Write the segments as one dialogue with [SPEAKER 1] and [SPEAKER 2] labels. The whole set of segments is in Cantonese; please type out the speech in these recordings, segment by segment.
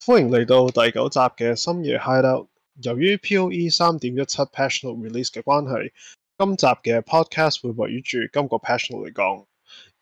[SPEAKER 1] 歡迎嚟到第九集嘅深夜 Hideout。由於 P.O.E 三點一七 patch note release 嘅關係，今集嘅 podcast 會圍繞住今個 patch note 嚟講。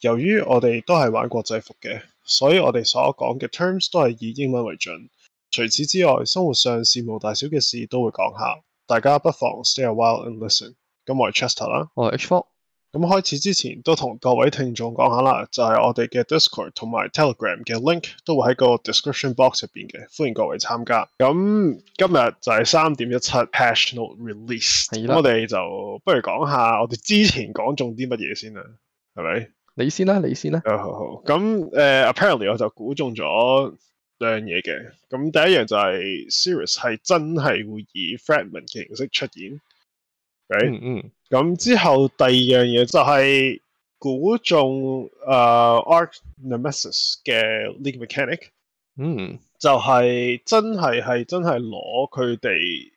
[SPEAKER 1] 由於我哋都係玩國際服嘅，所以我哋所講嘅 terms 都係以英文為準。除此之外，生活上事無大小嘅事都會講下，大家不妨 stay a while and listen。咁我係 Chester 啦。
[SPEAKER 2] 我係哦 H Four，
[SPEAKER 1] 咁開始之前都同各位聽眾講下啦，就係、我哋嘅 Discord 同埋 Telegram 嘅 link 都會喺個 description box 入邊嘅，歡迎各位參加。咁今日就係三點一七 patch note release，
[SPEAKER 2] 係
[SPEAKER 1] 咁
[SPEAKER 2] 啦
[SPEAKER 1] 我哋就不如講下我哋之前講中啲乜嘢先啦，係咪？
[SPEAKER 2] 你先啦，你先啦。
[SPEAKER 1] 啊好好，咁誒、呃 apparently 我就估中咗兩樣嘢嘅，咁第一樣就係 Sirius 係真係會以 fragment 嘅形式出現，right？
[SPEAKER 2] 嗯嗯，
[SPEAKER 1] 咁之後第二樣嘢就係估中誒、呃 Arc Nemesis 嘅 League Mechanic，
[SPEAKER 2] 嗯
[SPEAKER 1] 就係真係係真係攞佢哋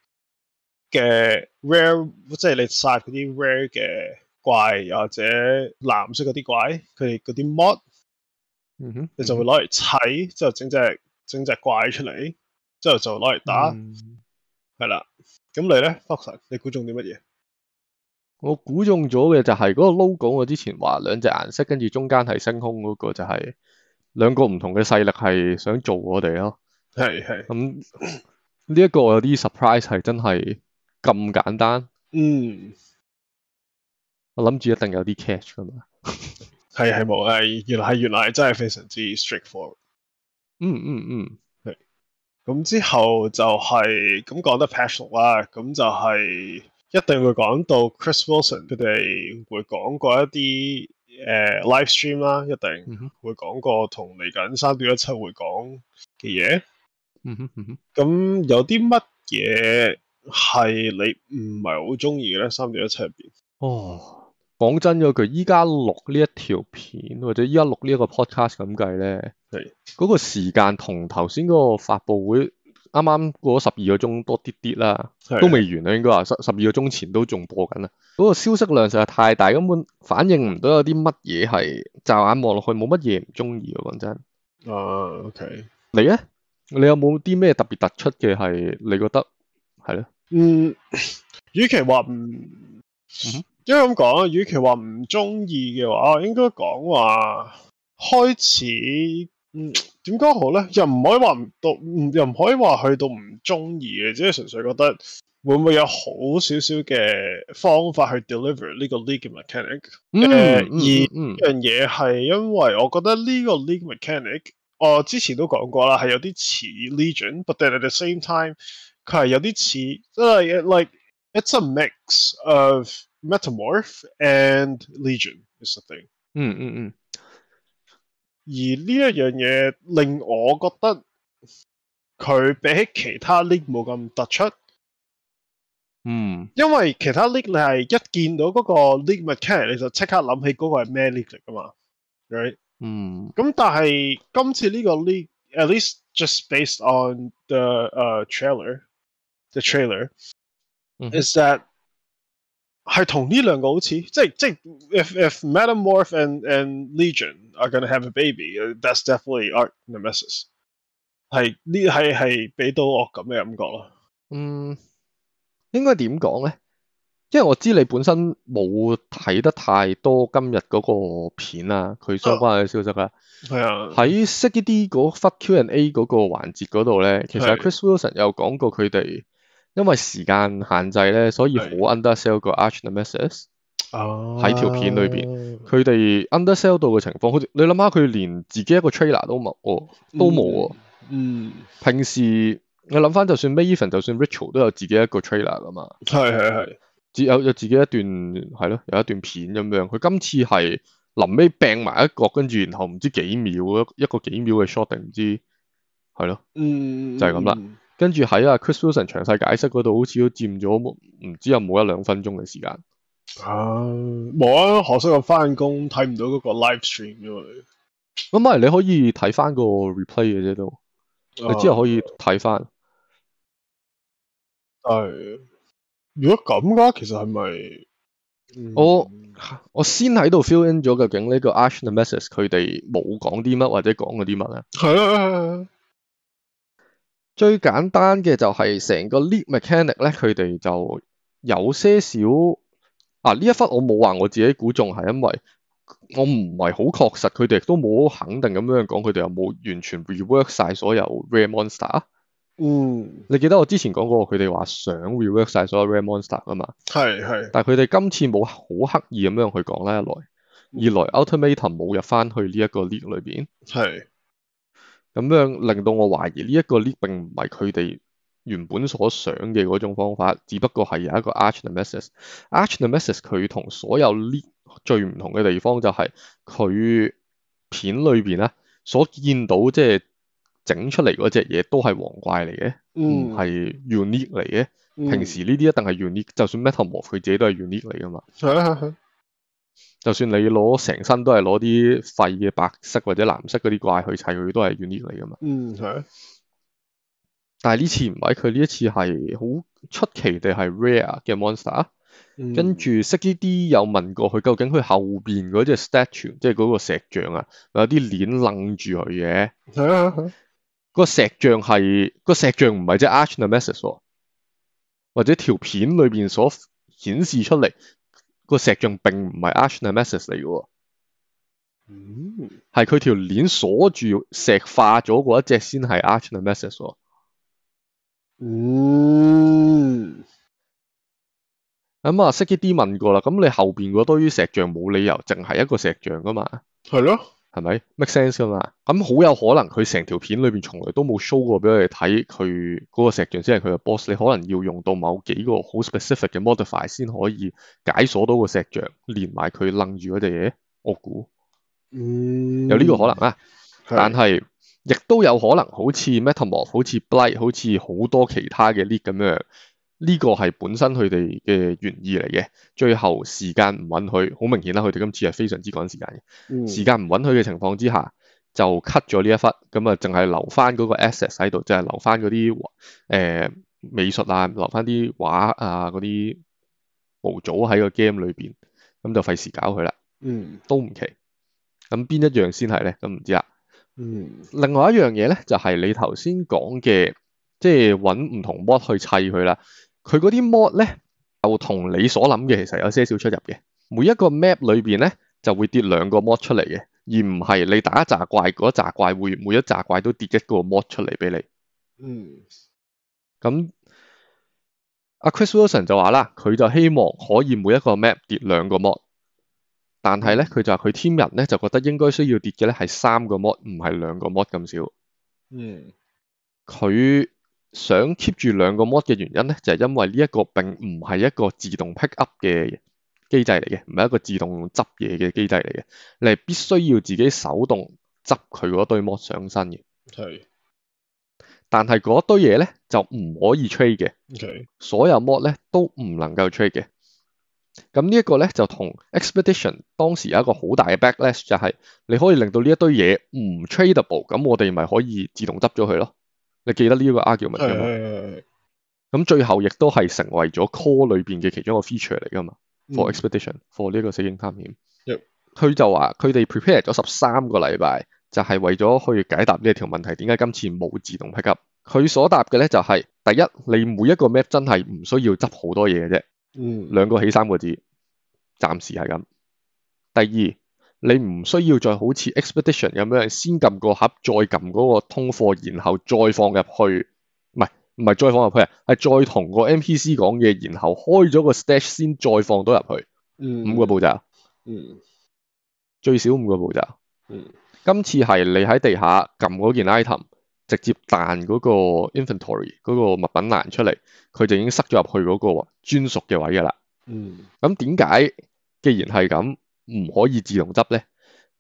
[SPEAKER 1] 嘅 rare，即係你殺嗰啲 rare 嘅怪，又或者藍色嗰啲怪，佢哋嗰啲 mod，
[SPEAKER 2] 嗯哼，
[SPEAKER 1] 你就會攞嚟砌，之後整隻整隻怪出嚟，之後就攞嚟打，
[SPEAKER 2] 嗯
[SPEAKER 1] 係啦、咁你咧 f o x 你估中啲乜嘢？
[SPEAKER 2] 我估中咗嘅就係嗰個 logo，我之前話兩隻顏色，跟住中間係星空嗰個就係兩個唔同嘅勢力係想做我哋咯。
[SPEAKER 1] 係係，
[SPEAKER 2] 咁呢一個我有啲 surprise 係真係咁簡單，
[SPEAKER 1] 嗯。
[SPEAKER 2] 我諗住一定有啲 catch 噶嘛。
[SPEAKER 1] 係係冇係，原來係原來係真係非常之 straightforward。
[SPEAKER 2] 嗯嗯嗯，
[SPEAKER 1] 咁之後就係咁講得 passion 啦，咁就係一定會講到 Chris Wilson 佢哋會講過一啲誒、呃 live stream 啦，一定
[SPEAKER 2] 嗯哼，
[SPEAKER 1] 會講過同嚟緊三點一七會講嘅嘢。
[SPEAKER 2] 嗯哼，嗯哼，
[SPEAKER 1] 咁有啲乜嘢係你唔係好中意嘅咧？三點一七入邊，
[SPEAKER 2] 哦。講真嗰句，依家錄呢一條片或者依家錄呢一個 podcast 咁計咧，
[SPEAKER 1] 係
[SPEAKER 2] 嗰個時間同頭先嗰個發佈會啱啱過咗十二個鐘多啲啲啦，
[SPEAKER 1] 係
[SPEAKER 2] 都未完啊啦應該話十十二個鐘前都仲播緊啦。啊嗰、個消息量實在太大，根本反映唔到有啲乜嘢係驟眼望落去冇乜嘢唔中意喎。講真，
[SPEAKER 1] 啊，OK。
[SPEAKER 2] 你咧，你有冇啲咩特別突出嘅係你覺得係咧？
[SPEAKER 1] 嗯，與其話唔
[SPEAKER 2] 哼，
[SPEAKER 1] 因為咁講啊，與其話唔中意嘅話，我應該講話開始，嗯，點講好咧？又唔可以話唔到，唔又唔可以話去到唔中意嘅，只係純粹覺得會唔會有好少少嘅方法去 deliver 呢個 league mechanic？
[SPEAKER 2] 嗯
[SPEAKER 1] 呃而
[SPEAKER 2] 嗯嗯
[SPEAKER 1] 呢樣嘢係因為我覺得呢個 league mechanic，我之前都講過啦，係有啲似 Legion，but then at the same time，佢係有啲似，即係 like it's a mix of metamorph and Legion is the thing。
[SPEAKER 2] 嗯嗯嗯
[SPEAKER 1] 而呢一樣嘢令我覺得佢比起其他 league 冇咁突出。
[SPEAKER 2] 嗯
[SPEAKER 1] 因為其他 league 你係一見到嗰個 league mechanic 你就即刻諗起嗰個係咩 league 嚟噶嘛，right？
[SPEAKER 2] 嗯
[SPEAKER 1] 咁但係今次呢個 league，at least just based on the、uh, trailer，the trailer
[SPEAKER 2] 嗯哼
[SPEAKER 1] is that 係同呢兩個好似，即係即係 if if metamorph and and legion are gonna have a baby，that's definitely art nemesis。係呢係係俾到我咁嘅感覺咯。
[SPEAKER 2] 嗯，應該點講咧？因為我知你本身冇睇得太多今日嗰個片啦，佢相關嘅消息啦。
[SPEAKER 1] 係啊，
[SPEAKER 2] 喺 s i d 嗰忽 Q&A 嗰個環節嗰度咧，其實
[SPEAKER 1] 係
[SPEAKER 2] Chris Wilson 有講過佢哋因為時間限制咧，所以好
[SPEAKER 1] 係
[SPEAKER 2] undersell 個 Arch Nemesis。
[SPEAKER 1] 喺
[SPEAKER 2] 條片裏
[SPEAKER 1] 邊
[SPEAKER 2] 佢哋 undersell 到嘅情況，好似你諗下，佢連自己一個 trailer 都冇喎，都冇喎。
[SPEAKER 1] 嗯。嗯，
[SPEAKER 2] 平時你諗翻，就算 Maven，就算 Ritual 都有自己一個 trailer 噶嘛，
[SPEAKER 1] 係係係，
[SPEAKER 2] 只有有自己一段係咯，有一段片咁樣。佢今次係臨尾掟埋一角，跟住然後唔知幾秒一一個幾秒嘅 shot 定唔知係咯。
[SPEAKER 1] 嗯，
[SPEAKER 2] 就係咁啦
[SPEAKER 1] 嗯。
[SPEAKER 2] 跟住喺啊 Chris Wilson 詳細解釋嗰度，好似都佔咗唔知有冇一兩分鐘嘅時間。
[SPEAKER 1] 啊，冇啊，可惜我翻工睇唔到嗰個 live stream 因為
[SPEAKER 2] 咁咪你可以睇翻個 replay 嘅啫都，你之後可以睇翻。
[SPEAKER 1] 係。如果咁嘅話，其實係咪？嗯
[SPEAKER 2] 我我先喺度 fill in 咗究竟呢個 Arch 啊 Nemesis 佢哋冇講啲乜或者講過啲乜咧？
[SPEAKER 1] 係啊係啊，係啊
[SPEAKER 2] 最簡單嘅就係成個 lead mechanic 咧，佢哋就有些少啊呢一忽我冇話我自己估中，係因為我唔係好確實，佢哋亦都冇好肯定咁樣講，佢哋有冇完全 rework 晒所有 rare monster？
[SPEAKER 1] 嗯，
[SPEAKER 2] 你記得我之前講過，佢哋話想 rework 晒所有 rare monster 啊嘛，
[SPEAKER 1] 係係，
[SPEAKER 2] 但係佢哋今次冇好刻意咁樣去講啦，一來，二來 ultimatum 冇入翻去呢一個 lead 裏邊。
[SPEAKER 1] 係
[SPEAKER 2] 咁樣令到我懷疑呢一個 lead 並唔係佢哋原本所想嘅嗰種方法，只不過係有一個 arch nemesis。arch nemesis 佢同所有 lead 最唔同嘅地方就係佢片裏邊咧所見到即係整出嚟嗰只嘢都係黃怪嚟嘅，唔
[SPEAKER 1] 嗯
[SPEAKER 2] 係 unique 嚟嘅。
[SPEAKER 1] 嗯
[SPEAKER 2] 平時呢啲一定係 unique，就算 metamorph 佢自己都係 unique 嚟噶嘛。
[SPEAKER 1] 係啊係啊
[SPEAKER 2] 就算你攞成身都係攞啲廢嘅白色或者藍色嗰啲怪去砌，佢都係 unique 嚟噶嘛。
[SPEAKER 1] 嗯係啊
[SPEAKER 2] 但係呢次唔係，佢呢一次係好出奇地係 rare 嘅 monster，啊
[SPEAKER 1] 嗯
[SPEAKER 2] 跟住識呢啲有問過佢究竟佢後邊嗰只 statue，即係嗰個石像啊，有啲鏈楞住佢嘅。
[SPEAKER 1] 係啊係啊
[SPEAKER 2] 個石像係個石像唔係隻 arch nemesis，喎或者條片裏邊所顯示出嚟個石像並唔係 arch nemesis 嚟嘅喎，
[SPEAKER 1] 嗯
[SPEAKER 2] 係佢條鏈鎖住石化咗嗰一隻先係 arch nemesis 喎。
[SPEAKER 1] 嗯
[SPEAKER 2] 咁啊，識一啲問過啦，咁你後邊嗰堆石像冇理由淨係一個石像噶嘛，
[SPEAKER 1] 係咯，
[SPEAKER 2] 係咪？make sense 噶嘛？咁好有可能佢成條片裏邊從來都冇 show 過俾我哋睇，佢嗰個石像先係佢嘅 boss。你可能要用到某幾個好 specific 嘅 modify 先可以解鎖到個石像，連埋佢楞住嗰隻嘢。我估
[SPEAKER 1] 嗯
[SPEAKER 2] 有呢個可能啊啦。但
[SPEAKER 1] 係
[SPEAKER 2] 係亦都有可能好似 Metamorph、好似 Blight、好似好多其他嘅 lead 咁樣，呢個係本身佢哋嘅原意嚟嘅。最後時間唔允許，好明顯啦，佢哋今次係非常之趕時間嘅。
[SPEAKER 1] 嗯
[SPEAKER 2] 時間唔允許嘅情況之下，就 cut 咗呢一忽，咁啊，淨係留翻嗰個 asset 喺度，就係留翻嗰啲誒美術啊，留翻啲畫啊嗰啲模組喺個 game 裏邊，咁就費事搞佢啦，
[SPEAKER 1] 嗯
[SPEAKER 2] 都唔奇。咁邊一樣先係咧？咁唔知啦。
[SPEAKER 1] 嗯
[SPEAKER 2] 另外一樣嘢咧，就係、你頭先講嘅，即係揾唔同 mod 去砌佢啦。佢嗰啲 mod 咧，就同你所諗嘅其實有些少出入嘅。每一個 map 裏邊咧，就會跌兩個 mod 出嚟嘅，而唔係你打一紮怪，嗰一紮怪會每一紮怪都跌一個 mod 出嚟俾你。
[SPEAKER 1] 嗯
[SPEAKER 2] 咁阿 Chris Wilson 就話啦，佢就希望可以每一個 map 跌兩個 mod，但係咧佢就話佢 team 人咧就覺得應該需要跌嘅咧係三個 mod，唔係兩個 mod 咁少。
[SPEAKER 1] 嗯
[SPEAKER 2] 佢想 keep 住兩個 mod 嘅原因咧，就係、因為呢一個並唔係一個自動 pick up 嘅機制嚟嘅，唔係一個自動執嘢嘅機制嚟嘅，你係必須要自己手動執佢嗰堆 mod 上身嘅。
[SPEAKER 1] 係
[SPEAKER 2] 但係嗰堆嘢咧就唔可以 trade 嘅，
[SPEAKER 1] OK
[SPEAKER 2] 所有 mod 咧都唔能夠 trade 嘅。咁呢一個咧就同 Expedition 當時有一個好大嘅 backlash，就係你可以令到呢一堆嘢唔 tradable，咁我哋咪可以自動執咗佢咯。你記得呢個 argument
[SPEAKER 1] 係
[SPEAKER 2] 㗎嘛？
[SPEAKER 1] 係
[SPEAKER 2] 咁最後亦都係成為咗 call 裏邊嘅其中一個 feature 嚟噶嘛，for
[SPEAKER 1] 係
[SPEAKER 2] expedition，for 呢個死境探險。
[SPEAKER 1] 嗯 Yep
[SPEAKER 2] 佢就話佢哋 prepare 咗十三個禮拜，就係、為咗去解答呢一條問題，點解今次冇自動 pick up？佢所答嘅咧就係、第一，你每一個 map 真係唔需要執好多嘢嘅啫，
[SPEAKER 1] 嗯
[SPEAKER 2] 兩個起三個字，暫時係咁。第二，你唔需要再好似 expedition 咁樣先撳個盒，再撳嗰個通貨，然後再放入去，唔係唔係再放入去啊，係再同個 NPC 講嘢，然後開咗個 stash 先再放到入去，
[SPEAKER 1] 嗯
[SPEAKER 2] 五個步驟，
[SPEAKER 1] 嗯
[SPEAKER 2] 最少五個步驟。
[SPEAKER 1] 嗯
[SPEAKER 2] 今次係你喺地下撳嗰件 item，直接彈嗰個 inventory 嗰個物品欄出嚟，佢就已經塞咗入去嗰個專屬嘅位㗎啦。
[SPEAKER 1] 嗯
[SPEAKER 2] 咁點解既然係咁，唔可以自動執咧？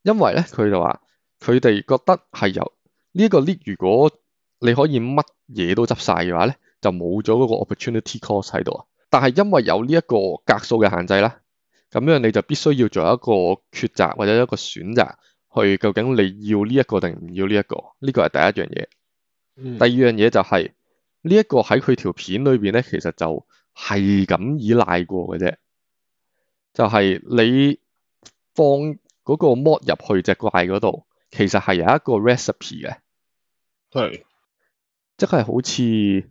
[SPEAKER 2] 因為咧，佢就話佢哋覺得係由呢一個 lead，如果你可以乜嘢都執晒嘅話咧，就冇咗嗰個 opportunity cost 喺度啊。但係因為有呢一個格數嘅限制啦，咁樣你就必須要做一個抉擇或者一個選擇，去究竟你要呢一個定唔要呢一個？呢個係第一樣嘢。
[SPEAKER 1] 嗯
[SPEAKER 2] 第二樣嘢就係呢一個喺佢條片裏邊咧，其實就係咁依賴過嘅啫，就係、你放嗰個 mod 入去只怪嗰度，其實係有一個 recipe 嘅，
[SPEAKER 1] 係
[SPEAKER 2] 即係好似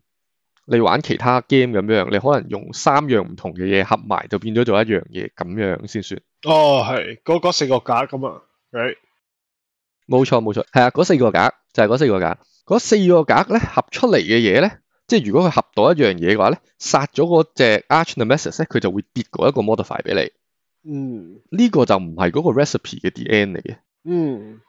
[SPEAKER 2] 你玩其他 game 咁樣，你可能用三樣唔同嘅嘢合埋，就變咗做一樣嘢咁樣先算。
[SPEAKER 1] 哦，係嗰嗰四個格咁啊，right？
[SPEAKER 2] 冇錯冇錯，係啊，嗰四個格就係嗰四個格，嗰四個格咧合出嚟嘅嘢咧，即係如果佢合到一樣嘢嘅話咧，殺咗嗰只 Arch Nemesis 咧，佢就會跌嗰一個 modify 俾你。
[SPEAKER 1] 嗯
[SPEAKER 2] 呢、個就唔係嗰個 recipe 嘅 DN 嚟嘅，
[SPEAKER 1] 嗯，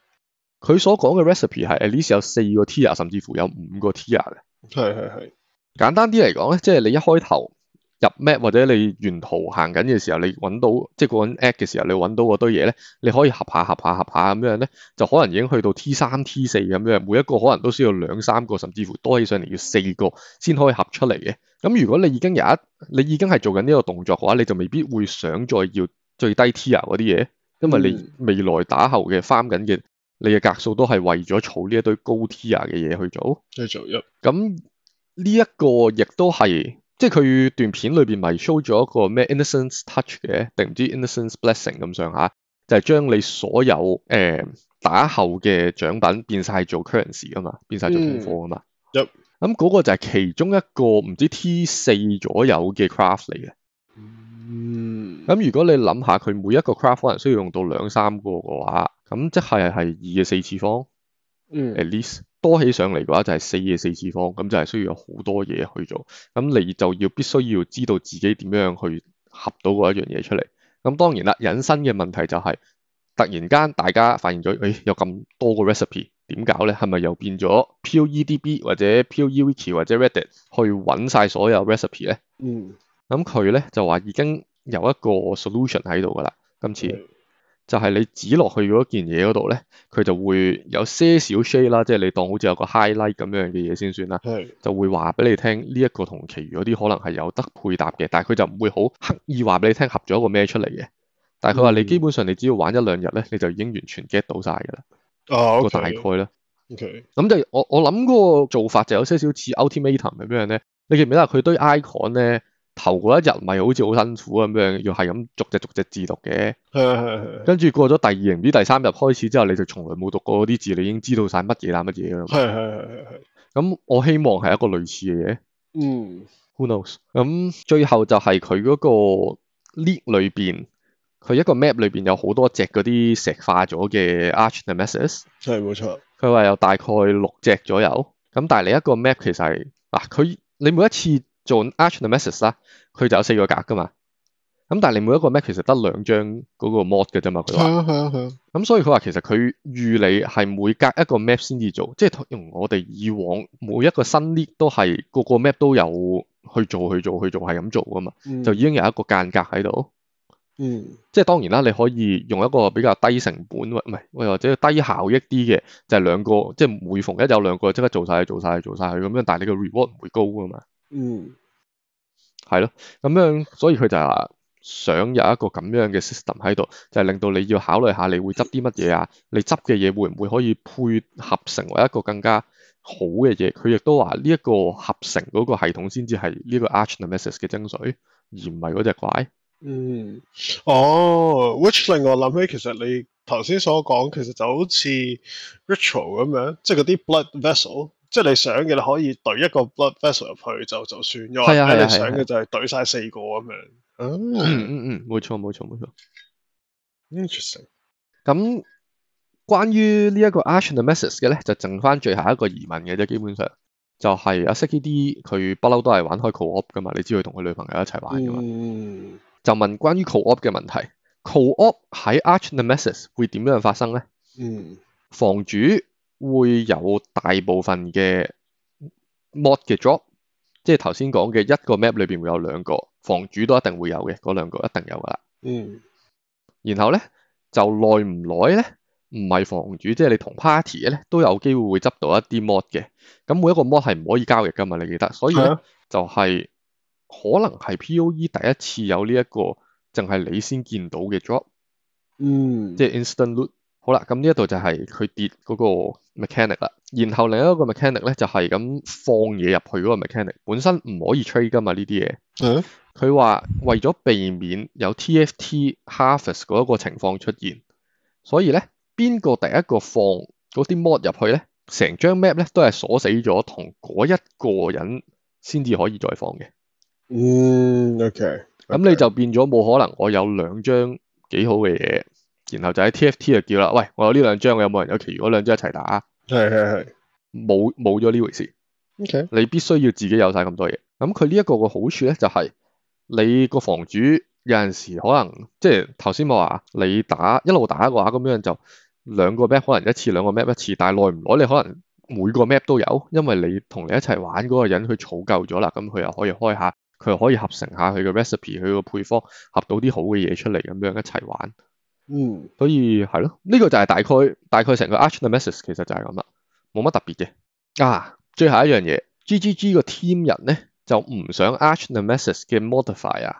[SPEAKER 2] 佢所講嘅 recipe 係 at least 有四個 tier，甚至乎有五個 tier 嘅。
[SPEAKER 1] 係係係，
[SPEAKER 2] 簡單啲嚟講咧，即係你一開頭入 map 或者你沿途行緊嘅時候，你揾到即係揾 app 嘅時候，你揾到嗰堆嘢咧，你可以合下合下合下咁樣咧，就可能已經去到 T 三 T 四咁樣，每一個可能都需要兩三個，甚至乎多起上嚟要四個先可以合出嚟嘅。咁如果你已經有一你已經係做緊呢個動作嘅話，你就未必會想再要最低 tier 嗰啲嘢，因為你未來打後嘅翻緊嘅你嘅格數都係為咗儲呢一堆高 tier 嘅嘢去做。
[SPEAKER 1] 繼續一，
[SPEAKER 2] 咁呢一個亦都係，即係佢段片裏邊咪 show 咗一個咩 innocence touch 嘅，定唔知 innocence blessing 咁上下，就係、將你所有誒、呃打後嘅獎品變晒做 currency 啊嘛，變晒做通貨啊嘛。
[SPEAKER 1] Yep
[SPEAKER 2] 咁嗰個就係其中一個唔知 T 四左右嘅 craft 嚟嘅。
[SPEAKER 1] 嗯，
[SPEAKER 2] 咁如果你諗下佢每一個 craft 可能需要用到兩三個嘅話，咁即係係二嘅四次方。
[SPEAKER 1] 嗯
[SPEAKER 2] at least 多起上嚟嘅話就係四嘅四次方，咁就係需要有好多嘢去做，咁你就要必須要知道自己點樣去合到嗰一樣嘢出嚟。咁當然啦，引申嘅問題就係、突然間大家發現咗，誒、哎有咁多個 recipe 點搞咧？係咪又變咗 POEDB 或者 POEWiki 或者 Reddit 去揾晒所有 recipe 咧？
[SPEAKER 1] 嗯，
[SPEAKER 2] 咁佢咧就話已經有一個 solution 喺度㗎啦，今次。就係你指落去嗰件嘢嗰度咧，佢就會有些少 shade 啦，即係你當好似有個 highlight 咁樣嘅嘢先算啦，
[SPEAKER 1] 係
[SPEAKER 2] 就會話俾你聽呢一個同其餘嗰啲可能係有得配搭嘅，但係佢就唔會好刻意話俾你聽合咗一個咩出嚟嘅。但係佢話你
[SPEAKER 1] 嗯
[SPEAKER 2] 基本上你只要玩一兩日咧，你就已經完全 get 到晒㗎啦，
[SPEAKER 1] 哦
[SPEAKER 2] 個
[SPEAKER 1] ，OK
[SPEAKER 2] 大概啦。
[SPEAKER 1] OK，
[SPEAKER 2] 咁就我我諗嗰個做法就有些少似 ultimatum 咁樣咧。你記唔記得啊佢堆 icon 咧頭嗰一日咪好似好辛苦咁樣，要係咁逐隻逐隻字讀嘅？
[SPEAKER 1] 係係係
[SPEAKER 2] 跟住過咗第二唔知第三日開始之後，你就從來冇讀過嗰啲字，你已經知道晒乜嘢啦乜嘢㗎啦嘛。
[SPEAKER 1] 係係係係係，
[SPEAKER 2] 咁我希望係一個類似嘅嘢
[SPEAKER 1] 嗯
[SPEAKER 2] ，who knows？咁最後就係佢嗰個 lead 裏邊，佢一個 map 裏邊有好多隻嗰啲石化咗嘅 arch nemesis，
[SPEAKER 1] 係冇錯，
[SPEAKER 2] 佢話有大概六隻左右。咁但係你一個 map 其實係嗱，佢、你每一次做 arch nemesis 啦，佢就有四個格㗎嘛。咁但係你每一個 map 其實得兩張嗰個 mod 嘅啫嘛，佢
[SPEAKER 1] 係
[SPEAKER 2] 話。
[SPEAKER 1] 啊係啊係啊，
[SPEAKER 2] 咁所以佢話其實佢預你係每隔一個 map 先至做，即係同我哋以往每一個新 league 都係個個 map 都有去做去做去做係咁做噶嘛，
[SPEAKER 1] 嗯
[SPEAKER 2] 就已經有一個間隔喺度。
[SPEAKER 1] 嗯
[SPEAKER 2] 即係當然啦，你可以用一個比較低成本或唔係喂或者低效益啲嘅，就係、兩個即係每逢一有兩個即刻做晒佢做晒佢做晒佢咁樣，但係你個 reward 唔會高噶嘛，
[SPEAKER 1] 嗯
[SPEAKER 2] 係咯，咁樣所以佢就係話想有一個咁樣嘅 system 喺度，就係、令到你要考慮下你會執啲乜嘢啊，你執嘅嘢會唔會可以配合成為一個更加好嘅嘢？佢亦都話呢一個合成嗰個系統先至係呢個 Arch Nemesis 嘅精髓，而唔係嗰隻怪。
[SPEAKER 1] 嗯，哦，which 令我諗起，其實你頭先所講，其實就好似 ritual 咁樣，即係嗰啲 blood vessel，即係你想嘅你可以懟一個 blood vessel 入去就就算，又或
[SPEAKER 2] 係啊係
[SPEAKER 1] 者
[SPEAKER 2] 啊
[SPEAKER 1] 你想
[SPEAKER 2] 係
[SPEAKER 1] 嘅就係懟晒四個咁樣。
[SPEAKER 2] 嗯
[SPEAKER 1] 嗯
[SPEAKER 2] 嗯嗯，冇錯冇錯冇錯。
[SPEAKER 1] ，interesting。
[SPEAKER 2] 咁關於呢一個 Arch Nemesis 嘅咧，就剩翻最後一個疑問嘅啫，基本上就係、阿 Siki D 佢不嬲都係玩開 co-op 噶嘛，你知佢同佢女朋友一齊玩噶嘛。
[SPEAKER 1] 嗯，
[SPEAKER 2] 就問關於 co-op 嘅問題。co-op 喺 Arch Nemesis 會點樣發生咧？
[SPEAKER 1] 嗯，
[SPEAKER 2] 房主會有大部分嘅 mod 嘅 drop，即係頭先講嘅一個 map 裏邊會有兩個，房主都一定會有嘅，嗰兩個一定有噶啦。
[SPEAKER 1] 嗯，
[SPEAKER 2] 然後咧就耐唔耐咧，唔係房主，即係你同 party 嘅咧都有機會會執到一啲 mod 嘅。咁每一個 mod 係唔可以交易噶嘛，你記得，所以
[SPEAKER 1] 係
[SPEAKER 2] 咧。
[SPEAKER 1] 啊，
[SPEAKER 2] 就係、可能係 P.O.E 第一次有呢、一個淨係你先見到嘅 drop，
[SPEAKER 1] 嗯，
[SPEAKER 2] 即係 instant loot。好啦，咁呢一度就係佢跌嗰個 mechanic 啦。然後另一個 mechanic 咧就係咁放嘢入去嗰個 mechanic，本身唔可以 trade 噶嘛呢啲嘢。
[SPEAKER 1] 係啊，
[SPEAKER 2] 佢話為咗避免有 T.F.T harvest 嗰一個情況出現，所以咧邊個第一個放嗰啲 mod 入去咧，成張 map 咧都係鎖死咗同嗰一個人先至可以再放嘅。
[SPEAKER 1] 嗯，OK，
[SPEAKER 2] 咁你就變咗冇可能，我有兩張幾好嘅嘢，然後就喺 TFT 就叫啦，喂，我有呢兩張，有冇人有其餘嗰兩張一齊打？
[SPEAKER 1] 係係係
[SPEAKER 2] 冇冇咗呢回事，
[SPEAKER 1] ，OK，
[SPEAKER 2] 你必須要自己有晒咁多嘢。咁佢呢一個嘅好處咧，就係、你個房主有陣時可能即係頭先我話你打一路打嘅話，咁樣就兩個 map 可能一次兩個 map 一次，但係耐唔耐你可能每個 map 都有，因為你同你一齊玩嗰個人佢儲夠咗啦，咁佢又可以開下，佢又可以合成下佢嘅 recipe，佢個配方合到啲好嘅嘢出嚟，咁樣一齊玩。
[SPEAKER 1] 嗯
[SPEAKER 2] 所以係咯，呢、個就係大概大概成個 Arch Nemesis 其實就係咁啦，冇乜特別嘅。啊，最後一樣嘢，GGG 個 team 人咧就唔想 Arch Nemesis 嘅 modifier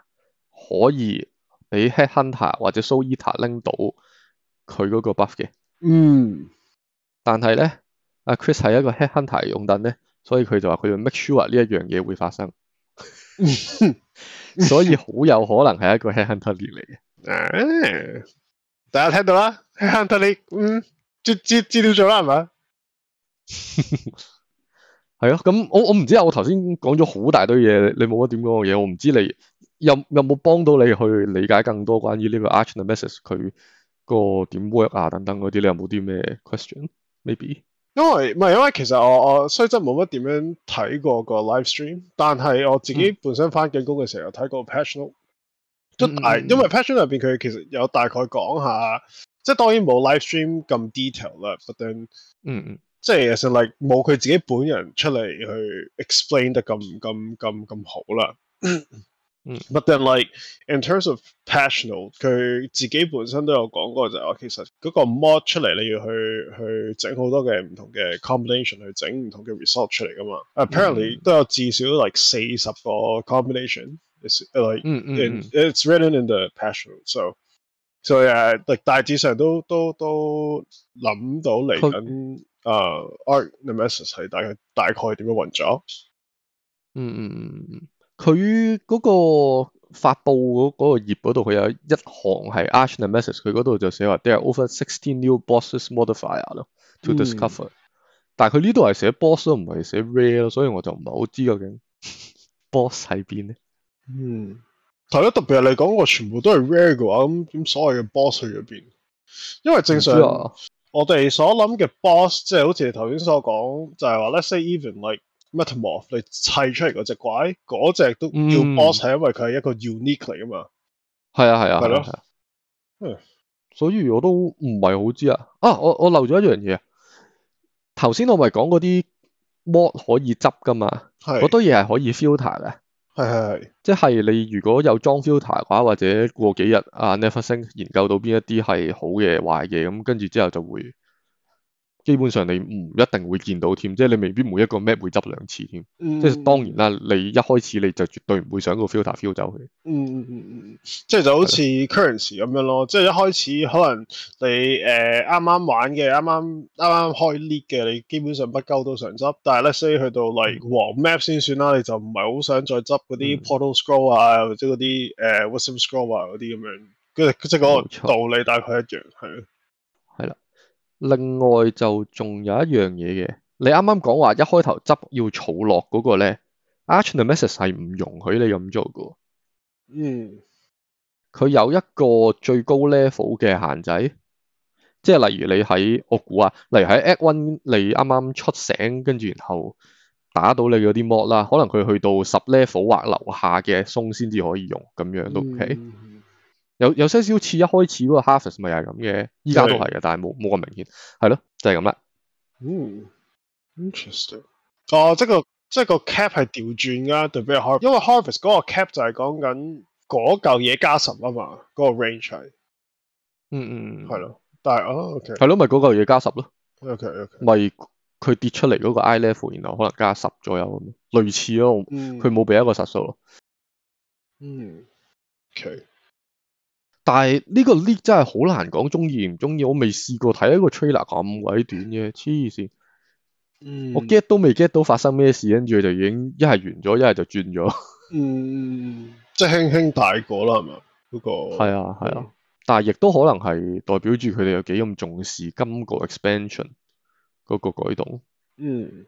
[SPEAKER 2] 可以俾 Headhunter 或者 Soul Eater 拎到佢嗰個 buff 嘅，
[SPEAKER 1] 嗯
[SPEAKER 2] 但係咧阿 Chris 係一個 Headhunter 嘅擁躉咧，所以佢就話佢要 make sure 呢一樣嘢會發生，所以好有可能係一個 Headhunter lead 嚟嘅。
[SPEAKER 1] 啊，大家聽到啦，Hunter 你嗯，知知知料咗啦係咪？
[SPEAKER 2] 係啊，咁我我唔知啊，我頭先講咗好大堆嘢，你冇乜點講嘅嘢，我唔知你有有冇幫到你去理解更多關於呢個 Arch Nemesis 佢個點 work 啊等等嗰啲，你有冇啲咩 question？Maybe
[SPEAKER 1] 因為唔係因為其實我我雖則冇乜點樣睇過個 live stream，但係我自己本身翻緊工嘅時候有睇過 patch note，即
[SPEAKER 2] 嗯嗯
[SPEAKER 1] 係
[SPEAKER 2] 嗯
[SPEAKER 1] 因為 patch note 入邊佢其實有大概講下，即係當然冇 live stream 咁 detail 啦，but then
[SPEAKER 2] 嗯嗯
[SPEAKER 1] 即係其實 like 冇佢自己本人出嚟去 explain 得咁咁咁咁好啦。
[SPEAKER 2] 嗯
[SPEAKER 1] But then like in terms of passional，佢自己本身都有講過就係話其實嗰個 mod 出嚟你要去去整好多嘅唔同嘅 combination 去整唔同嘅 result 出嚟噶嘛。Apparently、都有至少 like 四十個 combination。It's like
[SPEAKER 2] 嗯嗯
[SPEAKER 1] and
[SPEAKER 2] 嗯
[SPEAKER 1] it's written in the passion so so yeah like 大致上都都都諗到嚟緊啊 art nemesis 係大概大概點樣運作？
[SPEAKER 2] 嗯嗯嗯嗯，佢嗰個發布嗰嗰個頁嗰度，佢有一行係 Arch Nemesis，佢嗰度就寫話 There are over sixteen new bosses modifier 咯，to
[SPEAKER 1] 嗯
[SPEAKER 2] discover、但係佢呢度係寫 boss 咯，唔係寫 rare 咯，所以我就唔係好知究竟 boss 喺邊咧。Hmm。
[SPEAKER 1] 嗯，係咯，特別係你講個全部都係 rare 嘅話，咁咁所謂嘅 boss 去咗邊？因為正常
[SPEAKER 2] 唔知啊
[SPEAKER 1] 我哋所諗嘅 boss，即係好似你頭先所講，就係話 let's say even like metamorph 你砌出嚟嗰只怪，嗰只都叫
[SPEAKER 2] 嗯
[SPEAKER 1] boss 係因為佢係一個 unique 嚟噶嘛。
[SPEAKER 2] 係啊係啊，
[SPEAKER 1] 係咯
[SPEAKER 2] 係啊
[SPEAKER 1] 嗯。
[SPEAKER 2] 所以我都唔係好知啊。啊，我我漏咗一樣嘢啊。頭先我咪講嗰啲 mod 可以執噶嘛，
[SPEAKER 1] 係
[SPEAKER 2] 嗰堆嘢係可以 filter 嘅。
[SPEAKER 1] 係係係，
[SPEAKER 2] 即係你如果有裝 filter 嘅話，或者過幾日啊 Neversink 研究到邊一啲係好嘅、壞嘅，咁跟住之後就會基本上你唔一定會見到添，即係你未必每一個 map 會執兩次添。
[SPEAKER 1] 嗯
[SPEAKER 2] 即係當然啦，你一開始你就絕對唔會想個 filter fill 走佢。
[SPEAKER 1] 嗯嗯嗯嗯嗯，即係就好似 currency 咁樣咯，即係一開始可能你誒啱啱玩嘅，啱啱啱啱開 lead 嘅，你基本上不鳩都想執，但係 let's say 去到嚟黃 map 先算啦，你就唔係好想再執嗰啲
[SPEAKER 2] 嗯
[SPEAKER 1] portal scroll 啊，或者嗰啲誒 wisdom scroll 啊嗰啲咁樣，跟住即係
[SPEAKER 2] 冇
[SPEAKER 1] 嗰個
[SPEAKER 2] 錯
[SPEAKER 1] 道理大概一樣，係
[SPEAKER 2] 另外就仲有一樣嘢嘅，你啱啱講話一開頭執要儲落嗰個咧，Arch Nemesis 係唔容許你咁做嘅喎。
[SPEAKER 1] 嗯
[SPEAKER 2] 佢有一個最高 level 嘅限制，即係例如你喺我估啊，例如喺 Act One 你啱啱出醒，跟住然後打到你嗰啲 mod 啦，可能佢去到十 level 或樓下嘅松先至可以用，咁樣都 OK。
[SPEAKER 1] 嗯嗯
[SPEAKER 2] 有有些少似一開始嗰個 Harvest 咪又係咁嘅，依家都係嘅，但係冇冇咁明顯，係咯，就係咁啦。
[SPEAKER 1] 嗯，interesting。哦，即係個即係個 cap 係調轉噶，對比 harvest，因為 harvest 嗰個 cap 就係講緊嗰嚿嘢加十啊嘛，嗰、個 range 係
[SPEAKER 2] 嗯嗯，
[SPEAKER 1] 係咯。但係哦，OK
[SPEAKER 2] 係咯，咪嗰嚿嘢加十咯，
[SPEAKER 1] OK OK，
[SPEAKER 2] 咪佢跌出嚟嗰個 I level，然後可能加十左右咁樣，類似咯，
[SPEAKER 1] 嗯，
[SPEAKER 2] 佢冇俾一個實數咯。
[SPEAKER 1] 嗯 OK，
[SPEAKER 2] 但係呢個 league 真係好難講中意唔中意，我未試過睇一個 trailer 咁鬼短嘅，黐線，
[SPEAKER 1] 嗯，
[SPEAKER 2] 我 get 都未 get 到發生咩事，跟住就已經一係完咗，一係就轉咗。
[SPEAKER 1] 嗯，即係輕輕大過啦，係嘛？嗰、個
[SPEAKER 2] 係啊係
[SPEAKER 1] 嗯
[SPEAKER 2] 啊，但係亦都可能係代表住佢哋有幾咁重視今個 expansion 嗰個舉動。
[SPEAKER 1] 嗯，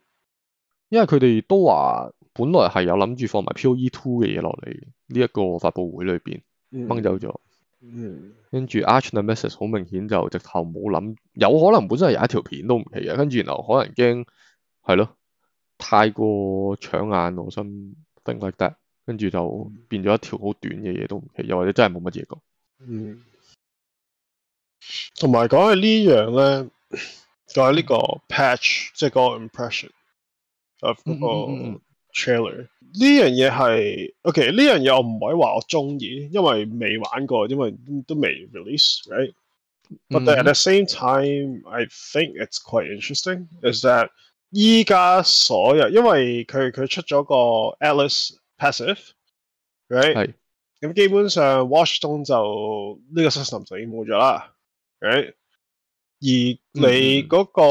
[SPEAKER 2] 因為佢哋都話本來係有諗住放埋 P.O.E Two 嘅嘢落嚟呢一個發佈會裏邊
[SPEAKER 1] 嗯
[SPEAKER 2] 掹走咗，
[SPEAKER 1] 嗯
[SPEAKER 2] 跟住 Arch Nemesis 好明顯就直頭冇諗，有可能本身係有一條片都唔奇嘅，跟住然後可能驚係咯，太過搶眼我心 t h i n like that，跟住就變咗一條好短嘅嘢都唔奇，又或者真係冇乜嘢講。
[SPEAKER 1] 嗯，同埋講起呢樣咧，講起呢個 patch，即係嗰個 impression of 嗰
[SPEAKER 2] 嗯嗯嗯
[SPEAKER 1] 個
[SPEAKER 2] 嗯
[SPEAKER 1] trailer 呢樣嘢係 OK 呢樣嘢我唔可以話我中意，因為未玩過，因為都未 release，right？But then at
[SPEAKER 2] 嗯
[SPEAKER 1] the same time, I think it's quite interesting. Is that 依家所有，因為佢佢出咗個 Atlas passive，right？
[SPEAKER 2] 係
[SPEAKER 1] 咁基本上 Watchstone 就呢、個 system 就已經冇咗啦，right？而你
[SPEAKER 2] 嗯嗯
[SPEAKER 1] 嗰、個、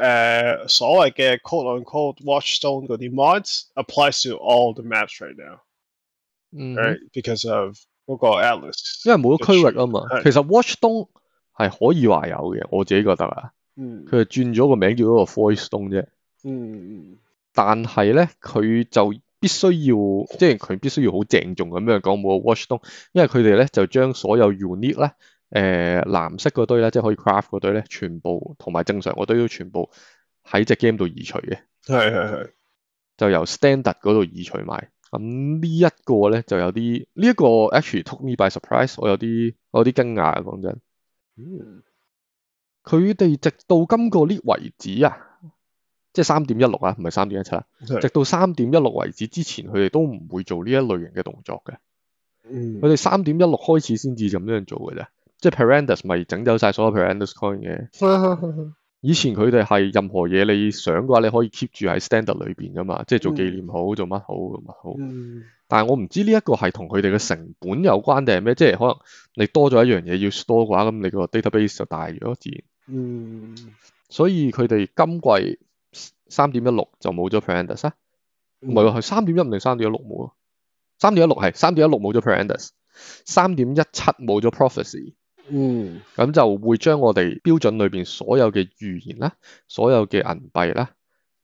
[SPEAKER 1] 呃所謂嘅 quote on quote Watchstone 嗰啲 mods applies to all the maps right now，right？、
[SPEAKER 2] 嗯
[SPEAKER 1] Because of 嗰個 Atlas，
[SPEAKER 2] 因為冇咗區域啊嘛
[SPEAKER 1] 係。
[SPEAKER 2] 其實 Watch 東係可以話有嘅，我自己覺得啊，
[SPEAKER 1] 嗯
[SPEAKER 2] 佢係轉咗個名叫嗰個 Voice 東啫。
[SPEAKER 1] 嗯
[SPEAKER 2] 但係咧，佢就必須要，即係佢必須要好鄭重咁樣講冇個 Watch 東，因為佢哋咧就將所有 unique 咧，誒、藍色嗰堆咧，即係可以 craft 嗰堆咧，全部同埋正常嗰堆都全部喺只 game 度移除嘅，
[SPEAKER 1] 係係係。
[SPEAKER 2] 就由 standard 嗰度移除埋。咁呢一個咧就有啲，呢、一個 actually took me by surprise，我有啲我有啲驚訝，啊講真。
[SPEAKER 1] 嗯
[SPEAKER 2] 佢哋直到今個 lift 為止啊，即係三點一六啊，唔係三點一七啊，
[SPEAKER 1] 係
[SPEAKER 2] 直到三點一六為止之前，佢哋都唔會做呢一類型嘅動作嘅。
[SPEAKER 1] 嗯
[SPEAKER 2] 佢哋三點一六開始先至咁樣做嘅啫。即係 Parandus 咪整走晒所有 Parandus coin 嘅。以前佢哋係任何嘢你想嘅話，你可以 keep 住喺 standard 裏邊噶嘛，即係做紀念好，做乜好，做乜好。
[SPEAKER 1] 嗯
[SPEAKER 2] 但係我唔知呢一個係同佢哋嘅成本有關定係咩？即係可能你多咗一樣嘢要 store 嘅話，咁你個 database 就大咗自然。
[SPEAKER 1] 嗯
[SPEAKER 2] 所以佢哋今季三點一六就冇咗 Perandus 啊，唔係喎，係三點一五定三點一六冇啊？三點一六係三點一六冇咗 Perandus，三點一七冇咗 Prophecy，
[SPEAKER 1] 嗯
[SPEAKER 2] 咁就會將我哋標準裏邊所有嘅預言啦、所有嘅銀幣啦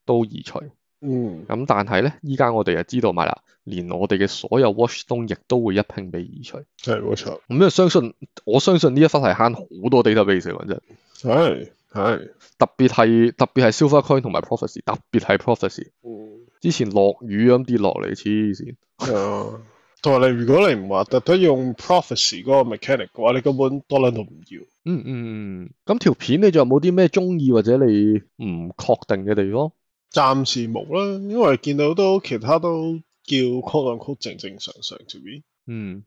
[SPEAKER 2] 都移除。
[SPEAKER 1] 嗯
[SPEAKER 2] 咁但係咧，依家我哋就知道埋啦，連我哋嘅所有 Watchstone 亦都會一拼被移除。
[SPEAKER 1] 係冇錯，
[SPEAKER 2] 咁就相信我相信呢一忽係慳好多 database 嘅講真。
[SPEAKER 1] 係係
[SPEAKER 2] 特別係特別係 Silver Coin 同埋 Prophecy，特別係 Prophecy。
[SPEAKER 1] 嗯
[SPEAKER 2] 之前落雨咁跌落嚟，黐線。
[SPEAKER 1] 啊！同埋你，如果你唔話特登用 prophecy 嗰個 mechanic 嘅話，你根本多撚到唔要。
[SPEAKER 2] 嗯嗯，咁條片你仲有冇啲咩中意或者你唔確定嘅地方？
[SPEAKER 1] 暫時冇啦，因為見到都其他都叫 quote on quote 正正常常 to be。
[SPEAKER 2] 嗯，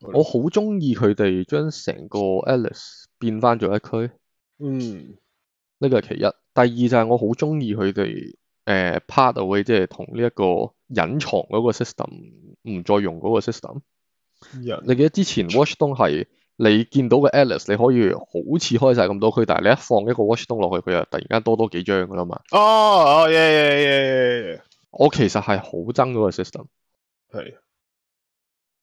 [SPEAKER 2] 我好中意佢哋將成個 Alice 變翻做一區，
[SPEAKER 1] 嗯
[SPEAKER 2] 呢個係其一。第二就係我好中意佢哋誒 part away，即係同呢一個隱藏嗰個 system 唔再用嗰個 system。
[SPEAKER 1] 人
[SPEAKER 2] 你記得之前 Watchstone 係你見到嘅 Alice，你可以好似開晒咁多區，但係你一放一個 Watchstone 落去，佢就突然間多多幾張噶啦嘛。
[SPEAKER 1] 哦哦耶耶耶耶耶，
[SPEAKER 2] 我其實係好憎嗰個 system，
[SPEAKER 1] 係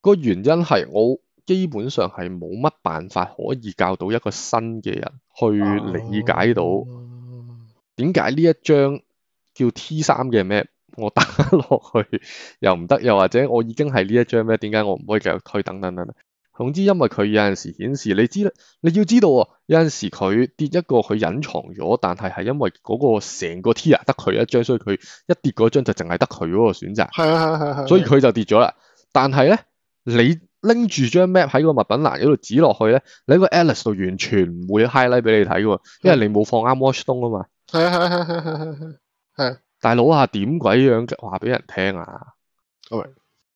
[SPEAKER 2] 個原因係我基本上係冇乜辦法可以教到一個新嘅人去
[SPEAKER 1] 哦
[SPEAKER 2] 理解到點解呢一張叫 T 三嘅 map 我打落去又唔得，又或者我已經係呢一張 map，點解我唔可以繼續推等等等等？總之，因為佢有陣時顯示，你知啦，你要知道喎，有陣時佢跌一個佢隱藏咗，但係係因為嗰個成個 tier 得佢一張，所以佢一跌嗰張就淨係得佢嗰個選擇。
[SPEAKER 1] 係啊係啊係啊係啊，
[SPEAKER 2] 所以佢就跌咗啦。但係咧，你拎住張 map 喺個物品欄嗰度指落去咧，你喺個 Alice 度完全唔會 highlight 俾你睇嘅喎，因為你冇放啱 Watchstone 啊嘛。
[SPEAKER 1] 係啊係啊係啊係啊係啊係啊，
[SPEAKER 2] 大佬啊，點鬼樣話俾人聽啊？
[SPEAKER 1] 我明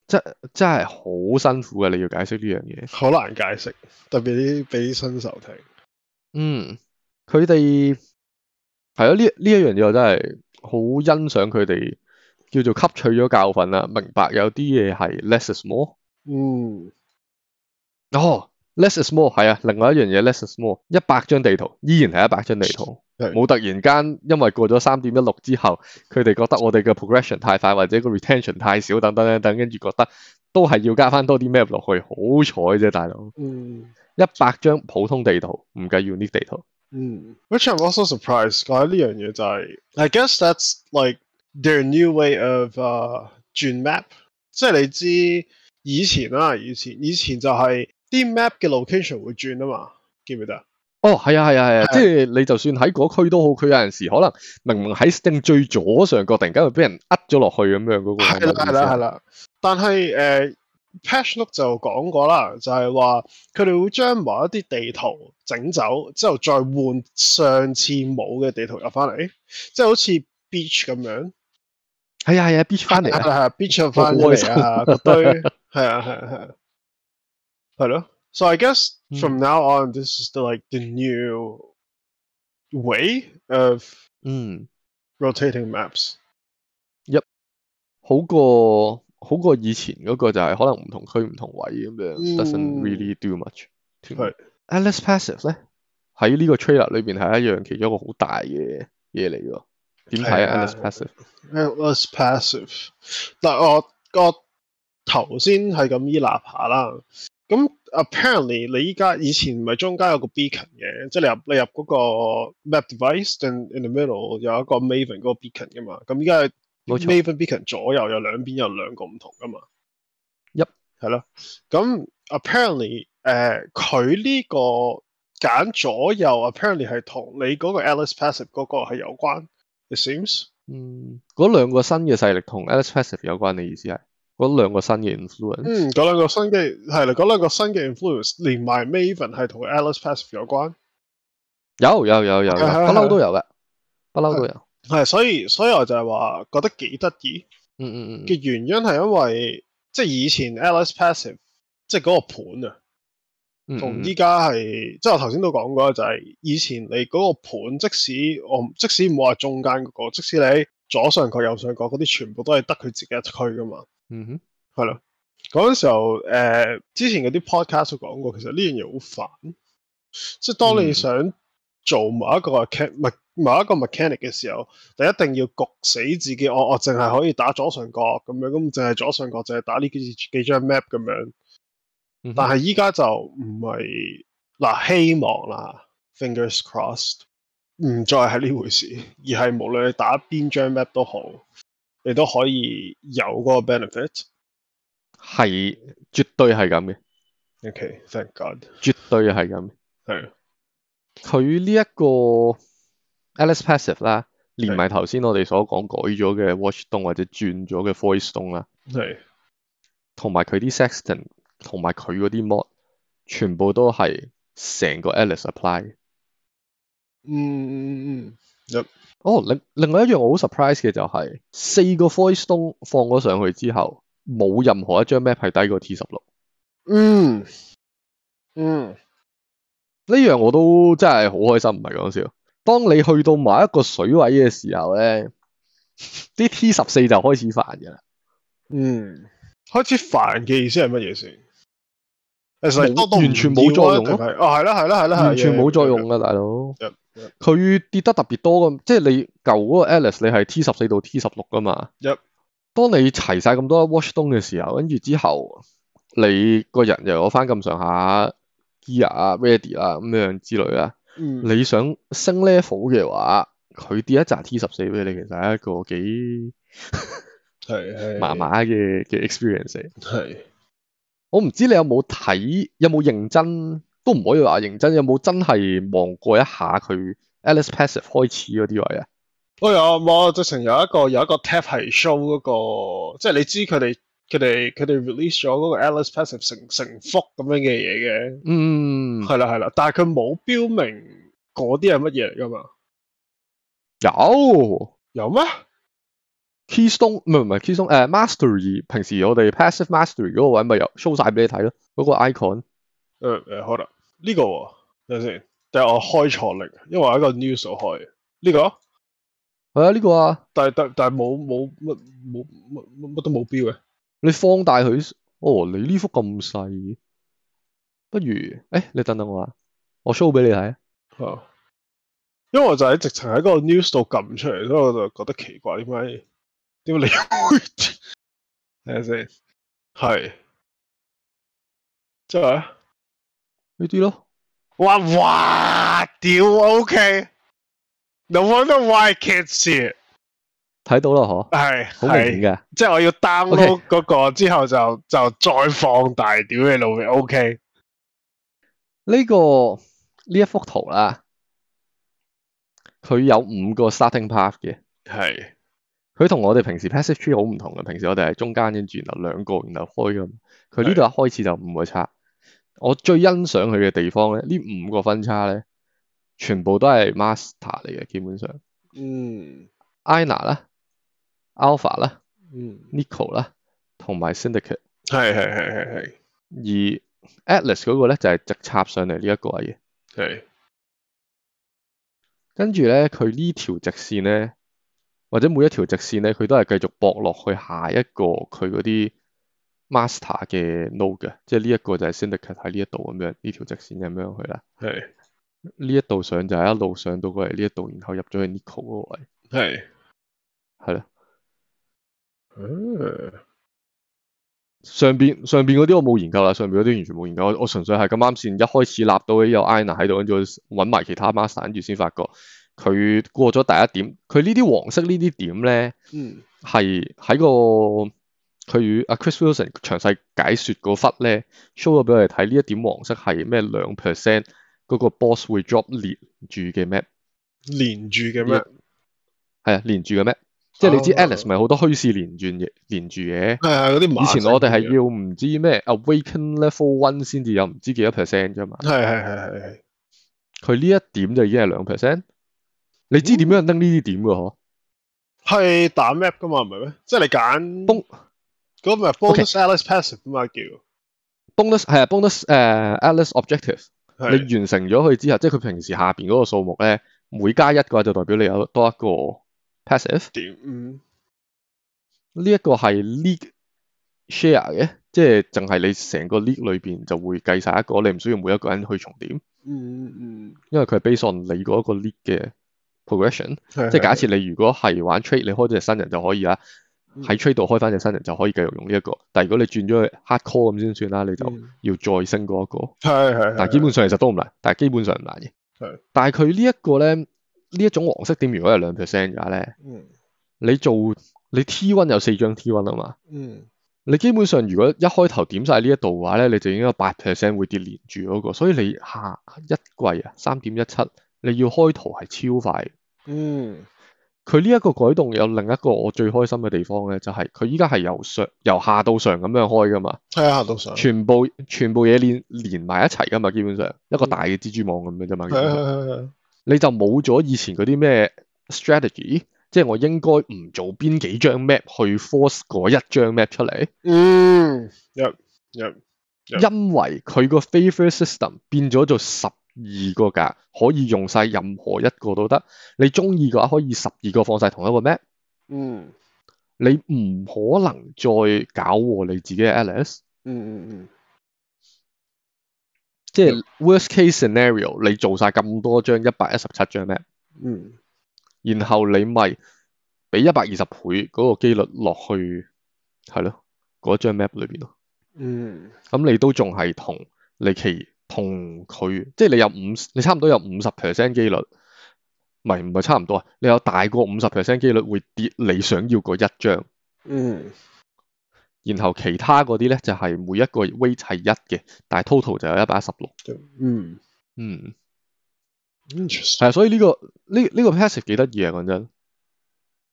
[SPEAKER 2] 真真係好辛苦嘅，你要解釋呢樣嘢。
[SPEAKER 1] 好難解釋，特別啲俾啲新手聽。
[SPEAKER 2] 嗯，佢哋係咯，呢呢一樣嘢我真係好欣賞佢哋叫做吸取咗教訓啦，明白有啲嘢係 less is more。
[SPEAKER 1] 嗯
[SPEAKER 2] 哦，less is more 係啊，另外一樣嘢 less is more，一百張地圖依然係一百張地圖，
[SPEAKER 1] 係
[SPEAKER 2] 冇突然間因為過咗三點一六之後，佢哋覺得我哋嘅 progression 太快或者個 retention 太少等等等等，跟住覺得都係要加翻多啲 map 落去，好彩啫，大佬，
[SPEAKER 1] 嗯
[SPEAKER 2] 一百張普通地圖唔計 unique 地圖，
[SPEAKER 1] Mm. Which I'm also surprised. 講起呢樣嘢就係- I guess that's like their new way of uh, 轉 map。即係你知以前啦、以前以前就係啲 map 嘅 location 會轉啊嘛，記唔記得？
[SPEAKER 2] 哦，係啊，係啊，係啊，
[SPEAKER 1] 係
[SPEAKER 2] 即係你就算喺嗰區都好，佢有陣時可能明明喺正最左上角，突然間就俾人呃咗落去咁樣嗰個。
[SPEAKER 1] 係啦係
[SPEAKER 2] 啊
[SPEAKER 1] 啦係啦，但係誒、呃 Patch Look 就講過啦，就係話佢哋會將某一啲地圖整走，之後再換上次冇嘅地圖入翻嚟，即係好似 Beach 咁樣。
[SPEAKER 2] 係啊係啊，beach 翻嚟
[SPEAKER 1] 係
[SPEAKER 2] 啊，
[SPEAKER 1] 啦係啦，beach uh, 又翻咗嚟啊，嗰堆係啊係啊係啊，係咯。So I guess
[SPEAKER 2] 嗯
[SPEAKER 1] from now on, this is the, like the new way of
[SPEAKER 2] 嗯，
[SPEAKER 1] rotating maps。
[SPEAKER 2] 好過好過以前嗰個就係可能唔同區唔同位咁樣
[SPEAKER 1] 嗯
[SPEAKER 2] ，doesn't really do much。
[SPEAKER 1] 係
[SPEAKER 2] Atlas Passive 咧喺呢個 trailer 裏邊係一樣其中一個好大嘅嘢嚟喎。點睇
[SPEAKER 1] 係
[SPEAKER 2] 啊
[SPEAKER 1] 啊
[SPEAKER 2] ？Atlas Passive
[SPEAKER 1] It was passive。嗱，我個頭先係咁依立下啦。咁 apparently 你依家以前唔係中間有個 beacon 嘅，即係你入你入嗰個 map device，then in the middle 有一個 Maven 嗰個 beacon 噶嘛。咁依家
[SPEAKER 2] 冇錯
[SPEAKER 1] Maven Beacon 左右有兩邊有兩個唔同噶嘛。
[SPEAKER 2] Yup
[SPEAKER 1] 係咯。咁 apparently 誒、佢呢個揀左右 apparently 係同你嗰個 Alice Passive 嗰個係有關。It seems
[SPEAKER 2] 嗯，嗰兩個新嘅勢力同 Atlas Passive 有關，你意思係嗰兩個新嘅 influence？
[SPEAKER 1] 嗯，嗰兩個新嘅係啦，嗰兩個新嘅 influence 連埋 Maven 係同 Alice Passive 有關。
[SPEAKER 2] 有有有有，有不
[SPEAKER 1] 係啊係係
[SPEAKER 2] 嬲都有嘅，不嬲都有。
[SPEAKER 1] 係，所以所以我就係話覺得幾得意
[SPEAKER 2] 嗯嗯嗯嗯，
[SPEAKER 1] 嘅原因係因為即係以前 Alice Passive 即係嗰個盤啊。
[SPEAKER 2] 嗯
[SPEAKER 1] 同
[SPEAKER 2] 嗯
[SPEAKER 1] 依家係，即係我頭先都講過，就係、以前你嗰個盤，即使我唔即使唔好話中間嗰、個，即使你喺左上角、右上角嗰啲，全部都係得佢自己一區噶嘛，
[SPEAKER 2] 嗯哼，
[SPEAKER 1] 係咯。嗰陣時候，誒、之前嗰啲 podcast 都講過，其實呢樣嘢好煩，即係當你
[SPEAKER 2] 嗯
[SPEAKER 1] 想做某一個 mechanic 某某一個 mechanic 嘅時候，你一定要焗死自己，我我淨係可以打左上角咁樣，咁淨係左上角淨係打呢幾幾張 map 咁樣。
[SPEAKER 2] 嗯哼
[SPEAKER 1] 但係依家就唔係嗱，希望啦，fingers crossed，唔再係呢回事，而係無論你打邊張 map 都好，你都可以有嗰個 benefit。
[SPEAKER 2] 係絕對係咁嘅，
[SPEAKER 1] OK，thank、God。
[SPEAKER 2] 絕對係咁嘅。
[SPEAKER 1] 係
[SPEAKER 2] 佢呢一個 Alice Passive 啦，連埋頭先我哋所講改咗嘅 Watch Stone 或者轉咗嘅 Voice Stone 啦，
[SPEAKER 1] 係
[SPEAKER 2] 同埋佢啲 Sexton 同埋佢嗰啲 mod，全部都係成個 Alice apply 嘅。
[SPEAKER 1] 嗯嗯
[SPEAKER 2] 哦，另另外一樣我好 surprise 嘅就係、四個 Voice Stone 放咗上去之後，冇任何一張 map 係低過 T 十六。
[SPEAKER 1] 嗯嗯嗯
[SPEAKER 2] 呢樣我都真係好開心，唔係講笑。當你去到某一個水位嘅時候咧，啲 T 十四就開始煩嘅啦。
[SPEAKER 1] 嗯，開始煩嘅意思係乜嘢先？其實
[SPEAKER 2] 冇
[SPEAKER 1] 多到唔
[SPEAKER 2] 完全冇作用咯
[SPEAKER 1] 要啊定係哦，係啦係啦係啦，係啦
[SPEAKER 2] 完全冇作用。
[SPEAKER 1] 係
[SPEAKER 2] 噶，大佬
[SPEAKER 1] 係係。
[SPEAKER 2] 佢跌得特別多咁，即係你舊嗰個 Alice 你係 T 十四到 T 十六噶嘛。
[SPEAKER 1] Yep
[SPEAKER 2] 當你齊晒咁多 Watch Stone 嘅時候，跟住之後你個人又有翻咁上下 gear 啊、ready 啊咁樣之類啊。
[SPEAKER 1] 嗯
[SPEAKER 2] 你想升 level 嘅話，佢跌一扎 T 十四俾你，其實係一個幾
[SPEAKER 1] 係係
[SPEAKER 2] 麻麻嘅嘅 experience 嚟。
[SPEAKER 1] 係。
[SPEAKER 2] 我唔知你有冇睇，有冇認真，都唔可以話認真，有冇真係望過一下佢 Alice Passive 開始嗰啲位啊？
[SPEAKER 1] 哎我有冇直情有一個有一個 tab 係 show 嗰、個，即係你知佢哋佢哋佢哋 release 咗嗰個 Alice Passive 成成幅咁樣嘅嘢嘅，
[SPEAKER 2] 嗯，
[SPEAKER 1] 係啦係啦，但係佢冇標明嗰啲係乜嘢嚟噶嘛？
[SPEAKER 2] 有
[SPEAKER 1] 有咩？
[SPEAKER 2] Keystone 唔係唔係 Keystone 誒、Mastery，平時我哋 Passive Mastery 嗰個位咪有 show 晒俾你睇咯，嗰、個 icon
[SPEAKER 1] 誒、誒，可能呃呢個喎，等陣先，但係我開錯力，因為我喺個 news 度開呢、個，
[SPEAKER 2] 係啊呢個啊，
[SPEAKER 1] 但係但但係冇冇乜冇乜乜乜都冇標嘅，
[SPEAKER 2] 你放大佢，哦你呢幅咁細嘅，不如誒、你等等我啊，我 show 俾你睇啊，
[SPEAKER 1] 嚇、因為我就喺直情喺個 news 度撳出嚟，所以我就覺得奇怪，點解點解 你會睇下先？係，即係
[SPEAKER 2] 呢啲咯，
[SPEAKER 1] 哇哇屌 OK，no wonder why I can't see it，
[SPEAKER 2] 睇到啦，嗬，
[SPEAKER 1] 係
[SPEAKER 2] 好明顯
[SPEAKER 1] 係，
[SPEAKER 2] 嘅。
[SPEAKER 1] 即係我要 download 嗰個之後就就再放大，屌你老味 OK，
[SPEAKER 2] 呢、個呢一幅圖啦，佢有五個 starting path 嘅。
[SPEAKER 1] 係
[SPEAKER 2] 佢同我哋平時 passive tree 好唔同嘅，平時我哋係中間跟住然後兩個然後開咁。佢呢度一開始就五個叉。我最欣賞佢嘅地方咧，呢五個分叉咧，全部都係 master 嚟嘅，基本上。
[SPEAKER 1] 嗯
[SPEAKER 2] Ina 啦、Alpha 啦、
[SPEAKER 1] 嗯，
[SPEAKER 2] Nico 啦，同埋 Syndicate。
[SPEAKER 1] 係係係係
[SPEAKER 2] 而 Atlas 嗰個咧就係、直插上嚟呢一個位嘅。
[SPEAKER 1] 係係
[SPEAKER 2] 跟住咧，佢呢條直線咧，或者每一條直線咧，佢都係繼續駁落去下一個佢嗰啲 master 嘅 node 嘅，即係呢一個就係 syndicate 喺呢一度咁樣，呢條直線咁樣去啦。
[SPEAKER 1] 係
[SPEAKER 2] 呢一度上就係一路上到過嚟呢一度，然後入咗去 Nico 嗰個位，
[SPEAKER 1] 係，
[SPEAKER 2] 係咯。
[SPEAKER 1] 嗯
[SPEAKER 2] 上邊上邊嗰啲我冇研究啦，上邊嗰啲完全冇研究，我我純粹係咁啱先一開始立到有 Ina 喺度，跟住揾埋其他 master，跟住先發覺佢過咗第一點，佢呢啲黃色呢啲點咧。
[SPEAKER 1] 嗯
[SPEAKER 2] 係喺個佢阿 Chris Wilson 詳細解説嗰忽咧，show 咗俾我哋睇呢一點黃色係咩兩 percent 嗰個 boss 會 drop 連住嘅 map，
[SPEAKER 1] 連住嘅咩？
[SPEAKER 2] 係啊連住嘅 map，即係你知
[SPEAKER 1] 哦
[SPEAKER 2] Alice 咪好多虛視連轉嘅連住嘅。
[SPEAKER 1] 係係嗰啲
[SPEAKER 2] 以
[SPEAKER 1] 馬
[SPEAKER 2] 前我哋係
[SPEAKER 1] 性嘅
[SPEAKER 2] 要唔知咩 Awaken Level One 先至有唔知幾多 percent 啫嘛，
[SPEAKER 1] 係係係係係，
[SPEAKER 2] 佢呢一點就已經係兩 percent。你知點樣拎呢啲點嘅嗬？
[SPEAKER 1] 係打 map 噶嘛，唔係咩？即係你揀
[SPEAKER 2] 崩
[SPEAKER 1] 嗰咪 bonus Alice passive 啊嘛叫
[SPEAKER 2] bonus 係啊 bonus 誒、Alice objective。你
[SPEAKER 1] 係
[SPEAKER 2] 完成咗佢之後，即係佢平時下邊嗰個數目咧，每加一嘅話就代表你有多一個 passive。
[SPEAKER 1] 點嗯
[SPEAKER 2] 呢一個係 league share 嘅，即係淨係你成個 league 裏邊就會計晒一個，你唔需要每一個人去重點，
[SPEAKER 1] 嗯嗯
[SPEAKER 2] 因為佢係 based on 你嗰一個 league 嘅 progression。
[SPEAKER 1] 嗯，
[SPEAKER 2] 即係假設你如果係玩 trade，你開咗隻新人就可以啦，
[SPEAKER 1] 嗯
[SPEAKER 2] 喺 trade 度開翻隻新人就可以繼續用呢、一個。但係如果你轉咗去 hard core 咁先算啦，你就
[SPEAKER 1] 嗯
[SPEAKER 2] 要再升嗰一個。
[SPEAKER 1] 係係係
[SPEAKER 2] 但係基本上其實都唔難，但係基本上唔難嘅
[SPEAKER 1] 係。
[SPEAKER 2] 但係佢呢一個咧，呢一種黃色點如果係兩 percent 嘅話咧，
[SPEAKER 1] 嗯
[SPEAKER 2] 你做你 T one 有四張 T one 啊嘛，
[SPEAKER 1] 嗯
[SPEAKER 2] 你基本上如果一開頭點晒呢一度嘅話咧，你就已經有八 percent 會跌連住嗰、個，所以你下一季啊三點一七，你要開圖係超快。
[SPEAKER 1] 嗯
[SPEAKER 2] 佢呢一個改動有另一個我最開心嘅地方咧，就係佢依家係由上由下到上咁樣開噶嘛，
[SPEAKER 1] 係啊，行到上係
[SPEAKER 2] 全部全部嘢連連埋一齊噶嘛，基本上一個大嘅蜘蛛網咁樣啫嘛。基
[SPEAKER 1] 係
[SPEAKER 2] 本上
[SPEAKER 1] 係
[SPEAKER 2] 你就冇咗以前嗰啲咩 strategy，即係我應該唔做邊幾張 map 去 force 嗰一張 map 出嚟，
[SPEAKER 1] 嗯入入Yeah.
[SPEAKER 2] 因為佢個 favor system 變咗做十二個格，可以用晒任何一個都得。你中意嘅話，可以十二個放晒同一個 map。
[SPEAKER 1] 嗯
[SPEAKER 2] 你唔可能再搞和你自己嘅 Alice，
[SPEAKER 1] 嗯嗯
[SPEAKER 2] 即係 worst case scenario，你做晒咁多張一百一十七張 map。
[SPEAKER 1] 嗯嗯
[SPEAKER 2] 然後你咪俾一百二十倍嗰個機率落去，係咯，嗰張 map 裏邊咯。
[SPEAKER 1] 嗯
[SPEAKER 2] 咁你都仲係同你其同佢，即係你有五，你差唔多有五十 percent 機率，唔係唔係差唔多啊，你有大過五十 percent 機率會跌你想要嗰一張，
[SPEAKER 1] 嗯
[SPEAKER 2] 然後其他嗰啲咧就係、每一個 weight 係一嘅，但係 total 就有一百一十六。
[SPEAKER 1] 嗯
[SPEAKER 2] 嗯，
[SPEAKER 1] ，interesting
[SPEAKER 2] 係啊，所以呢、個呢呢、個 passive 幾得意啊，講真。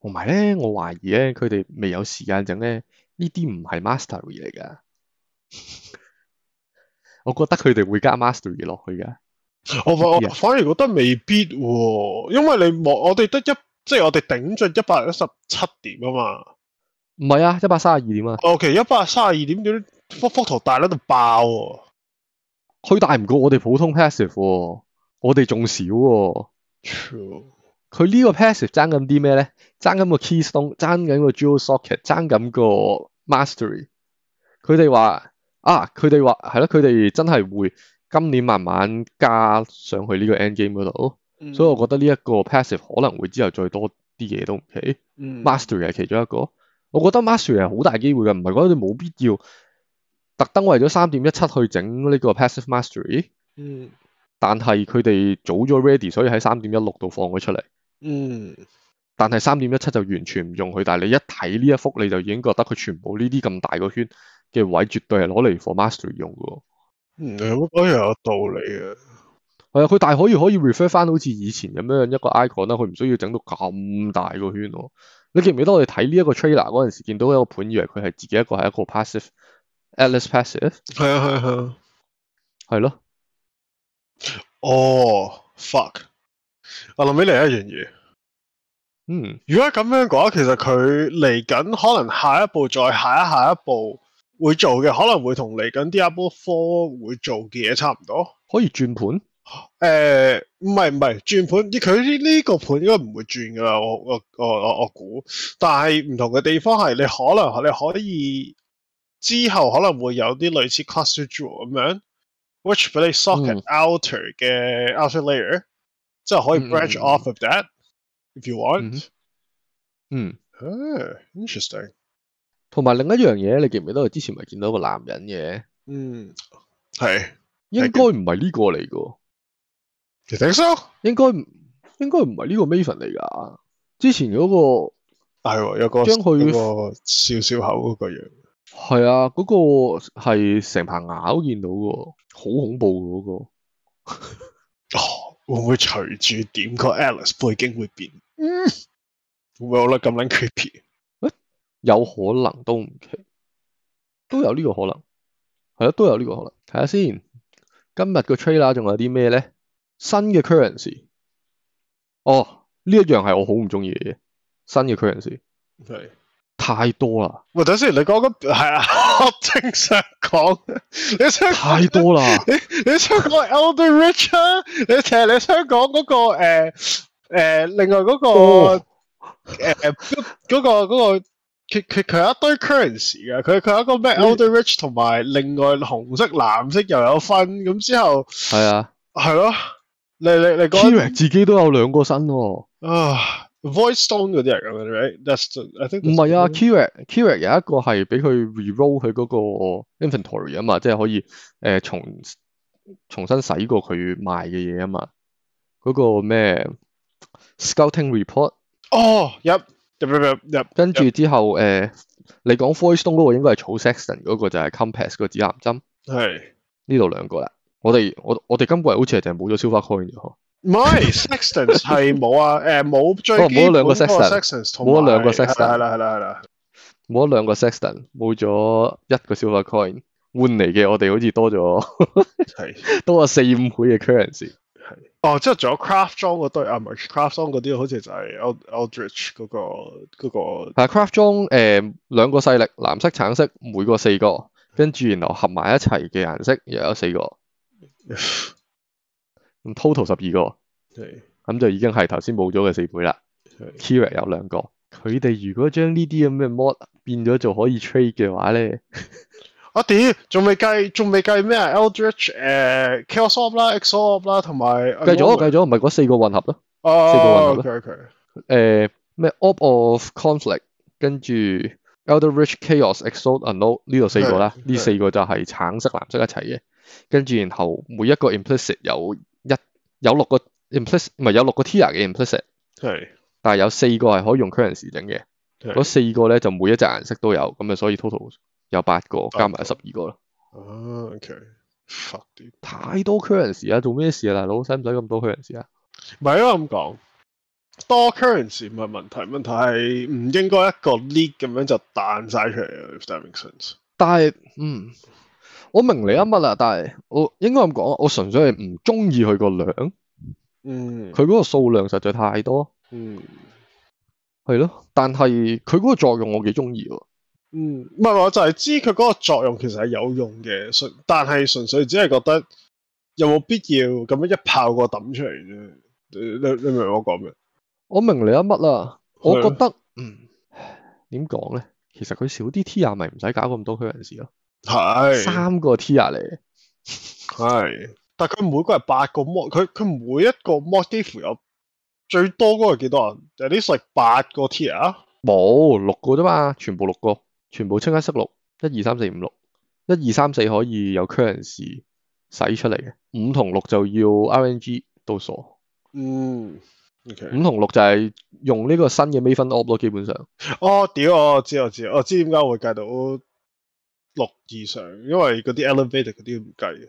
[SPEAKER 2] 同埋咧，我懷疑咧，佢哋未有時間整咧，呢啲唔係 mastery 嚟㗎。 我覺得佢哋會加 mastery 落去㗎。
[SPEAKER 1] 我反我
[SPEAKER 2] 啲啊
[SPEAKER 1] 反而覺得未必喎，因為你望我哋得一即係我哋頂盡一百一十七點啊嘛。
[SPEAKER 2] 唔係啊，一百三十二點啊，
[SPEAKER 1] O K，一百三十二點點幅幅圖大到度爆喎、
[SPEAKER 2] 佢大唔過我哋普通 passive 喎、我哋仲少喎、
[SPEAKER 1] True，
[SPEAKER 2] 佢呢個 passive 爭緊啲咩咧？爭緊個 keystone，爭緊個 dual socket，爭緊個 mastery。佢哋話啊，佢哋話係咯，佢哋真係會今年慢慢加上去呢個 end game 嗰度，
[SPEAKER 1] 嗯
[SPEAKER 2] 所以我覺得呢一個 passive 可能會之後再多啲嘢都唔奇。
[SPEAKER 1] 嗯
[SPEAKER 2] mastery 係其中一個，我覺得 mastery 係好大機會嘅，唔係講你冇必要特登為咗三點一七去整呢個 passive mastery。
[SPEAKER 1] 嗯
[SPEAKER 2] 但係佢哋早咗 ready，所以喺三點一六度放咗出嚟。
[SPEAKER 1] 嗯，
[SPEAKER 2] 但係三點一七就完全唔用佢，但係你一睇呢一幅你就已經覺得佢全部呢啲咁大個圈嘅位絕對係攞嚟 for mastery 用嘅喎。
[SPEAKER 1] 嗯，你咁講又有道理嘅。
[SPEAKER 2] 係啊，佢大可以可以 refer 翻好似以前咁樣一個 icon 啦，佢唔需要整到咁大個圈喎。你記唔記得我哋睇呢一個 trailer 嗰陣時，見到一個盤以為佢係自己一個係一個 passive atlas passive
[SPEAKER 1] 係啊係啊係啊。
[SPEAKER 2] 係咯。
[SPEAKER 1] 哦，fuck！我啊諗起另一樣嘢。
[SPEAKER 2] 嗯，
[SPEAKER 1] 如果咁樣嘅話，其實佢嚟緊可能下一步再下一下一步會做嘅，可能會同嚟緊 Diablo Four 會做嘅嘢差唔多。
[SPEAKER 2] 可以轉盤。
[SPEAKER 1] 誒呃唔係唔係轉盤，佢呢呢個盤應該唔會轉噶啦，我我我我我估。但係唔同嘅地方係你可能你可以之後可能會有啲類似 cluster jewel 咁樣，which 俾你 socket
[SPEAKER 2] 嗯
[SPEAKER 1] outer 嘅 outer layer，即係可以
[SPEAKER 2] 嗯嗯
[SPEAKER 1] branch
[SPEAKER 2] 嗯
[SPEAKER 1] off of that if you want
[SPEAKER 2] 嗯。嗯，
[SPEAKER 1] 啊。Interesting。
[SPEAKER 2] 同埋另一樣嘢，你記唔記得我之前咪見到個男人嘅？
[SPEAKER 1] 嗯，係。
[SPEAKER 2] 應該唔係呢個嚟㗎，
[SPEAKER 1] You think so？
[SPEAKER 2] 應該唔應該唔係呢個 Maven 嚟㗎。之前嗰、個。
[SPEAKER 1] 係喎，有個
[SPEAKER 2] 將佢
[SPEAKER 1] 有個笑笑口嗰個樣。
[SPEAKER 2] 係啊，嗰、個係成棚牙都見到嘅，好恐怖嘅嗰、
[SPEAKER 1] 哦，會唔會隨住點個 Alice 背景會變？嗯，會唔會我覺得咁撚 creepy？
[SPEAKER 2] 有可能都唔奇，都有呢個可能，係啊，都有呢個可能。睇下先，今日個 trailer 仲有啲咩咧？新嘅 currency，哦，呢一樣係我好唔中意嘅嘢，新嘅 currency
[SPEAKER 1] 係。
[SPEAKER 2] 太多啦，
[SPEAKER 1] 喂，等先，你講緊係啊？ 我正想講，你想
[SPEAKER 2] 太多啦，
[SPEAKER 1] 你想講 Elder Rich 啊？你誒你想講嗰個誒誒另外嗰個
[SPEAKER 2] 哦，
[SPEAKER 1] 誒嗰嗰個嗰個佢佢佢有一堆 currency 嘅，佢佢有一個咩
[SPEAKER 2] 嗯
[SPEAKER 1] Elder Rich 同埋另外紅色藍色又有分，咁之後
[SPEAKER 2] 係啊
[SPEAKER 1] 係咯，你你你講
[SPEAKER 2] t r 自己都有兩個新喎。
[SPEAKER 1] 啊，Voice Stone 嗰啲嚟咁樣，right？That's the- I think
[SPEAKER 2] 唔
[SPEAKER 1] that's-
[SPEAKER 2] 係啊，Kira Kira 有一個係俾佢 reroll 佢嗰個 inventory 啊嘛，即係可以誒、呃重重新洗過佢賣嘅嘢啊嘛。嗰、個咩 scouting report，
[SPEAKER 1] 哦，入入入入入，
[SPEAKER 2] 跟住之後誒、呃你講 voice stone 嗰個應該係草 sexton 嗰個就係 compass 個指南針，
[SPEAKER 1] 係
[SPEAKER 2] 呢度兩個啦。我哋我我哋今季好似係淨係冇咗 silver coin 啫呵，
[SPEAKER 1] 唔係 Sexton 係冇啊？誒冇最
[SPEAKER 2] 哦冇
[SPEAKER 1] 基
[SPEAKER 2] 咗
[SPEAKER 1] 本
[SPEAKER 2] 兩個 Sexton，
[SPEAKER 1] Sexton 同
[SPEAKER 2] 冇咗
[SPEAKER 1] 埋
[SPEAKER 2] 兩個 Sexton
[SPEAKER 1] 係啦係啦係啦，
[SPEAKER 2] 冇咗兩個 sexton，冇咗一個 silver coin，換嚟嘅我哋好似多咗
[SPEAKER 1] 係。
[SPEAKER 2] 多咗四五倍嘅 currency。
[SPEAKER 1] 哦，之後仲有 craft 裝嗰堆啊，唔係 craft 裝嗰啲，好似就係 Eld Eldritch 嗰、個 嗰、
[SPEAKER 2] 係啊 craft 呃裝誒兩個勢力，藍色、橙色，每個四個，跟住然後合埋一齊嘅顏色又有四個，
[SPEAKER 1] 個，
[SPEAKER 2] 咁 total 十二
[SPEAKER 1] 係
[SPEAKER 2] 個，咁就已經係頭先冇咗嘅四倍啦。
[SPEAKER 1] 係
[SPEAKER 2] Kira 有兩個，佢哋如果將呢啲咁嘅 mod 變咗做可以 trade 嘅話咧，
[SPEAKER 1] 啊屌，仲未計仲未計咩啊？Eldritch 誒、Chaos Orb 啦，Exorb 啦，同埋
[SPEAKER 2] 計咗計咗，咪啊嗰四個混合咯。
[SPEAKER 1] 哦
[SPEAKER 2] 四
[SPEAKER 1] ，OK OK，
[SPEAKER 2] 誒呃咩 Orb of Conflict，跟住 Elder Rich Chaos Exalt Unknown 呢度四個啦，
[SPEAKER 1] 係
[SPEAKER 2] 呢四個就係橙色、藍色一齊嘅，跟住然後每一個 implicit 有一有六個 implicit 唔係有六個 tier 嘅 implicit，
[SPEAKER 1] 係
[SPEAKER 2] 但係有四個係可以用 currency 整嘅，
[SPEAKER 1] 係
[SPEAKER 2] 嗰四個咧就每一隻顏色都有，咁啊所以 total 有八個，
[SPEAKER 1] 個
[SPEAKER 2] 加埋十二個啦，
[SPEAKER 1] 啊 OK，fuck 啲，
[SPEAKER 2] 太多 currency 啊！做咩事啊，大佬？使唔使咁多 currency 啊？
[SPEAKER 1] 唔係因為咁講，多 currency 唔係問題，問題係唔應該一個 lead 咁樣就彈晒出嚟啊，if that makes sense。
[SPEAKER 2] 但係，嗯，我明你啱乜啦，但係我應該咁講，我純粹係唔中意佢個量。
[SPEAKER 1] 嗯
[SPEAKER 2] 佢嗰個數量實在太多，
[SPEAKER 1] 嗯。
[SPEAKER 2] 係咯。但係佢嗰個作用我幾中意喎。
[SPEAKER 1] 嗯，唔係，我就係知佢嗰個作用其實係有用嘅，純但係純粹只係覺得有冇必要咁樣一炮過抌出嚟啫。你你你明唔明我講咩？
[SPEAKER 2] 我明你一乜啦，我
[SPEAKER 1] 係啊
[SPEAKER 2] 覺得嗯點講咧？其實佢少啲 tier 咪唔使搞咁多 currency 咯，
[SPEAKER 1] 係
[SPEAKER 2] 三個 tier 嚟，
[SPEAKER 1] 係，但佢每個係八個 mod，佢佢每一個 mod 幾乎有最多嗰個係幾多人？至少係八個 tier 啊。
[SPEAKER 2] 冇六個啫嘛，全部六個，全部清一色六，一二三四五六，一二三四可以有 currency，使出嚟嘅。五同六就要 RNG 到傻，五
[SPEAKER 1] 嗯，OK。
[SPEAKER 2] 同六就係用呢個新嘅 Maven Op 咯，基本上
[SPEAKER 1] 哦，屌！我知我知，我知點解會計到六以上，因為嗰啲 elevator 嗰啲唔計嘅。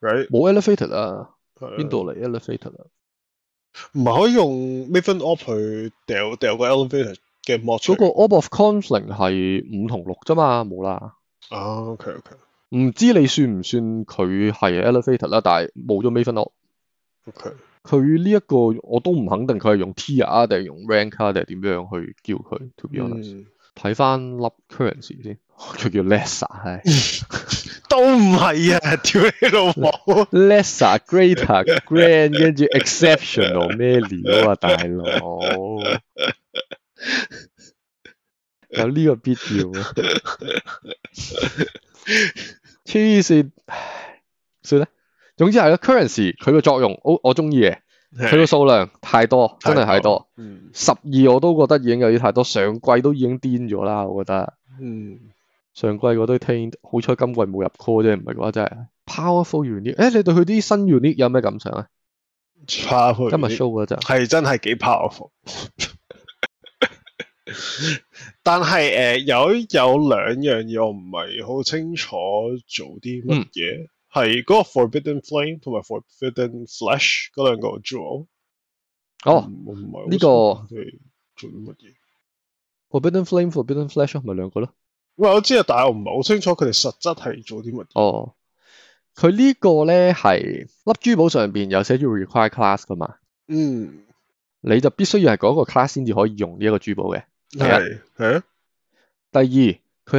[SPEAKER 1] Right？
[SPEAKER 2] 冇 Elevator 啊，
[SPEAKER 1] 係啊
[SPEAKER 2] 邊？度嚟 Elevator 啊？
[SPEAKER 1] 唔係可以用 Maven Op 去掉掉個 elevator 嘅 mod 出
[SPEAKER 2] 嗰
[SPEAKER 1] 嚟
[SPEAKER 2] 個 Orb of Conflict 係五同六啫嘛，冇啦。
[SPEAKER 1] 啊？OK OK
[SPEAKER 2] 唔知你算唔算佢係 Elevator 啦，但係冇咗 Maven Op。
[SPEAKER 1] OK。
[SPEAKER 2] 佢呢一個我都唔肯定佢係用 Tier 啊定係用 Rank 啊定係點樣去叫佢，to be honest。
[SPEAKER 1] 嗯，
[SPEAKER 2] 睇翻粒 currency 先，佢叫 Lesser 唉
[SPEAKER 1] 都唔係啊！屌你老母！
[SPEAKER 2] Lesser、Greater、Grand 跟住 Exceptional 咩料啊，大佬有呢個必要咩？黐線，唉算啦。總之係咯，currency 佢個作用，我我中意嘅。佢個數量太多，真係太多。
[SPEAKER 1] 嗯
[SPEAKER 2] 十二我都覺得已經有啲太多，上季都已經癲咗啦，我覺得。
[SPEAKER 1] 嗯，
[SPEAKER 2] 上季嗰堆 Taint，好彩今季冇入 call 啫，唔係嘅話真係 powerful unit。誒，你對佢啲新 unit 有咩感想啊？
[SPEAKER 1] 差
[SPEAKER 2] 今日
[SPEAKER 1] 佢
[SPEAKER 2] show 嗰陣，
[SPEAKER 1] 係真係幾 powerful。但係誒、呃有有兩樣嘢我唔係好清楚做啲
[SPEAKER 2] 嗯
[SPEAKER 1] 乜嘢，係嗰、個 Forbidden Flame 同埋 Forbidden Flesh 嗰兩個 jewel。
[SPEAKER 2] 哦
[SPEAKER 1] 我唔係
[SPEAKER 2] 呢
[SPEAKER 1] 好
[SPEAKER 2] 個
[SPEAKER 1] 清楚佢做啲乜嘢。
[SPEAKER 2] ，Forbidden Flame、Forbidden Flash 啊咯咪兩個咯。
[SPEAKER 1] 喂，我知啊，但係我唔係好清楚佢哋實質係做啲乜嘢。
[SPEAKER 2] 哦，佢呢個咧係粒珠寶上邊有寫住 require class 噶嘛，
[SPEAKER 1] 嗯，
[SPEAKER 2] 你就必須要係嗰個 class 先至可以用呢一個珠寶嘅。係啊
[SPEAKER 1] 係係啊
[SPEAKER 2] 第二，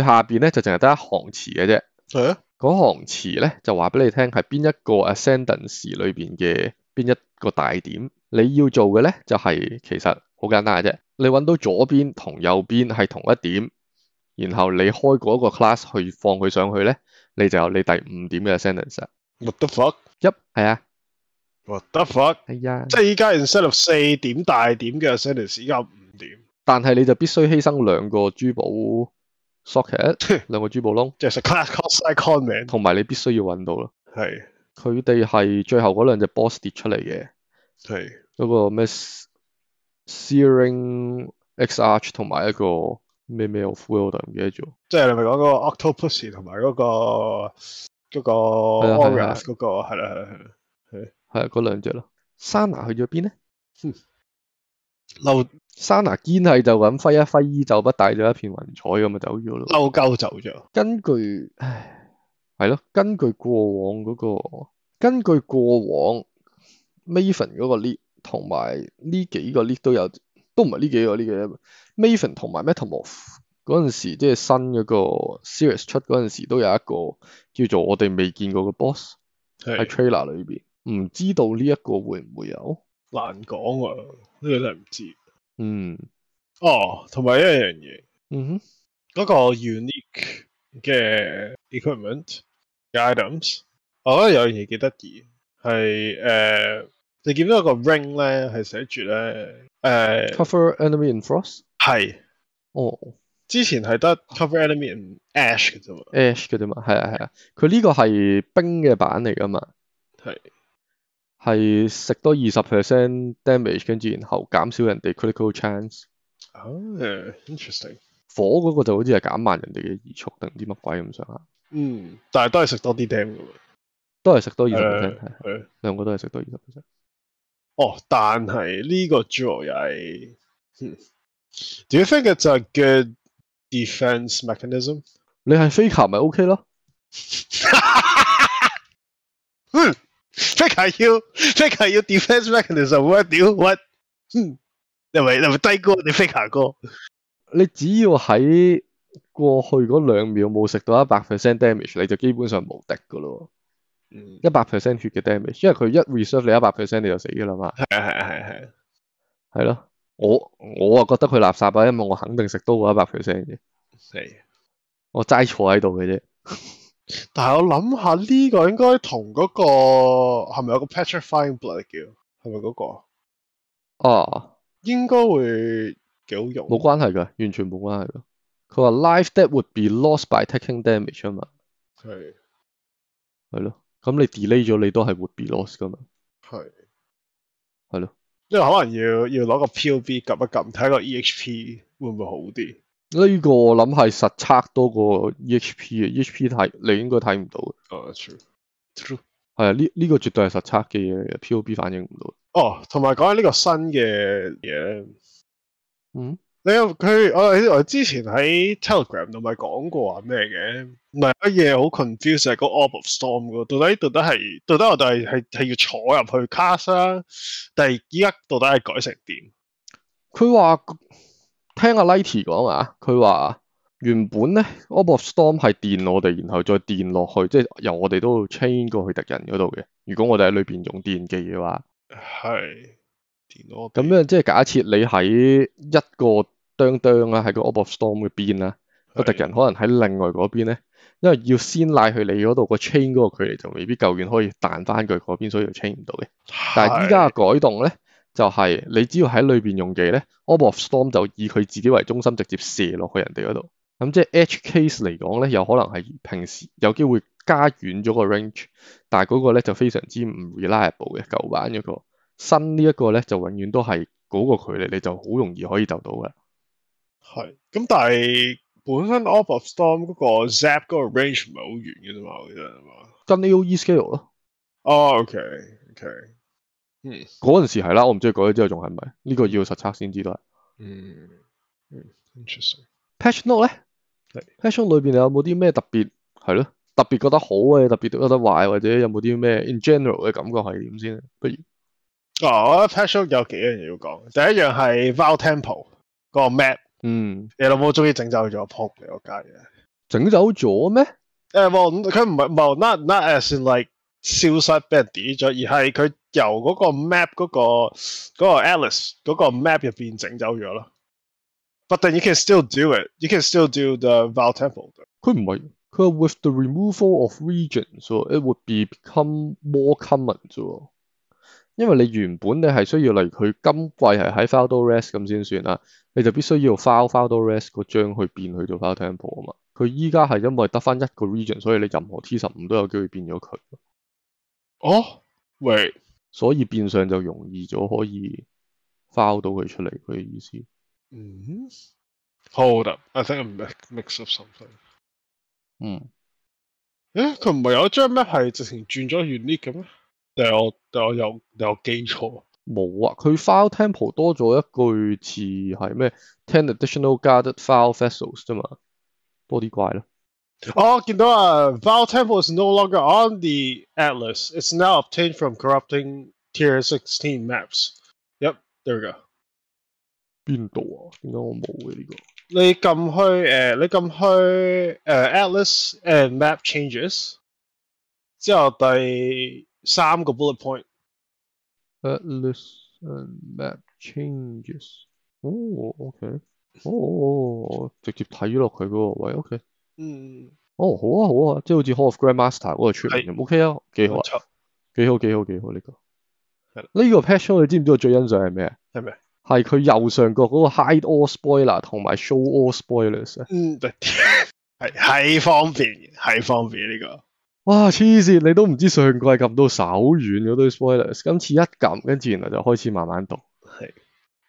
[SPEAKER 2] 佢下邊咧就淨係得一行詞嘅啫。
[SPEAKER 1] 係啊，
[SPEAKER 2] 嗰行詞咧就話俾你聽係邊一個 ascendance 裏邊嘅邊一個大點，你要做嘅咧就係、其實好簡單嘅啫，你揾到左邊同右邊係同一點，然後你開嗰個 class 去放佢上去咧，你就有你第五點嘅 ascendance 啦。
[SPEAKER 1] what the fuck，what
[SPEAKER 2] 一係啊，
[SPEAKER 1] the fuck，
[SPEAKER 2] 係啊，
[SPEAKER 1] 即係依家 instead of 四點大點嘅 sentence，依家五點，
[SPEAKER 2] 但係你就必須犧牲兩個珠寶 socket，兩個珠寶窿，
[SPEAKER 1] 即係 class cost icon 名
[SPEAKER 2] 同埋你必須要揾到咯。
[SPEAKER 1] 係
[SPEAKER 2] 佢哋係最後嗰兩隻 boss 跌出嚟嘅。
[SPEAKER 1] 係
[SPEAKER 2] 嗰個咩 s- Searing Exarch 同埋一個咩咩 of Will，我突然唔記得咗。
[SPEAKER 1] 即係你咪講嗰個 octopus 同埋嗰個嗰個
[SPEAKER 2] 啊係啊
[SPEAKER 1] oras 嗰個係啦係啦係啦，
[SPEAKER 2] 係啊，嗰兩隻咯。Sana 去咗邊咧
[SPEAKER 1] 嬲
[SPEAKER 2] ？Sana 堅係就咁揮一揮衣袖不帶咗一片雲彩咁就啊走咗咯。
[SPEAKER 1] 嬲鳩走咗，
[SPEAKER 2] 根據唉係咯，根據過往嗰、個，根據過往 Maven 嗰個 lead 同埋呢幾個 lead 都有，都唔係呢幾個 lead 嘅 Maven 同埋 Metamorph 嗰陣時，即係新嗰個 series 出嗰陣時，都有一個叫做我哋未見過嘅 boss 喺
[SPEAKER 1] 係
[SPEAKER 2] trailer 裏邊，唔知道呢一個會唔會有？
[SPEAKER 1] 難講喎，呢個真係唔知。
[SPEAKER 2] 嗯
[SPEAKER 1] 哦，同埋一樣嘢，
[SPEAKER 2] 嗯哼，
[SPEAKER 1] 嗰個 unique 嘅 equipment 嘅 items，我覺得有樣嘢幾得意，係誒你見到有個 ring 咧係寫住咧誒
[SPEAKER 2] cover enemy in frost
[SPEAKER 1] 係
[SPEAKER 2] 哦。
[SPEAKER 1] 之前係得 cover enemy and ash 嘅啫嘛，
[SPEAKER 2] Ash 嘅啫嘛，係啊係啊，佢呢個係冰嘅版嚟噶嘛，
[SPEAKER 1] 係
[SPEAKER 2] 係食多二十 percent damage，跟住然後減少人哋 critical chance。
[SPEAKER 1] 啊誒，interesting。
[SPEAKER 2] 火嗰個就好似係減慢人哋嘅移速定唔知乜鬼咁上下，
[SPEAKER 1] 嗯，但係都係食多啲 dam 噶嘛。
[SPEAKER 2] 都係食多二十
[SPEAKER 1] 誒
[SPEAKER 2] percent，係啊
[SPEAKER 1] 係
[SPEAKER 2] 兩個都係食多二十 percent。
[SPEAKER 1] 哦，但係呢個 jewel 又係，嗯，Do you think it's a good defense mechanism？
[SPEAKER 2] 你係飛球咪 OK 咯，
[SPEAKER 1] 嗯，think I you think I you defense mechanism what 屌 what？嗯，你係咪你係咪低哥你 think 下哥？
[SPEAKER 2] 你只要喺過去嗰兩秒冇食到一百 percent damage，你就基本上無敵噶咯，
[SPEAKER 1] 嗯，
[SPEAKER 2] 一百 percent 血嘅 damage，因為佢一 reserve 你一百 percent 你就死噶啦嘛。
[SPEAKER 1] 係啊係啊係啊係啊。
[SPEAKER 2] 係咯，我我啊覺得佢垃圾啊，因為我肯定食多過一百 percent 嘅，
[SPEAKER 1] 係
[SPEAKER 2] 我齋坐喺度嘅啫。
[SPEAKER 1] 但係我諗下呢個應該同嗰個係咪有個 petrifying blood 叫係咪嗰個啊？
[SPEAKER 2] 哦，
[SPEAKER 1] 應該會幾好用。
[SPEAKER 2] 冇關係㗎，完全冇關係㗎。佢話 life that would be lost by taking damage 啊嘛，
[SPEAKER 1] 係
[SPEAKER 2] 係咯，咁你 delay 咗你都係 would be loss 噶嘛。
[SPEAKER 1] 係
[SPEAKER 2] 係咯，
[SPEAKER 1] 因為可能要要攞個 POB 撳一撳，睇個 EHP 會唔會好啲？
[SPEAKER 2] 呢個我諗係實測多過 EHP 嘅，EHP 睇你應該睇唔到嘅。
[SPEAKER 1] 哦，true，true。
[SPEAKER 2] 係啊，呢呢個絕對係實測嘅嘢嚟嘅，POB 反應唔到。
[SPEAKER 1] 哦，同埋講起呢個新嘅嘢，
[SPEAKER 2] 嗯，
[SPEAKER 1] 你有佢我我之前喺 Telegram 度咪講過話咩嘅？唔係乜嘢好 confuse 係個 Orb of Storm 嗰個，到底到底係到底我哋係係係要坐入去 cast 啦，定係依家到底係改成點？
[SPEAKER 2] 佢話聽阿 Lighty 講啊，佢話原本咧 Orb of Storm 係電我哋，然後再電落去，即係由我哋都 chain 過去敵人嗰度嘅。如果我哋喺裏邊用電技嘅話，
[SPEAKER 1] 係電腦
[SPEAKER 2] 咁樣即係假設你喺一個當當啦，喺個 Orb of Storm 嘅邊啦，個敵人可能喺另外嗰邊咧，因為要先拉去你嗰度個 chain 嗰個距離就未必夠遠，可以彈翻佢嗰邊，所以就 chain 唔到嘅。但係依家嘅改動咧，就係、你只要喺裏邊用技咧，Orb of Storm 就以佢自己為中心，直接射落去人哋嗰度。咁即係 Edge case 嚟講咧，有可能係平時有機會加遠咗個 range，但係嗰個咧就非常之唔 reliable 嘅舊版嗰個。新呢一個咧就永遠都係嗰個距離，你就好容易可以就到噶啦。
[SPEAKER 1] 係咁，但係本身 Orb of Storm 嗰個 Zap 嗰個 range 唔係好遠嘅啫嘛，我記得係嘛？
[SPEAKER 2] 跟 AOE E scale 咯，
[SPEAKER 1] 哦，OK，OK，
[SPEAKER 2] 嗰陣時係啦，我唔知佢改咗之後仲係咪呢個要實測先知道啦。
[SPEAKER 1] 嗯嗯，interesting。
[SPEAKER 2] patch note 咧
[SPEAKER 1] 係
[SPEAKER 2] ，patch note 裏邊有冇啲咩特別係咯？特別覺得好嘅，特別覺得壞，或者有冇啲咩 in general 嘅感覺係點先？啊不如
[SPEAKER 1] 哦，我覺得 patch note 有幾樣嘢要講。第一樣係 Val Temple 嗰個 map，
[SPEAKER 2] 嗯，
[SPEAKER 1] 你老母終於整走咗，撲你個街嘅。
[SPEAKER 2] 整走咗咩？
[SPEAKER 1] 誒，冇，佢唔係冇，not not as in like 消失俾人 delete 咗，而係佢由嗰個 map 嗰、個嗰、個 Alice 嗰個 map 入邊整走咗咯。But then you can still do it. You can still do the Val Temple.
[SPEAKER 2] 佢唔係佢係 with the removal of regions，喎 it would be become more common 啫喎。因為你原本你係需要，例如佢今季係喺 file do rest 咁先算啦，你就必須要 file file do rest 嗰張去變去做 file temple 啊嘛。佢依家係因為得翻一個 region，所以你任何 T 十五都有機會變咗佢，
[SPEAKER 1] 哦，喂，
[SPEAKER 2] 所以變相就容易咗可以 file 到佢出嚟。佢嘅意思
[SPEAKER 1] 嗯，hold up. I think I mix mix up something.
[SPEAKER 2] 嗯，
[SPEAKER 1] 誒，佢唔係有一張 map 係直情轉咗 unique 嘅咩？定係我定係我有定係我記錯？
[SPEAKER 2] 冇啊，佢 file temple 多咗一句似係咩 ten additional guarded file vessels 啫嘛，多啲怪啦。
[SPEAKER 1] 哦，見到啊，Val uh, Temple is no longer on the atlas. It's now obtained from corrupting Tier Sixteen maps. Yep, there we go.
[SPEAKER 2] 邊度啊？點解我冇嘅呢個？
[SPEAKER 1] 你撳去誒、呃你撳去誒、呃 uh, atlas and map changes 之後第三個 bullet point。
[SPEAKER 2] Atlas and map changes。哦，OK，哦哦，哦直接睇落佢嗰個位，OK。
[SPEAKER 1] 嗯，
[SPEAKER 2] 哦，好啊，好啊，即係好似 Hall of Grandmaster 嗰個出
[SPEAKER 1] 係
[SPEAKER 2] 名咁，OK 啊，幾好啊
[SPEAKER 1] 冇，錯，
[SPEAKER 2] 幾好，幾好，幾好呢個。
[SPEAKER 1] 係啦
[SPEAKER 2] 呢個 patch note 你知唔知我最欣賞係咩啊？
[SPEAKER 1] 係咪？
[SPEAKER 2] 係佢右上角嗰個 hide all spoiler 同埋 show all spoilers 啊！
[SPEAKER 1] 嗯， 對係係方便嘅，係方便呢、個。
[SPEAKER 2] 哇，黐線，你都唔知上季撳到手軟嗰堆 spoilers，今次一撳，跟住原來就開始慢慢讀。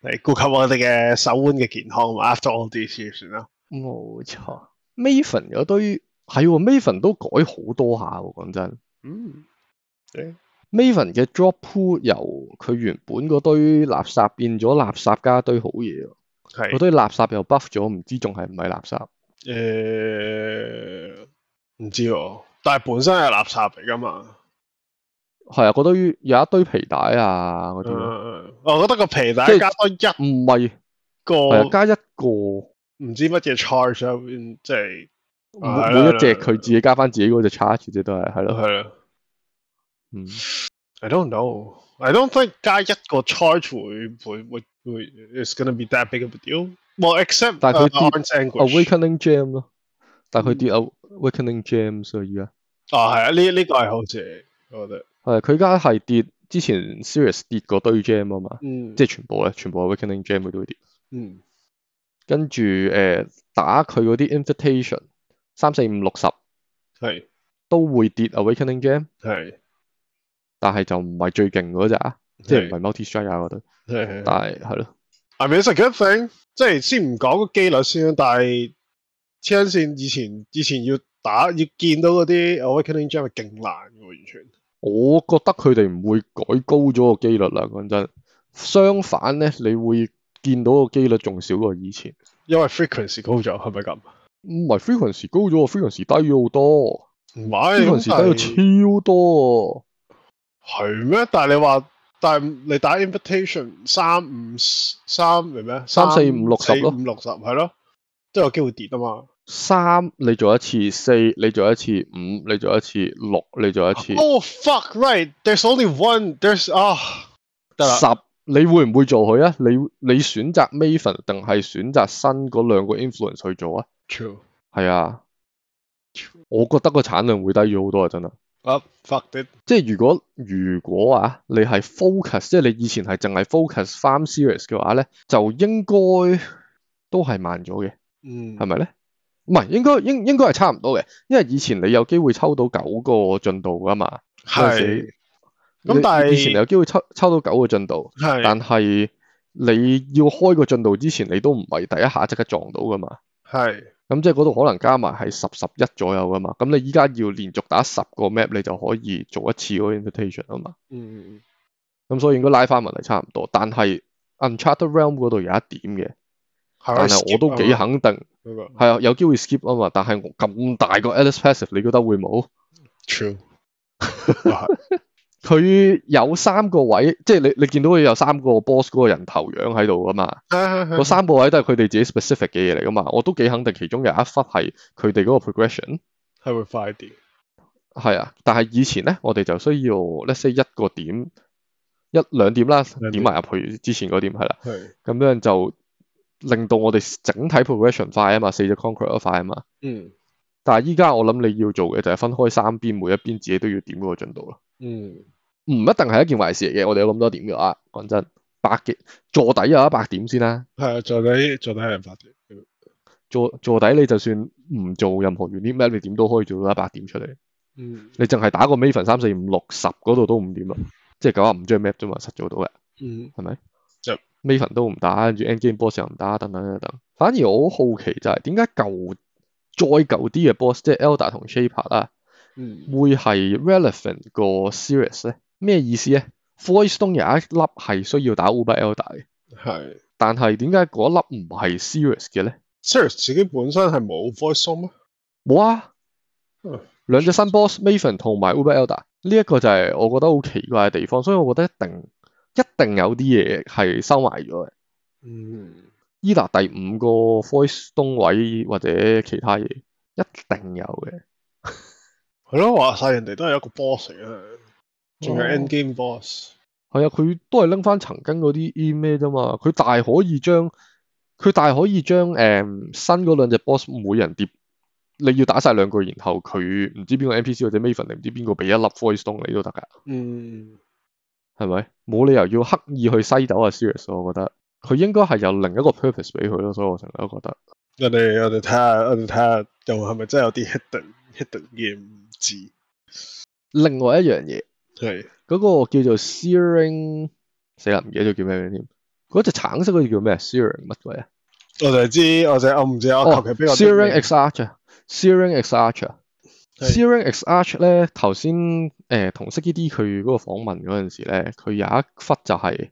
[SPEAKER 1] 嚟顧及我哋嘅手腕嘅健康嘛，after all these years 啦。
[SPEAKER 2] 冇錯，Maven 嗰堆係喎，Maven 都改好多下喎，講真。
[SPEAKER 1] 嗯，
[SPEAKER 2] Maven 嘅 drop pool 由佢原本嗰堆垃圾變咗垃圾加一堆好嘢喎，嗰
[SPEAKER 1] 係
[SPEAKER 2] 堆垃圾又 buff 咗，唔知仲係唔係垃圾？
[SPEAKER 1] 誒，唔、知喎，但係本身係垃圾嚟噶嘛。
[SPEAKER 2] 係啊，嗰堆有一堆皮帶啊嗰啲咯，
[SPEAKER 1] 嗯，我覺得個皮
[SPEAKER 2] 即
[SPEAKER 1] 帶
[SPEAKER 2] 係
[SPEAKER 1] 加多一
[SPEAKER 2] 唔係係啊，
[SPEAKER 1] 個
[SPEAKER 2] 加一個。
[SPEAKER 1] 唔知乜嘢 charge 入邊，即係
[SPEAKER 2] 每
[SPEAKER 1] 啊係啦
[SPEAKER 2] 每一隻
[SPEAKER 1] 係啦
[SPEAKER 2] 佢自己加翻自己嗰只 charge 啫，都係係咯，
[SPEAKER 1] 係啊啦。
[SPEAKER 2] 嗯，
[SPEAKER 1] I don't know. I don't think 加一個 charge 會會會會 is gonna be that big of a deal. Well, except
[SPEAKER 2] 但係佢
[SPEAKER 1] uh, Orange Anguish
[SPEAKER 2] Awakening Gem 咯，但
[SPEAKER 1] 嗯
[SPEAKER 2] 係佢跌啊 Awakening Gem 所以而家。
[SPEAKER 1] 啊，係啊，呢呢個係好似我覺得，
[SPEAKER 2] 係佢而家係跌之前 Serious 跌嗰堆 gem 啊嘛，
[SPEAKER 1] 嗯，
[SPEAKER 2] 即係全部咧，啊全部 Awakening gem 佢都會跌。
[SPEAKER 1] 嗯
[SPEAKER 2] 跟住誒、呃打佢嗰啲 invitation 三四五六十
[SPEAKER 1] 係
[SPEAKER 2] 都會跌 Awakening Gem，
[SPEAKER 1] 係
[SPEAKER 2] 但係就唔係最勁嗰只啊，即係唔
[SPEAKER 1] 係
[SPEAKER 2] 係 Multi Strike 啊嗰對，
[SPEAKER 1] 係係
[SPEAKER 2] 但係係咯，
[SPEAKER 1] I mean it's a good thing，即係先唔講個機率先，但係黐緊線以前以前要打要見到嗰啲 Awakening Gem 係勁難嘅喎，完全
[SPEAKER 2] 我覺得佢哋唔會改高咗個機率啦，講真。相反咧，你會見到個機率仲少過以前，
[SPEAKER 1] 因為 frequency 高咗，係咪咁？
[SPEAKER 2] 唔係 frequency 高咗，frequency 低咗好多
[SPEAKER 1] 唔係
[SPEAKER 2] ，frequency
[SPEAKER 1] 咁
[SPEAKER 2] 低咗超多
[SPEAKER 1] 但係係咩？但係你話，但係你打 invitation 三五三明咩？
[SPEAKER 2] 三四五六十
[SPEAKER 1] 四
[SPEAKER 2] 咯
[SPEAKER 1] 五六十係咯，都有機會跌啊嘛。
[SPEAKER 2] 喎。三你做一次，四你做一次，五你做一次，六你做一次，
[SPEAKER 1] Oh fuck right! There's only one. There's 啊得啦
[SPEAKER 2] 十你會唔會做佢啊？你你選擇 Maven 定係選擇新嗰兩個 influence 去做啊？
[SPEAKER 1] ，true
[SPEAKER 2] 係啊，
[SPEAKER 1] true
[SPEAKER 2] 我覺得個產量會低咗好多啊，真係。
[SPEAKER 1] 啊 fuck it
[SPEAKER 2] 即係如果如果啊，你係 focus，即係你以前係淨係 focus farm series 嘅話咧，就應該都係慢咗嘅，
[SPEAKER 1] 嗯
[SPEAKER 2] 係咪咧？唔係應該應應該係差唔多嘅，因為以前你有機會抽到九個進度噶嘛，嗰陣
[SPEAKER 1] 係
[SPEAKER 2] 時
[SPEAKER 1] 咁
[SPEAKER 2] 你
[SPEAKER 1] 但係
[SPEAKER 2] 以前你有啊機會抽抽到九個進度，
[SPEAKER 1] 係
[SPEAKER 2] 但係你要開個進度之前，你都唔係第一下即刻撞到噶嘛。
[SPEAKER 1] 係
[SPEAKER 2] 咁即係嗰度可能加埋係十十一左右噶嘛。咁你依家要連續打十個 map，你就可以做一次嗰個 invitation 啊嘛。
[SPEAKER 1] 嗯
[SPEAKER 2] 咁所以應該拉翻埋嚟差唔多，但係 Uncharted Realm 嗰度有一點嘅，
[SPEAKER 1] 係咪
[SPEAKER 2] 但係我都幾
[SPEAKER 1] skip 啊
[SPEAKER 2] 肯定
[SPEAKER 1] 嗰個
[SPEAKER 2] 係啊，有機會 skip 啊嘛。但係我咁大個 Alice Passive，你覺得會冇？
[SPEAKER 1] true
[SPEAKER 2] 佢有三個位，即係你你見到佢有三個 boss 嗰個人頭樣喺度噶嘛？嗰
[SPEAKER 1] 嗰
[SPEAKER 2] 三個位都係佢哋自己 specific 嘅嘢嚟噶嘛？我都幾肯定其中有一忽係佢哋嗰個 progression
[SPEAKER 1] 係會快啲
[SPEAKER 2] 係啊。但係以前咧，我哋就需要 let's say 一個點一兩點啦，
[SPEAKER 1] 兩點
[SPEAKER 2] 點埋入去之前嗰點係啦。
[SPEAKER 1] 係
[SPEAKER 2] 咁樣就令到我哋整體 progression 快啊嘛，四隻 conquer 都快啊嘛。
[SPEAKER 1] 嗯
[SPEAKER 2] 但係依家我諗你要做嘅就係分開三邊，每一邊自己都要點嗰個進度咯。
[SPEAKER 1] 嗯
[SPEAKER 2] 唔一定係一件壞事嚟嘅，我哋有咁多點嘅啊。講真，百幾坐底有一百點先啦。
[SPEAKER 1] 係啊坐底坐底係人發啲
[SPEAKER 2] 坐坐底你就算唔做任何原啲咩，你點都可以做到一百點出嚟。
[SPEAKER 1] 嗯
[SPEAKER 2] 你淨係打個 Maven 三四五六十嗰度都五點啦，即係九啊五張 map 啫嘛，實做到嘅。
[SPEAKER 1] 嗯
[SPEAKER 2] Maven 都唔打，跟住 Endgame boss 又唔打，等等等等。反而我好好奇就係點解舊再舊啲嘅 boss，即係 Elder 同 Shaper 啦，
[SPEAKER 1] 嗯
[SPEAKER 2] 會係 relevant 個 series 咧？咩意思咧？Voidstone 有一粒係需要打 Uber Elder 嘅，
[SPEAKER 1] 係
[SPEAKER 2] 但係點解嗰一粒唔係 series 嘅咧？
[SPEAKER 1] Sir 自己本身係冇 voice song 咩？
[SPEAKER 2] 冇啊
[SPEAKER 1] 嗯，
[SPEAKER 2] 兩隻新 boss Maven 同埋 Uber Elder 呢一個就係我覺得好奇怪嘅地方，所以我覺得一定一定有啲嘢係收埋咗嘅。
[SPEAKER 1] 嗯
[SPEAKER 2] 伊達第五個 voice 東位或者其他嘢，一定有
[SPEAKER 1] 哦
[SPEAKER 2] 嘅。
[SPEAKER 1] 係咯話晒人哋都係一個 boss 嚟嘅，仲有
[SPEAKER 2] 哦
[SPEAKER 1] end game boss
[SPEAKER 2] 係啊，佢都係拎翻曾經嗰啲 E 咩啫嘛。佢大可以將佢大可以將誒、嗯新嗰兩隻 boss 每人碟，你要打晒兩句，然後佢唔知邊個 NPC 或者 Maven 定唔知邊個俾一粒 voice 東你都得㗎，
[SPEAKER 1] 嗯
[SPEAKER 2] 係咪？冇理由要刻意去西走啊 Sirius，我覺得佢應該係有另一個 purpose 俾佢咯，所以我成日都覺得。
[SPEAKER 1] 我哋我哋睇下我哋睇下又係咪真係有啲 hidden hidden 嘅唔知
[SPEAKER 2] 另外一樣嘢。
[SPEAKER 1] 係
[SPEAKER 2] 嗰個叫做 Searing，死啦唔記得咗叫咩名添。嗰隻橙色嗰隻叫咩？Searing 乜鬼啊？哦
[SPEAKER 1] 我就係知我就係我唔知我哦求其俾我
[SPEAKER 2] Searing X Archer，Searing X Archer，Searing
[SPEAKER 1] 係
[SPEAKER 2] X Archer 咧頭先誒同 c d 佢嗰個訪問嗰陣時咧，佢有一忽就係、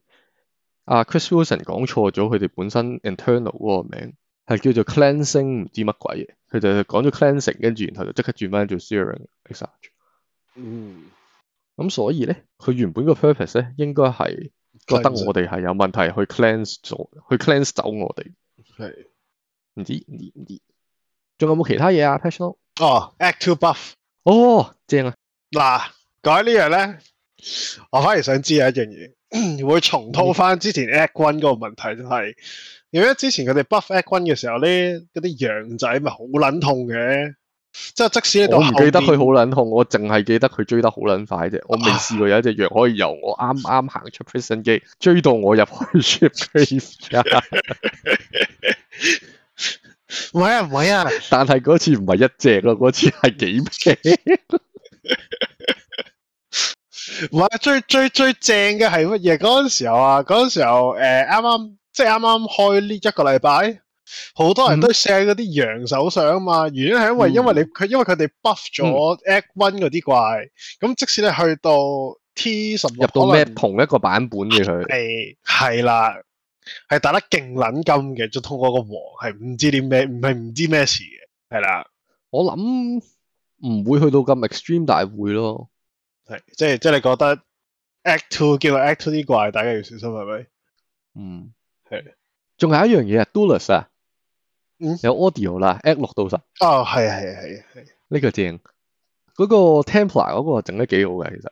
[SPEAKER 2] 阿、Chris Wilson 講錯咗佢哋本身 internal 嗰個名，係叫做 Cleansing 唔知乜鬼嘢，佢就講咗 Cleansing，跟住然後就即刻轉翻做 Searing X Archer。
[SPEAKER 1] 嗯
[SPEAKER 2] 咁所以咧，佢原本個 purpose 咧應該係。覺得我哋係有問題去 cleanse 咗，去 cleanse 走我哋。
[SPEAKER 1] 係。
[SPEAKER 2] 唔知唔知唔知，仲有冇其他嘢啊？Passion？
[SPEAKER 1] 哦，Act Two Buff
[SPEAKER 2] 哦，正啊！
[SPEAKER 1] 嗱，講起呢樣咧，我反而想知有啊一樣嘢， 會重蹈翻之前 Act One 嗰個問題，就係因為之前佢哋 buff Act One 嘅時候咧，嗰啲羊仔咪好撚痛嘅，即係即使你到
[SPEAKER 2] 我唔
[SPEAKER 1] 後
[SPEAKER 2] 記得佢
[SPEAKER 1] 面
[SPEAKER 2] 好撚痛，我淨係記得佢追得好撚快啫。我未試過有一隻羊可以由我啱啱行出 prison 機追到我入去 ship grave
[SPEAKER 1] 唔係啊，唔係啊，
[SPEAKER 2] 但係嗰次唔係一隻咯，嗰次係幾
[SPEAKER 1] 唔係最最最正嘅係乜嘢？嗰陣時候啊，嗰陣時候誒啱啱即係啱啱開呢一個禮拜，好多人都 share 嗰啲羊手相啊嘛。原因係因為、
[SPEAKER 2] 嗯
[SPEAKER 1] 因為你佢因為佢哋 buff 咗 Act One 嗰啲怪，咁即使你去到 T 十
[SPEAKER 2] 入
[SPEAKER 1] 六
[SPEAKER 2] 到咩同一個版本嘅佢，
[SPEAKER 1] 係係啦，係打得勁撚金嘅，就通過個王係唔知啲咩，唔係唔知咩事嘅，係啦，
[SPEAKER 2] 我諗唔會去到咁 extreme，但係會咯。
[SPEAKER 1] 係即係即係你覺得 Act Two 叫做 Act Two 啲怪，大家要小心係咪？
[SPEAKER 2] 嗯，
[SPEAKER 1] 係。
[SPEAKER 2] 仲有一樣嘢啊 d u l u s 啊，
[SPEAKER 1] 嗯
[SPEAKER 2] 有 audio 啦，at 六到十
[SPEAKER 1] 哦，係係係係
[SPEAKER 2] 呢個正。嗰、個 Templar 嗰個整得幾好嘅，其實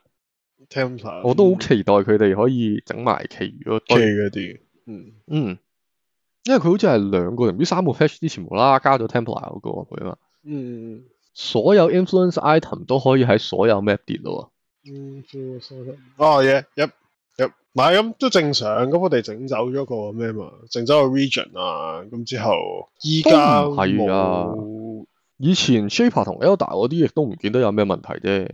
[SPEAKER 1] t e m p l a
[SPEAKER 2] 我都好期待佢哋可以整埋其餘嗰堆
[SPEAKER 1] K 嗰啲，嗯，
[SPEAKER 2] 嗯，因為佢好似係兩個定唔知三個 patch 之前無啦啦加咗 Templar 嗰個入去啊嘛，
[SPEAKER 1] 嗯
[SPEAKER 2] 所有 influence item 都可以喺所有 map 跌啊咯
[SPEAKER 1] 嗯，哦嘢，一一唔係咁都正常，咁我哋整走咗個咩嘛，整走個 region 啊，咁之後依家
[SPEAKER 2] 都唔係啊
[SPEAKER 1] 冇
[SPEAKER 2] 喎。以前 Shaper 同 Elder 嗰啲亦都唔見得有咩問題啫。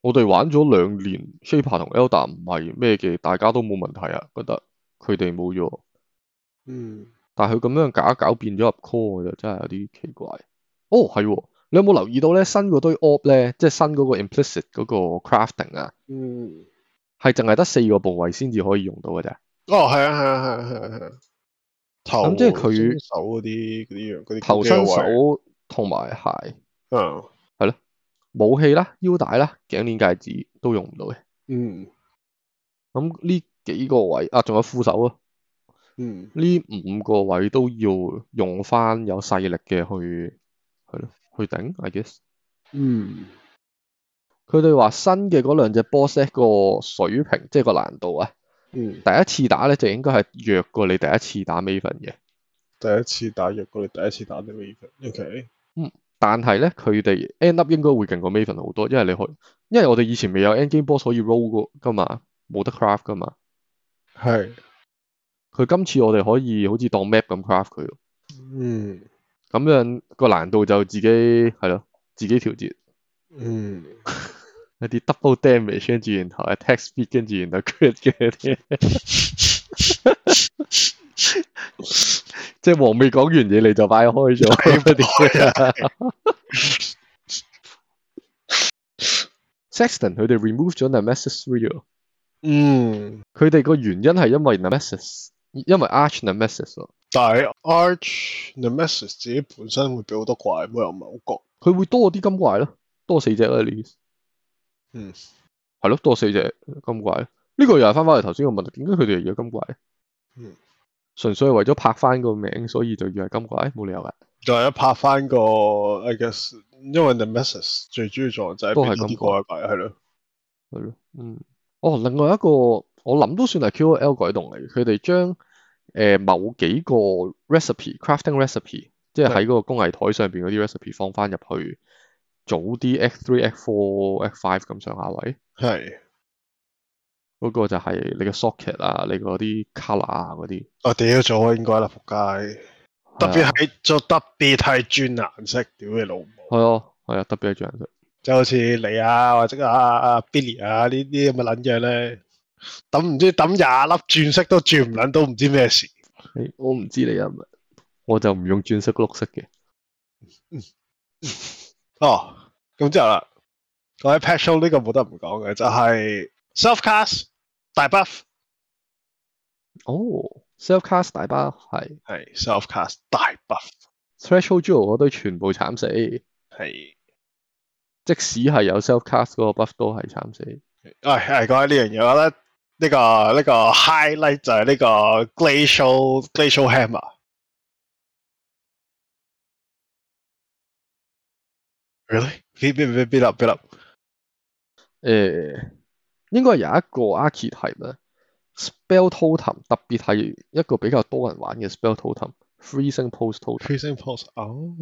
[SPEAKER 2] 我哋玩咗兩年 Shaper 同 Elder 唔係咩嘅，大家都冇問題啊，覺得佢哋冇咗。
[SPEAKER 1] 嗯，
[SPEAKER 2] 但係佢咁樣搞一搞變咗入 call 就真係有啲奇怪。哦，係喎，你有冇留意到咧？新嗰堆 orb 咧，即係新嗰個 implicit 嗰個 crafting 啊，
[SPEAKER 1] 嗯，
[SPEAKER 2] 係淨係得四個部位先至可以用到嘅啫。
[SPEAKER 1] 哦係啊係啊係啊係啊係啊，頭
[SPEAKER 2] 咁即係佢
[SPEAKER 1] 身手嗰啲嗰啲樣嗰啲
[SPEAKER 2] 頭
[SPEAKER 1] 嗰啲
[SPEAKER 2] 身
[SPEAKER 1] 位，
[SPEAKER 2] 手同埋鞋、
[SPEAKER 1] 嗯
[SPEAKER 2] 武器啦、腰帶啦、頸鏈戒指都用唔到嘅。
[SPEAKER 1] 嗯
[SPEAKER 2] 咁呢幾個位啊，仲有副手啊，
[SPEAKER 1] 嗯
[SPEAKER 2] 呢五個位都要用翻有勢力嘅去係咯，去頂。I guess
[SPEAKER 1] 嗯，
[SPEAKER 2] 佢哋話新嘅嗰兩隻 boss 呢個水平，即係個難度啊，
[SPEAKER 1] 嗯，
[SPEAKER 2] 第一次打咧就應該係弱過你第一次打 Maven 嘅。
[SPEAKER 1] 第一次打藥過你第一次打啲咩？OK，
[SPEAKER 2] 但係咧，佢哋 end up 應該會勁過 Maven 好多，因為你可，因為我哋以前未有 end game boss 可以 roll 噶嘛，冇得 craft 噶嘛。
[SPEAKER 1] 係，
[SPEAKER 2] 佢今次我哋可以好似當 map 咁 craft 佢咯，
[SPEAKER 1] 嗯
[SPEAKER 2] 咁樣個難度就自己係咯，自己調節
[SPEAKER 1] 嗯。
[SPEAKER 2] 一啲 double damage，跟住然後啊 attack speed，跟住然後 crit 嘅啲， 即係王未講完嘢你就擺開咗嗰啲。Sexton 佢哋 remove 咗 Nemesis Real，
[SPEAKER 1] 嗯，
[SPEAKER 2] 佢哋個原因係因為 Nemesis，因為 Arch Nemesis 啊咯，
[SPEAKER 1] 但係 Arch Nemesis 自己本身會俾好多怪，我又唔係好覺。
[SPEAKER 2] 佢會多啲金怪咯，多四隻啦你。
[SPEAKER 1] 嗯，
[SPEAKER 2] 係咯，多四隻金怪。呢、個又係翻返嚟頭先個問題，點解佢哋又有金怪？
[SPEAKER 1] 嗯，
[SPEAKER 2] 純粹係為咗拍翻個名，所以就要係金怪，冇理由嘅。
[SPEAKER 1] 就一拍翻個 I guess，因為 Nemesis 最主要作用就係
[SPEAKER 2] 都係
[SPEAKER 1] 俾呢啲
[SPEAKER 2] 咁
[SPEAKER 1] 怪怪係咯。
[SPEAKER 2] 係咯，嗯。哦，另外一個我諗都算係 QOL 改動嚟，佢哋將誒某幾個 recipe crafting recipe，即係喺嗰個工藝台上邊嗰啲 recipe 放翻入去，早啲 X three、X four、X five 咁上下位。
[SPEAKER 1] 係，
[SPEAKER 2] 嗰、個就係你嘅 socket 啊，你嗰啲 colour 啊嗰啲。
[SPEAKER 1] 我屌咗應該啦，仆街。特別
[SPEAKER 2] 係啊
[SPEAKER 1] 係就特別係轉顏色，屌你老母！
[SPEAKER 2] 係啊，係啊，特別係象
[SPEAKER 1] 就好似你啊，或者啊啊啊 Billy 啊呢啲咁嘅撚樣咧，抌唔知抌廿粒轉色都轉唔撚，都唔知咩事。
[SPEAKER 2] 你我唔知你有乜，我就唔用轉色綠色嘅。
[SPEAKER 1] 哦，咁之後啦，我喺 patch show 呢個冇得唔講嘅，就係 self cast 大 buff
[SPEAKER 2] 哦，self cast 大巴係
[SPEAKER 1] 係 self cast 大 buff
[SPEAKER 2] threshold jewel 嗰堆全部慘死，
[SPEAKER 1] 係，
[SPEAKER 2] 即使係有 self cast 嗰個 buff 都係慘死。
[SPEAKER 1] 唉係講起呢樣嘢，我覺得呢、個呢、個 highlight 就係呢個 glacial glacial hammer。Really? Build, build, build up, build up.
[SPEAKER 2] 誒、應該有一個 archetype 咧，spell totem 特別係一個比較多人玩嘅 spell totem，freezing pose totem。
[SPEAKER 1] Freezing pulse. 哦，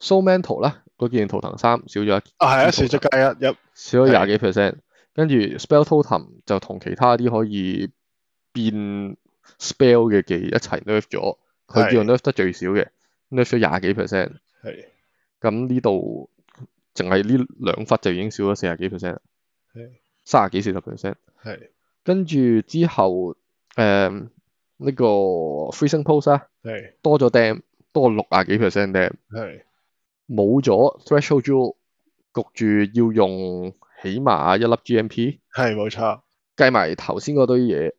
[SPEAKER 2] soul mantle 啦，嗰件圖騰衫少咗一
[SPEAKER 1] 啊係啊，四隻雞一入。
[SPEAKER 2] 少咗廿幾 percent，跟住 spell totem 就同其他啲可以變 spell 嘅技一齊 nerf 咗，佢
[SPEAKER 1] 係
[SPEAKER 2] 叫 nerf 得最少嘅，nerf 咗廿幾 percent。
[SPEAKER 1] 係
[SPEAKER 2] 咁呢度淨係呢兩忽就已經少咗四十幾 percent，
[SPEAKER 1] 係
[SPEAKER 2] 三十幾四十 percent。
[SPEAKER 1] 係
[SPEAKER 2] 跟住之後，誒、呢、個 freezing post 啊，
[SPEAKER 1] 係
[SPEAKER 2] 多咗 dam，多六廿幾 percent dam，
[SPEAKER 1] 係
[SPEAKER 2] 冇咗 threshold jewel，焗住要用起碼一粒 GMP，
[SPEAKER 1] 係冇錯，
[SPEAKER 2] 計埋頭先嗰堆嘢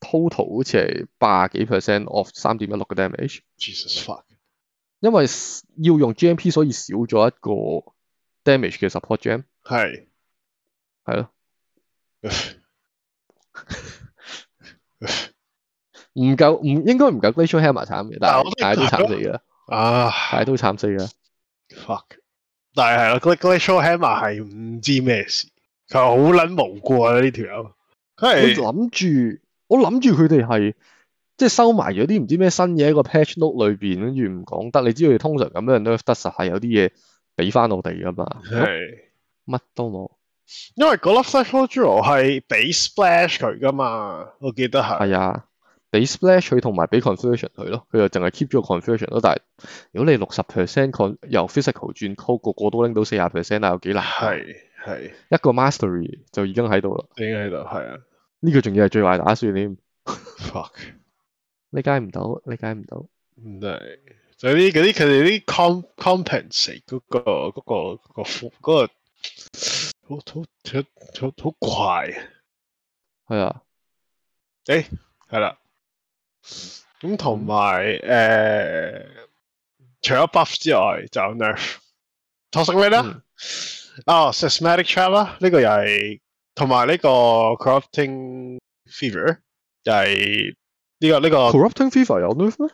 [SPEAKER 2] ，total 好似係八廿幾 percent off 三點一六嘅 damage。
[SPEAKER 1] Jesus fuck，
[SPEAKER 2] 因為 s- 要用 GMP，所以少咗一個 damage 嘅 support gem，
[SPEAKER 1] 係
[SPEAKER 2] 係咯，唔夠唔應該唔夠 Glacial Hammer 慘嘅，但
[SPEAKER 1] 但我
[SPEAKER 2] 係
[SPEAKER 1] 都
[SPEAKER 2] 但係
[SPEAKER 1] 覺得
[SPEAKER 2] 都慘死 㗎啦，
[SPEAKER 1] 啊
[SPEAKER 2] 但係都慘死㗎啦，
[SPEAKER 1] fuck，但係係咯，Glacial Hammer 係唔知咩事，佢好撚無辜啊呢條友，
[SPEAKER 2] 我
[SPEAKER 1] 佢係
[SPEAKER 2] 諗住我諗住佢哋係即係收埋咗啲唔知咩新嘢喺個 patch note 裏邊，跟住唔講得，你知道佢哋通常咁樣 nerf 得實係有啲嘢俾翻我哋㗎嘛，
[SPEAKER 1] 係。
[SPEAKER 2] 乜都冇，
[SPEAKER 1] 因為嗰粒 Flash Jewel 係俾 Splash 佢噶嘛，我記得係。
[SPEAKER 2] 係啊。俾 splash 佢同埋俾 conversion 佢咯，佢就淨係 keep 咗個 conversion 咯。但係如果你六十 percent con 由 physical 轉 code，個個都拎到四十 percent 啊，有幾難啊？
[SPEAKER 1] 係係，
[SPEAKER 2] 一個 mastery 就已經喺度啦。
[SPEAKER 1] 已經喺度係啊。
[SPEAKER 2] 呢、個仲要係最壞打算添，
[SPEAKER 1] Fuck，
[SPEAKER 2] 理解唔到，理解唔到。
[SPEAKER 1] 唔係，就啲嗰啲佢哋啲 com compensate 嗰、個嗰、個嗰、個負嗰、個，好好好好好怪啊！
[SPEAKER 2] 係啊，
[SPEAKER 1] 係啦。咁同埋誒，除咗 Ờ, buff 之外，就有 nerf。托食咩咧？
[SPEAKER 2] 嗯
[SPEAKER 1] 啊 s y s t e m a t i c trap 啦，呢個又係同埋呢個 corrupting fever，就係呢個呢個
[SPEAKER 2] corrupting fever 有 nerf 咩？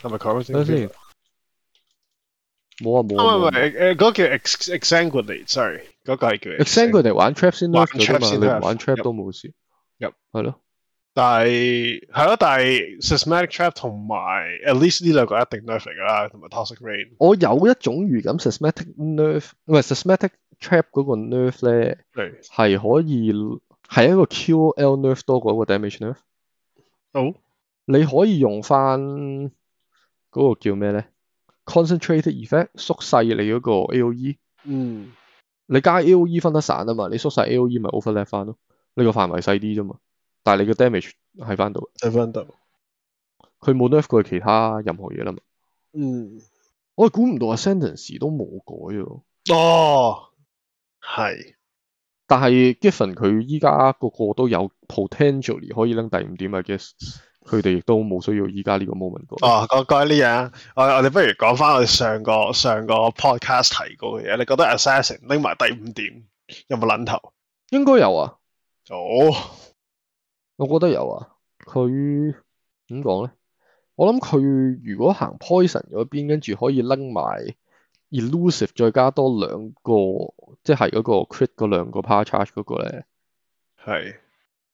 [SPEAKER 1] 係咪 corrupting
[SPEAKER 2] 等陣
[SPEAKER 1] fever？
[SPEAKER 2] 先。冇啊
[SPEAKER 1] 啊唔係
[SPEAKER 2] 冇
[SPEAKER 1] 唔
[SPEAKER 2] 啊冇啊。
[SPEAKER 1] 係，誒誒嗰個叫 ex exsanguinate，sorry，嗰個係叫
[SPEAKER 2] extend 佢哋玩 trap 先 nerf
[SPEAKER 1] 玩
[SPEAKER 2] 咗㗎
[SPEAKER 1] trap
[SPEAKER 2] 嘛，
[SPEAKER 1] 先
[SPEAKER 2] 你唔
[SPEAKER 1] nerf，
[SPEAKER 2] 玩 trap
[SPEAKER 1] yup
[SPEAKER 2] 都冇事。
[SPEAKER 1] yup
[SPEAKER 2] 係咯，
[SPEAKER 1] 但係係咯，但係 systematic trap 同埋 at least 呢兩個一定 nerf 嚟㗎啦，同埋 toxic rain
[SPEAKER 2] 我有一種預感 systematic nerf 唔係 systematic trap 嗰個 nerf 咧
[SPEAKER 1] 嚟。
[SPEAKER 2] 係可以係一個 QL nerf 多過一個 damage nerf。
[SPEAKER 1] 好，
[SPEAKER 2] 你可以用翻嗰個叫咩咧？concentrated effect 縮細你嗰個 AOE，
[SPEAKER 1] 嗯，
[SPEAKER 2] 你加 AOE 分得散啊嘛，你縮細 AOE 咪 overlap 翻咯，你個範圍細啲啫嘛，但係你個 damage 喺翻度，
[SPEAKER 1] 睇翻到，
[SPEAKER 2] 佢冇 nerf 過其他任何嘢啦嘛。
[SPEAKER 1] 嗯，
[SPEAKER 2] 我估唔到 Ascendance 都冇改喎，
[SPEAKER 1] 哦，係
[SPEAKER 2] 但係 Giffen 佢依家個個都有 potentially 可以拎第五點，I guess 佢哋亦都冇需要依家呢個 moment 改。
[SPEAKER 1] 哦，講講呢樣，我我哋不如講翻我哋上個上個 podcast 提過嘅嘢，你覺得 assassin 拎埋第五點有冇撚頭？
[SPEAKER 2] 應該有啊，
[SPEAKER 1] 哦，
[SPEAKER 2] 我覺得有啊，佢點講咧？我諗佢如果行 poison 嗰邊，跟住可以拎埋 elusive，再加多兩個，即係嗰個 crit 嗰兩個 power charge 嗰個咧，
[SPEAKER 1] 係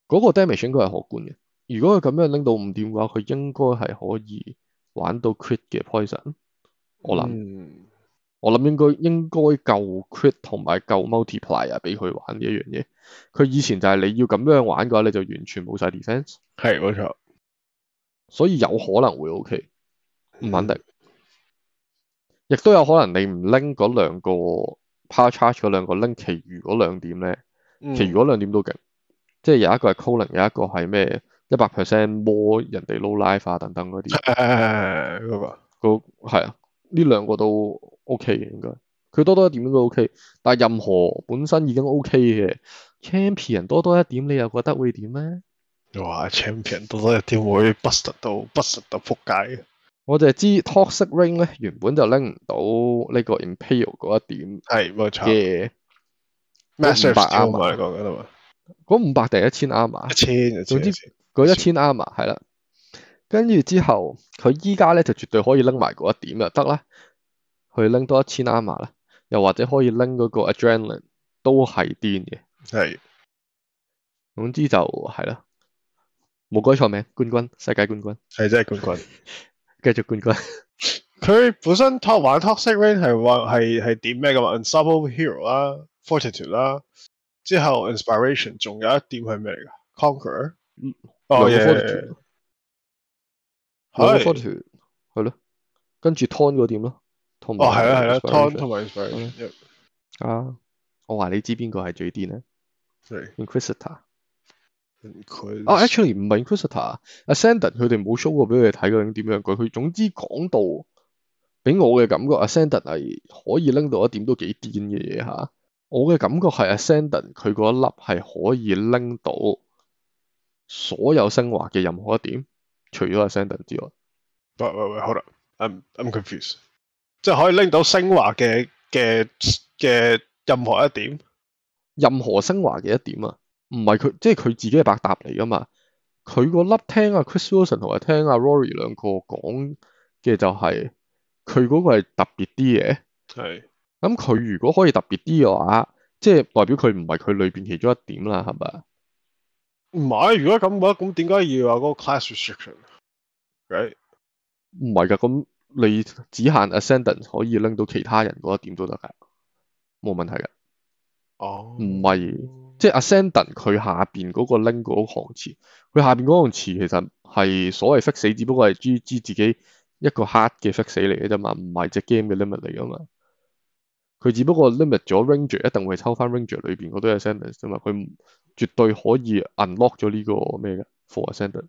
[SPEAKER 2] 嗰、個 damage 應該係可觀嘅。如果佢咁樣拎到五點嘅話，佢應該係可以玩到 crit 嘅 poison。
[SPEAKER 1] 嗯
[SPEAKER 2] 我諗、
[SPEAKER 1] 諗，
[SPEAKER 2] 我諗應該應該夠 crit 同埋夠 multiplier 俾佢玩嘅一樣嘢。佢以前就係你要咁樣玩嘅話，你就完全冇晒 defense。
[SPEAKER 1] 係冇錯，
[SPEAKER 2] 所以有可能會 OK，唔
[SPEAKER 1] 嗯
[SPEAKER 2] 肯定。亦都有可能你唔拎嗰兩個 power charge 嗰兩個拎，其餘嗰兩點咧，
[SPEAKER 1] 嗯
[SPEAKER 2] 其餘嗰兩點都勁，即係有一個係 calling，有一個係咩一百 percent more 人哋 low life 啊等等嗰啲，
[SPEAKER 1] 誒嗰個
[SPEAKER 2] 嗰係啊，呢兩個都 OK 嘅應該，佢多多一點應該 OK，但係任何本身已經 OK 嘅 champion 多多一點，你又覺得會點咧？
[SPEAKER 1] 哇 champion 到多一點會 bust 到 bust 到撲街，
[SPEAKER 2] 我就係知 toxic ring 咧原本就拎唔到呢個 impale 嗰一點。
[SPEAKER 1] 係啊冇錯
[SPEAKER 2] 嘅
[SPEAKER 1] ，master
[SPEAKER 2] 五百
[SPEAKER 1] skill 嘛
[SPEAKER 2] 啱啊
[SPEAKER 1] 講緊啊嘛，
[SPEAKER 2] 嗰五百定一千啱嘛
[SPEAKER 1] 一，千就
[SPEAKER 2] 總之
[SPEAKER 1] 千，
[SPEAKER 2] 嗰一千啱嘛，係啦。跟住之後，佢依家咧就絕對可以拎埋嗰一點就得啦，去拎多一千啱嘛啦，又或者可以拎嗰個 adrenaline 都係癲嘅。
[SPEAKER 1] 係
[SPEAKER 2] 總之就係啦，冇改錯名，冠軍，世界冠軍，
[SPEAKER 1] 係真係冠軍。
[SPEAKER 2] 繼續冠軍。
[SPEAKER 1] 佢本身 top 玩 toxic rain 係話係係點咩噶嘛？Unstoppable hero 啦，fortitude 啦，之後 inspiration 仲有一點係咩嚟噶？Conqueror Ờ,
[SPEAKER 2] 嗯。
[SPEAKER 1] 哦
[SPEAKER 2] 兩
[SPEAKER 1] 耶
[SPEAKER 2] 個 Ừ. fortitude，兩個
[SPEAKER 1] 係
[SPEAKER 2] fortitude，係咯。跟住 ton 嗰點咯，同埋
[SPEAKER 1] 哦係啦係啦 Ờ, 啊
[SPEAKER 2] inspiration
[SPEAKER 1] ，ton 同埋 inspiration，
[SPEAKER 2] 啊！我話你知邊個係最癲啊
[SPEAKER 1] 係
[SPEAKER 2] ？Inquisitor。
[SPEAKER 1] 佢
[SPEAKER 2] 啊，actually 唔係 Inquisitor，Ascendant 佢哋冇 show 過俾佢哋睇究竟點樣佢，佢總之講到俾我嘅感覺，Ascendant 係可以拎到一點都幾癲嘅嘢嚇。我嘅感覺係 Ascendant 佢嗰一粒係可以拎到所有升華嘅任何一點，除咗 Ascendant 之外。
[SPEAKER 1] 喂喂喂，好啦，I'm I'm confused，即係可以拎到升華嘅嘅嘅任何一點，
[SPEAKER 2] 任何升華嘅一點啊，唔係佢即係佢自己係百搭嚟噶嘛。佢個粒聽啊 Chris Wilson 同埋聽啊 Rory 兩個講嘅就係佢嗰個係特別啲嘅。
[SPEAKER 1] 係
[SPEAKER 2] 咁佢如果可以特別啲嘅話，即係代表佢唔係佢裏邊其中一點啦，係咪啊？
[SPEAKER 1] 唔係？如果咁嘅話，咁點解要有嗰個 class restriction？right？
[SPEAKER 2] 唔係㗎，咁你只限 Ascendant 可以拎到其他人嗰一點都得㗎，冇問題㗎。
[SPEAKER 1] 哦，
[SPEAKER 2] 唔係即係 Ascendant 佢下邊嗰個拎嗰行詞，佢下邊嗰行詞其實係所謂 fix 死，只不過係 G G 自己一個 hard 嘅 fix 死嚟嘅啫嘛，唔係隻 game 嘅 limit 嚟噶嘛。佢只不過 limit 咗 Ranger 一定會抽翻 Ranger 裏邊嗰堆 Ascendant 啫嘛，佢唔絕對可以 unlock 咗呢個咩嘅 For Ascendant，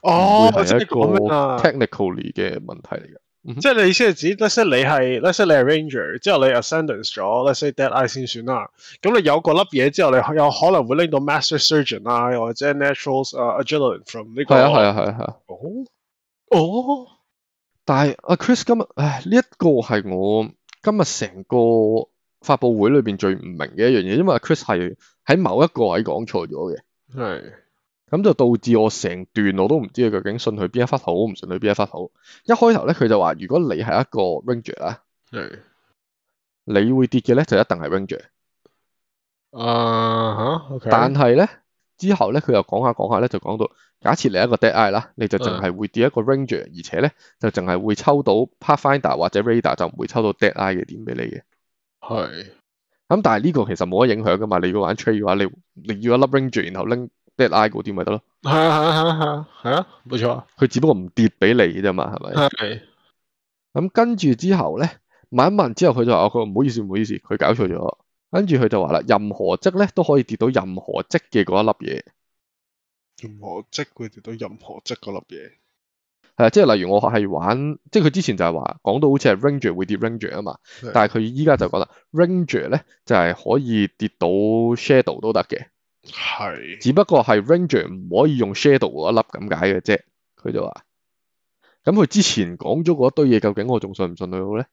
[SPEAKER 1] 哦，
[SPEAKER 2] 唔會
[SPEAKER 1] 我知
[SPEAKER 2] 係
[SPEAKER 1] 你
[SPEAKER 2] 一個
[SPEAKER 1] 講咩啊啦。
[SPEAKER 2] technically 嘅問題嚟嘅。
[SPEAKER 1] 即係你意思係指，let's say 你係，let's say 你係 ranger，之後你 ascendance 咗，let's say dead eye 先算啦。咁你有個粒嘢之後，你有可能會拎到 master surgeon 啊，又或者 natural 誒 adrenaline from 呢個。
[SPEAKER 2] 係啊係啊係啊係啊。
[SPEAKER 1] 哦。哦，
[SPEAKER 2] 但係阿 Chris 今日，唉，呢一個係我今日成個發佈會裏邊最唔明嘅一樣嘢，因為阿 Chris 係喺某一個位講錯咗嘅，
[SPEAKER 1] 係
[SPEAKER 2] 咁就導致我成段我都唔知佢究竟信佢邊一忽好，唔信佢邊一忽好。一開頭咧，佢就話如果你係一個 Ranger 啊，
[SPEAKER 1] 係。
[SPEAKER 2] 你會跌嘅咧就一定係 Ranger。
[SPEAKER 1] 啊嚇，OK。
[SPEAKER 2] 但係咧之後咧，佢又講下講下咧，就講到假設你係一個 dead eye 啦，你就淨係會跌一個 ranger，而且咧就淨係會抽到 pathfinder 或者 radar，就唔會抽到 dead eye 嘅點俾你嘅。
[SPEAKER 1] 係
[SPEAKER 2] 咁但係呢個其實冇乜影響噶嘛，你要玩 trade 嘅話，你你要一粒 ranger，然後拎 dead eye 嗰啲咪得咯。
[SPEAKER 1] 係啊係啊係啊係啊，冇錯啊，
[SPEAKER 2] 佢只不過唔跌俾你嘅啫嘛，係咪？
[SPEAKER 1] 係
[SPEAKER 2] 咁跟住之後咧，問一問之後，佢就話：哦佢話唔好意思，唔好意思，佢搞錯咗。跟住佢就話啦，任何職咧都可以跌到任何職嘅嗰一粒嘢。
[SPEAKER 1] 任何職會跌到任何職嗰粒嘢。
[SPEAKER 2] 係啊，即係例如我係玩，即係佢之前就係話講到好似係 Ranger 會跌 Ranger 啊嘛
[SPEAKER 1] 係，
[SPEAKER 2] 但係佢依家就講啦，Ranger 咧就係、可以跌到 Shadow 都得嘅，
[SPEAKER 1] 係
[SPEAKER 2] 只不過係 Ranger 唔可以用 Shadow 嗰一粒咁解嘅啫。佢就話，咁佢之前講咗嗰一堆嘢，究竟我仲信唔信佢好咧？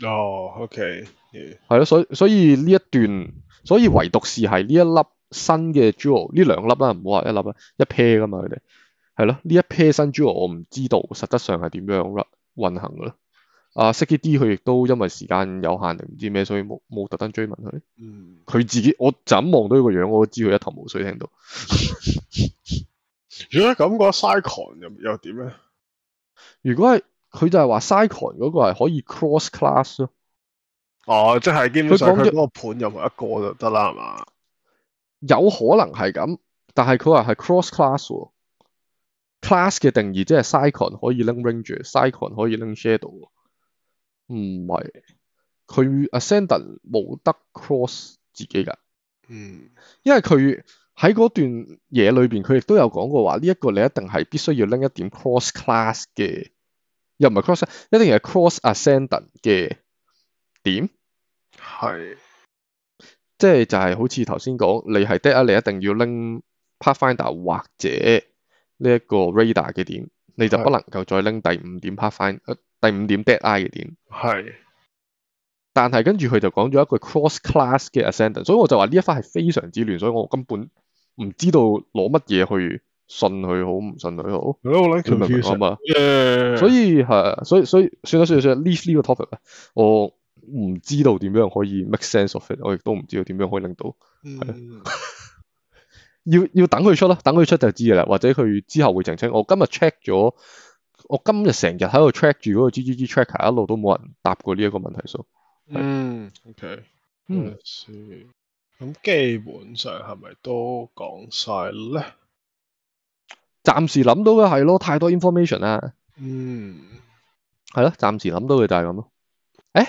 [SPEAKER 1] 哦，OK，係
[SPEAKER 2] 係咯，所以所以呢一段，所以唯獨是係呢一粒新嘅 jewel，呢兩粒啦，唔好話一粒啦，一 pair 噶嘛佢哋，係咯，呢一 pair 新 jewel 我唔知道實質上係點樣運行噶啦。啊 s i D 佢亦都因為時間有限定唔知咩，所以冇冇特登追問佢。
[SPEAKER 1] 嗯，
[SPEAKER 2] 佢自己我就咁望到佢個樣，我都知佢一頭霧水聽到。
[SPEAKER 1] 如果咁個 cycon 又又點咧？
[SPEAKER 2] 如果係佢就係話 Cycon 嗰個係可以 cross class 咯，
[SPEAKER 1] 哦，即係基本上
[SPEAKER 2] 佢講
[SPEAKER 1] 佢
[SPEAKER 2] 咗
[SPEAKER 1] 嗰個盤任何一個就得啦，係嘛？
[SPEAKER 2] 有可能係咁，但係佢話係 cross class 喎。class 嘅定義即係 Cycon 可以拎 Ranger，Cycon 可以拎 Shadow 喎。唔係，佢 Ascendant 冇得 cross 自己㗎，
[SPEAKER 1] 嗯，
[SPEAKER 2] 因為佢喺嗰段嘢裏邊，佢亦都有講過話，呢、一個你一定係必須要拎一點 cross class 嘅，又唔係 cross，一定係 cross Ascendant 嘅點。
[SPEAKER 1] 係
[SPEAKER 2] 即係就係好似頭先講，你係 dead 啊，你一定要拎 Pathfinder 或者呢一個 radar 嘅點，你就
[SPEAKER 1] 係
[SPEAKER 2] 不能夠再拎第五點 Pathfinder、呃第五點 dead eye 嘅點。
[SPEAKER 1] 係
[SPEAKER 2] 但係跟住佢就講咗一句 cross class 嘅 ascendant，所以我就話呢一忽係非常之亂，所以我根本唔知道攞乜嘢去信佢好，唔信佢好。
[SPEAKER 1] 你都好撚
[SPEAKER 2] 你明唔明我
[SPEAKER 1] confusing
[SPEAKER 2] 嘛？
[SPEAKER 1] 耶
[SPEAKER 2] 所以係，所以所以算啦算啦算啦，leave 呢個 topic 啊，我唔知道點樣可以 make sense of it，我亦都唔知道點樣可以令到。
[SPEAKER 1] 嗯
[SPEAKER 2] 要要等佢出啦，等佢出就知㗎啦，或者佢之後會澄清。我今日 check 咗，我今日成日喺度 check 住嗰個 GGG tracker，一路都冇人答過呢一個問題數。
[SPEAKER 1] 嗯，OK，
[SPEAKER 2] 嗯，
[SPEAKER 1] let's see，咁基本上係咪都講晒咧？
[SPEAKER 2] 暫時諗到嘅係咯，太多 information 啊啦，
[SPEAKER 1] 嗯，
[SPEAKER 2] 係咯，暫時諗到嘅就係咁咯。誒，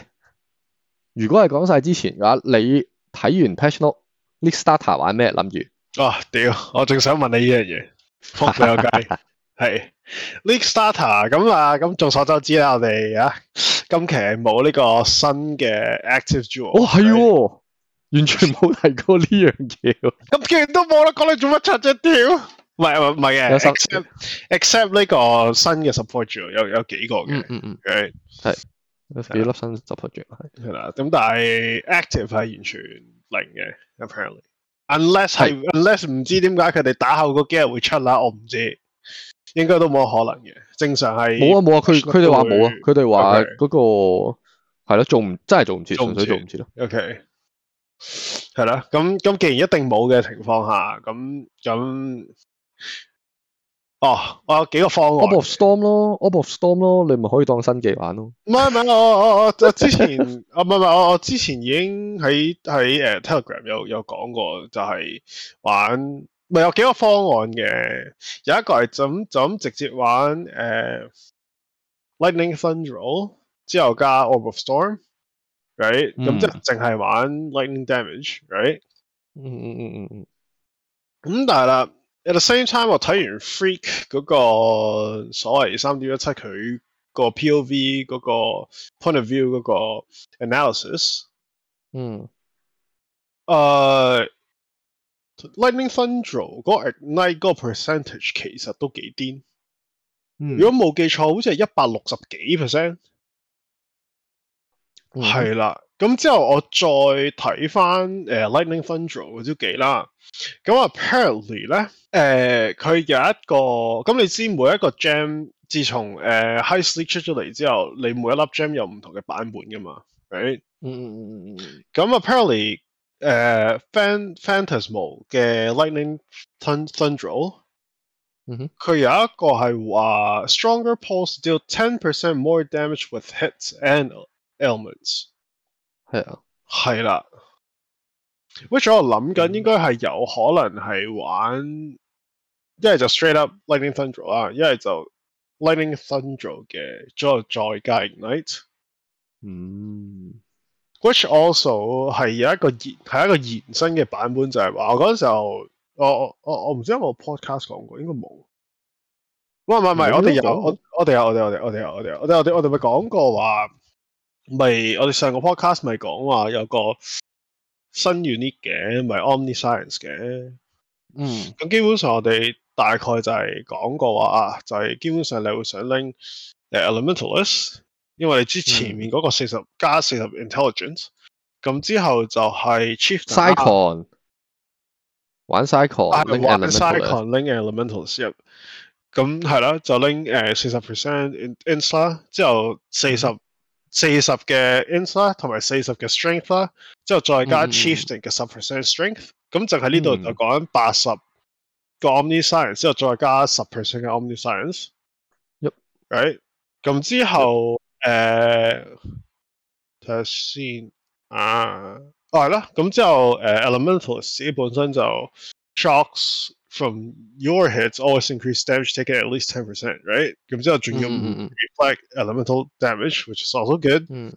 [SPEAKER 2] 如果係講晒之前嘅話，你睇完 patch note 呢 starter 玩咩？諗住
[SPEAKER 1] 啊，屌！我正想問你呢樣嘢，仆你個 街。係 League Starter 咁啊，咁眾所周知啦，我哋啊今期係冇呢個新嘅 Active Jewel。
[SPEAKER 2] 哦係喎，完全冇提過呢樣嘢喎。
[SPEAKER 1] 咁既然都冇啦，講你做乜柒啫？屌！唔係唔係唔係
[SPEAKER 2] 有
[SPEAKER 1] 嘅
[SPEAKER 2] 新
[SPEAKER 1] ，except except 呢個新嘅 support jewel 有有幾個
[SPEAKER 2] 嗯
[SPEAKER 1] 嘅
[SPEAKER 2] 嗯嗯，
[SPEAKER 1] ，right？
[SPEAKER 2] 有幾粒新啊 support 住係
[SPEAKER 1] 係啦，咁但係 active 係完全零嘅，apparently。unless 係 unless 唔知點解佢哋打後嗰幾日會出啦，我唔知，應該都冇可能嘅。正常係
[SPEAKER 2] 冇啊冇啊，佢佢哋話冇啊，佢哋話
[SPEAKER 1] OK
[SPEAKER 2] 嗰個係咯，做唔真係做唔切，
[SPEAKER 1] 做唔
[SPEAKER 2] 純粹
[SPEAKER 1] 切
[SPEAKER 2] 做唔切咯。
[SPEAKER 1] OK，係啦，咁咁既然一定冇嘅情況下，咁咁，哦，我有幾個方案。
[SPEAKER 2] Orb of Storm 咯，Orb of Storm 咯，你咪可以當新技玩咯。
[SPEAKER 1] 唔係唔係，我我我我之前 啊唔係唔係，我我之前已經喺喺誒呃 Telegram 有有講過，就係玩咪有幾個方案嘅，有一個係就咁就咁直接玩誒、呃 Lightning Thunder 之後加 Orb of Storm，right 咁、
[SPEAKER 2] 嗯
[SPEAKER 1] 即係淨係玩 Lightning Damage，right？
[SPEAKER 2] 嗯嗯嗯嗯嗯，
[SPEAKER 1] 咁但係啦，at the same time 我睇完 Freak 嗰個所謂三點一七佢個 POV 嗰個 point of view 嗰個 analysis，
[SPEAKER 2] 嗯，
[SPEAKER 1] 誒、Lightning Thunder 嗰個 ignite 嗰個 percentage 其實都幾癲，
[SPEAKER 2] 嗯
[SPEAKER 1] 如果冇記錯，好似係一百六十幾 percent。
[SPEAKER 2] 嗯
[SPEAKER 1] 係啦，咁之後我再睇翻誒 Lightning Thunder 嗰招技啦。咁 apparently 咧，誒、佢有一個咁你知每一個 gem 自從誒、High Sleep 出咗嚟之後，你每一粒 gem 有唔同嘅版本噶嘛，right？
[SPEAKER 2] 嗯嗯嗯嗯嗯
[SPEAKER 1] 咁 apparently 誒、Fan Phantasmal 嘅 Lightning Thun- Thunder，
[SPEAKER 2] 嗯哼
[SPEAKER 1] 佢有一個係話 Stronger Pulse deal ten percent more damage with hits and elements。
[SPEAKER 2] 係啊，
[SPEAKER 1] 係啦，which 我諗緊應該係有可能係玩，一係就 straight up lightning thunder 啦，一係就 lightning thunder 嘅，之後再加 ignite，which
[SPEAKER 2] 嗯
[SPEAKER 1] also 係有一個延係一個延伸嘅版本，就係話我嗰陣時候，我我我我唔知有冇 podcast 講過，應該冇。唔係唔係唔係，
[SPEAKER 2] 冇
[SPEAKER 1] 我哋有
[SPEAKER 2] 講過
[SPEAKER 1] 我我哋有我哋我哋我哋有我哋有我哋我哋我哋咪講過話，咪我哋上個 podcast 咪講話有個新 unit 嘅，咪 Omni Science 嘅。
[SPEAKER 2] 嗯
[SPEAKER 1] 咁基本上我哋大概就係講過話啊，就係、基本上你會想拎誒 Elementalist，因為你之前面嗰個四十加四十 Intelligence，咁之後就係 Chief
[SPEAKER 2] ，Cycon 玩 Cycon
[SPEAKER 1] 係
[SPEAKER 2] 拎
[SPEAKER 1] 啊玩
[SPEAKER 2] Elemental
[SPEAKER 1] Cycon 拎 Elementals 入，咁係啦，就拎誒四十 percent ins 啦，之後四十四十嘅 ins 啦，同埋四十嘅 strength 啦，之後再加
[SPEAKER 2] 嗯嗯嗯
[SPEAKER 1] chieftain 嘅十 percent strength，咁就喺呢度
[SPEAKER 2] 嗯
[SPEAKER 1] 就講緊八十個 omni science，之後再加十 percent 嘅 omni science。
[SPEAKER 2] Yup
[SPEAKER 1] Right，咁之後誒睇下先啊，哦係啦，咁之後誒 elementalist 自己本身就。shocks from your hits always increase damage taken at least ten percent, right? 咁之後仲要
[SPEAKER 2] 嗯嗯嗯
[SPEAKER 1] reflect elemental damage, which is also good,
[SPEAKER 2] 嗯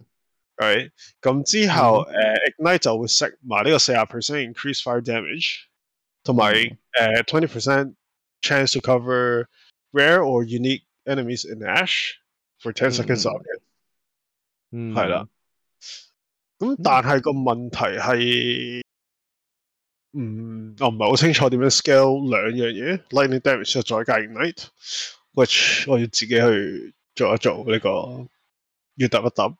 [SPEAKER 1] right? 咁之後誒、呃 ignite 就會食埋呢個四十 percent increase fire damage，同埋誒 twenty percent chance to cover rare or unique enemies in ash for ten
[SPEAKER 2] 嗯
[SPEAKER 1] seconds
[SPEAKER 2] 嗯
[SPEAKER 1] of it。
[SPEAKER 2] 嗯
[SPEAKER 1] 係啦，咁但係個問題係，嗯，我唔係好清楚點樣 scale 兩樣嘢，lightning damage 再加 ignite，which 我要自己去做一做呢、個，要揼一揼，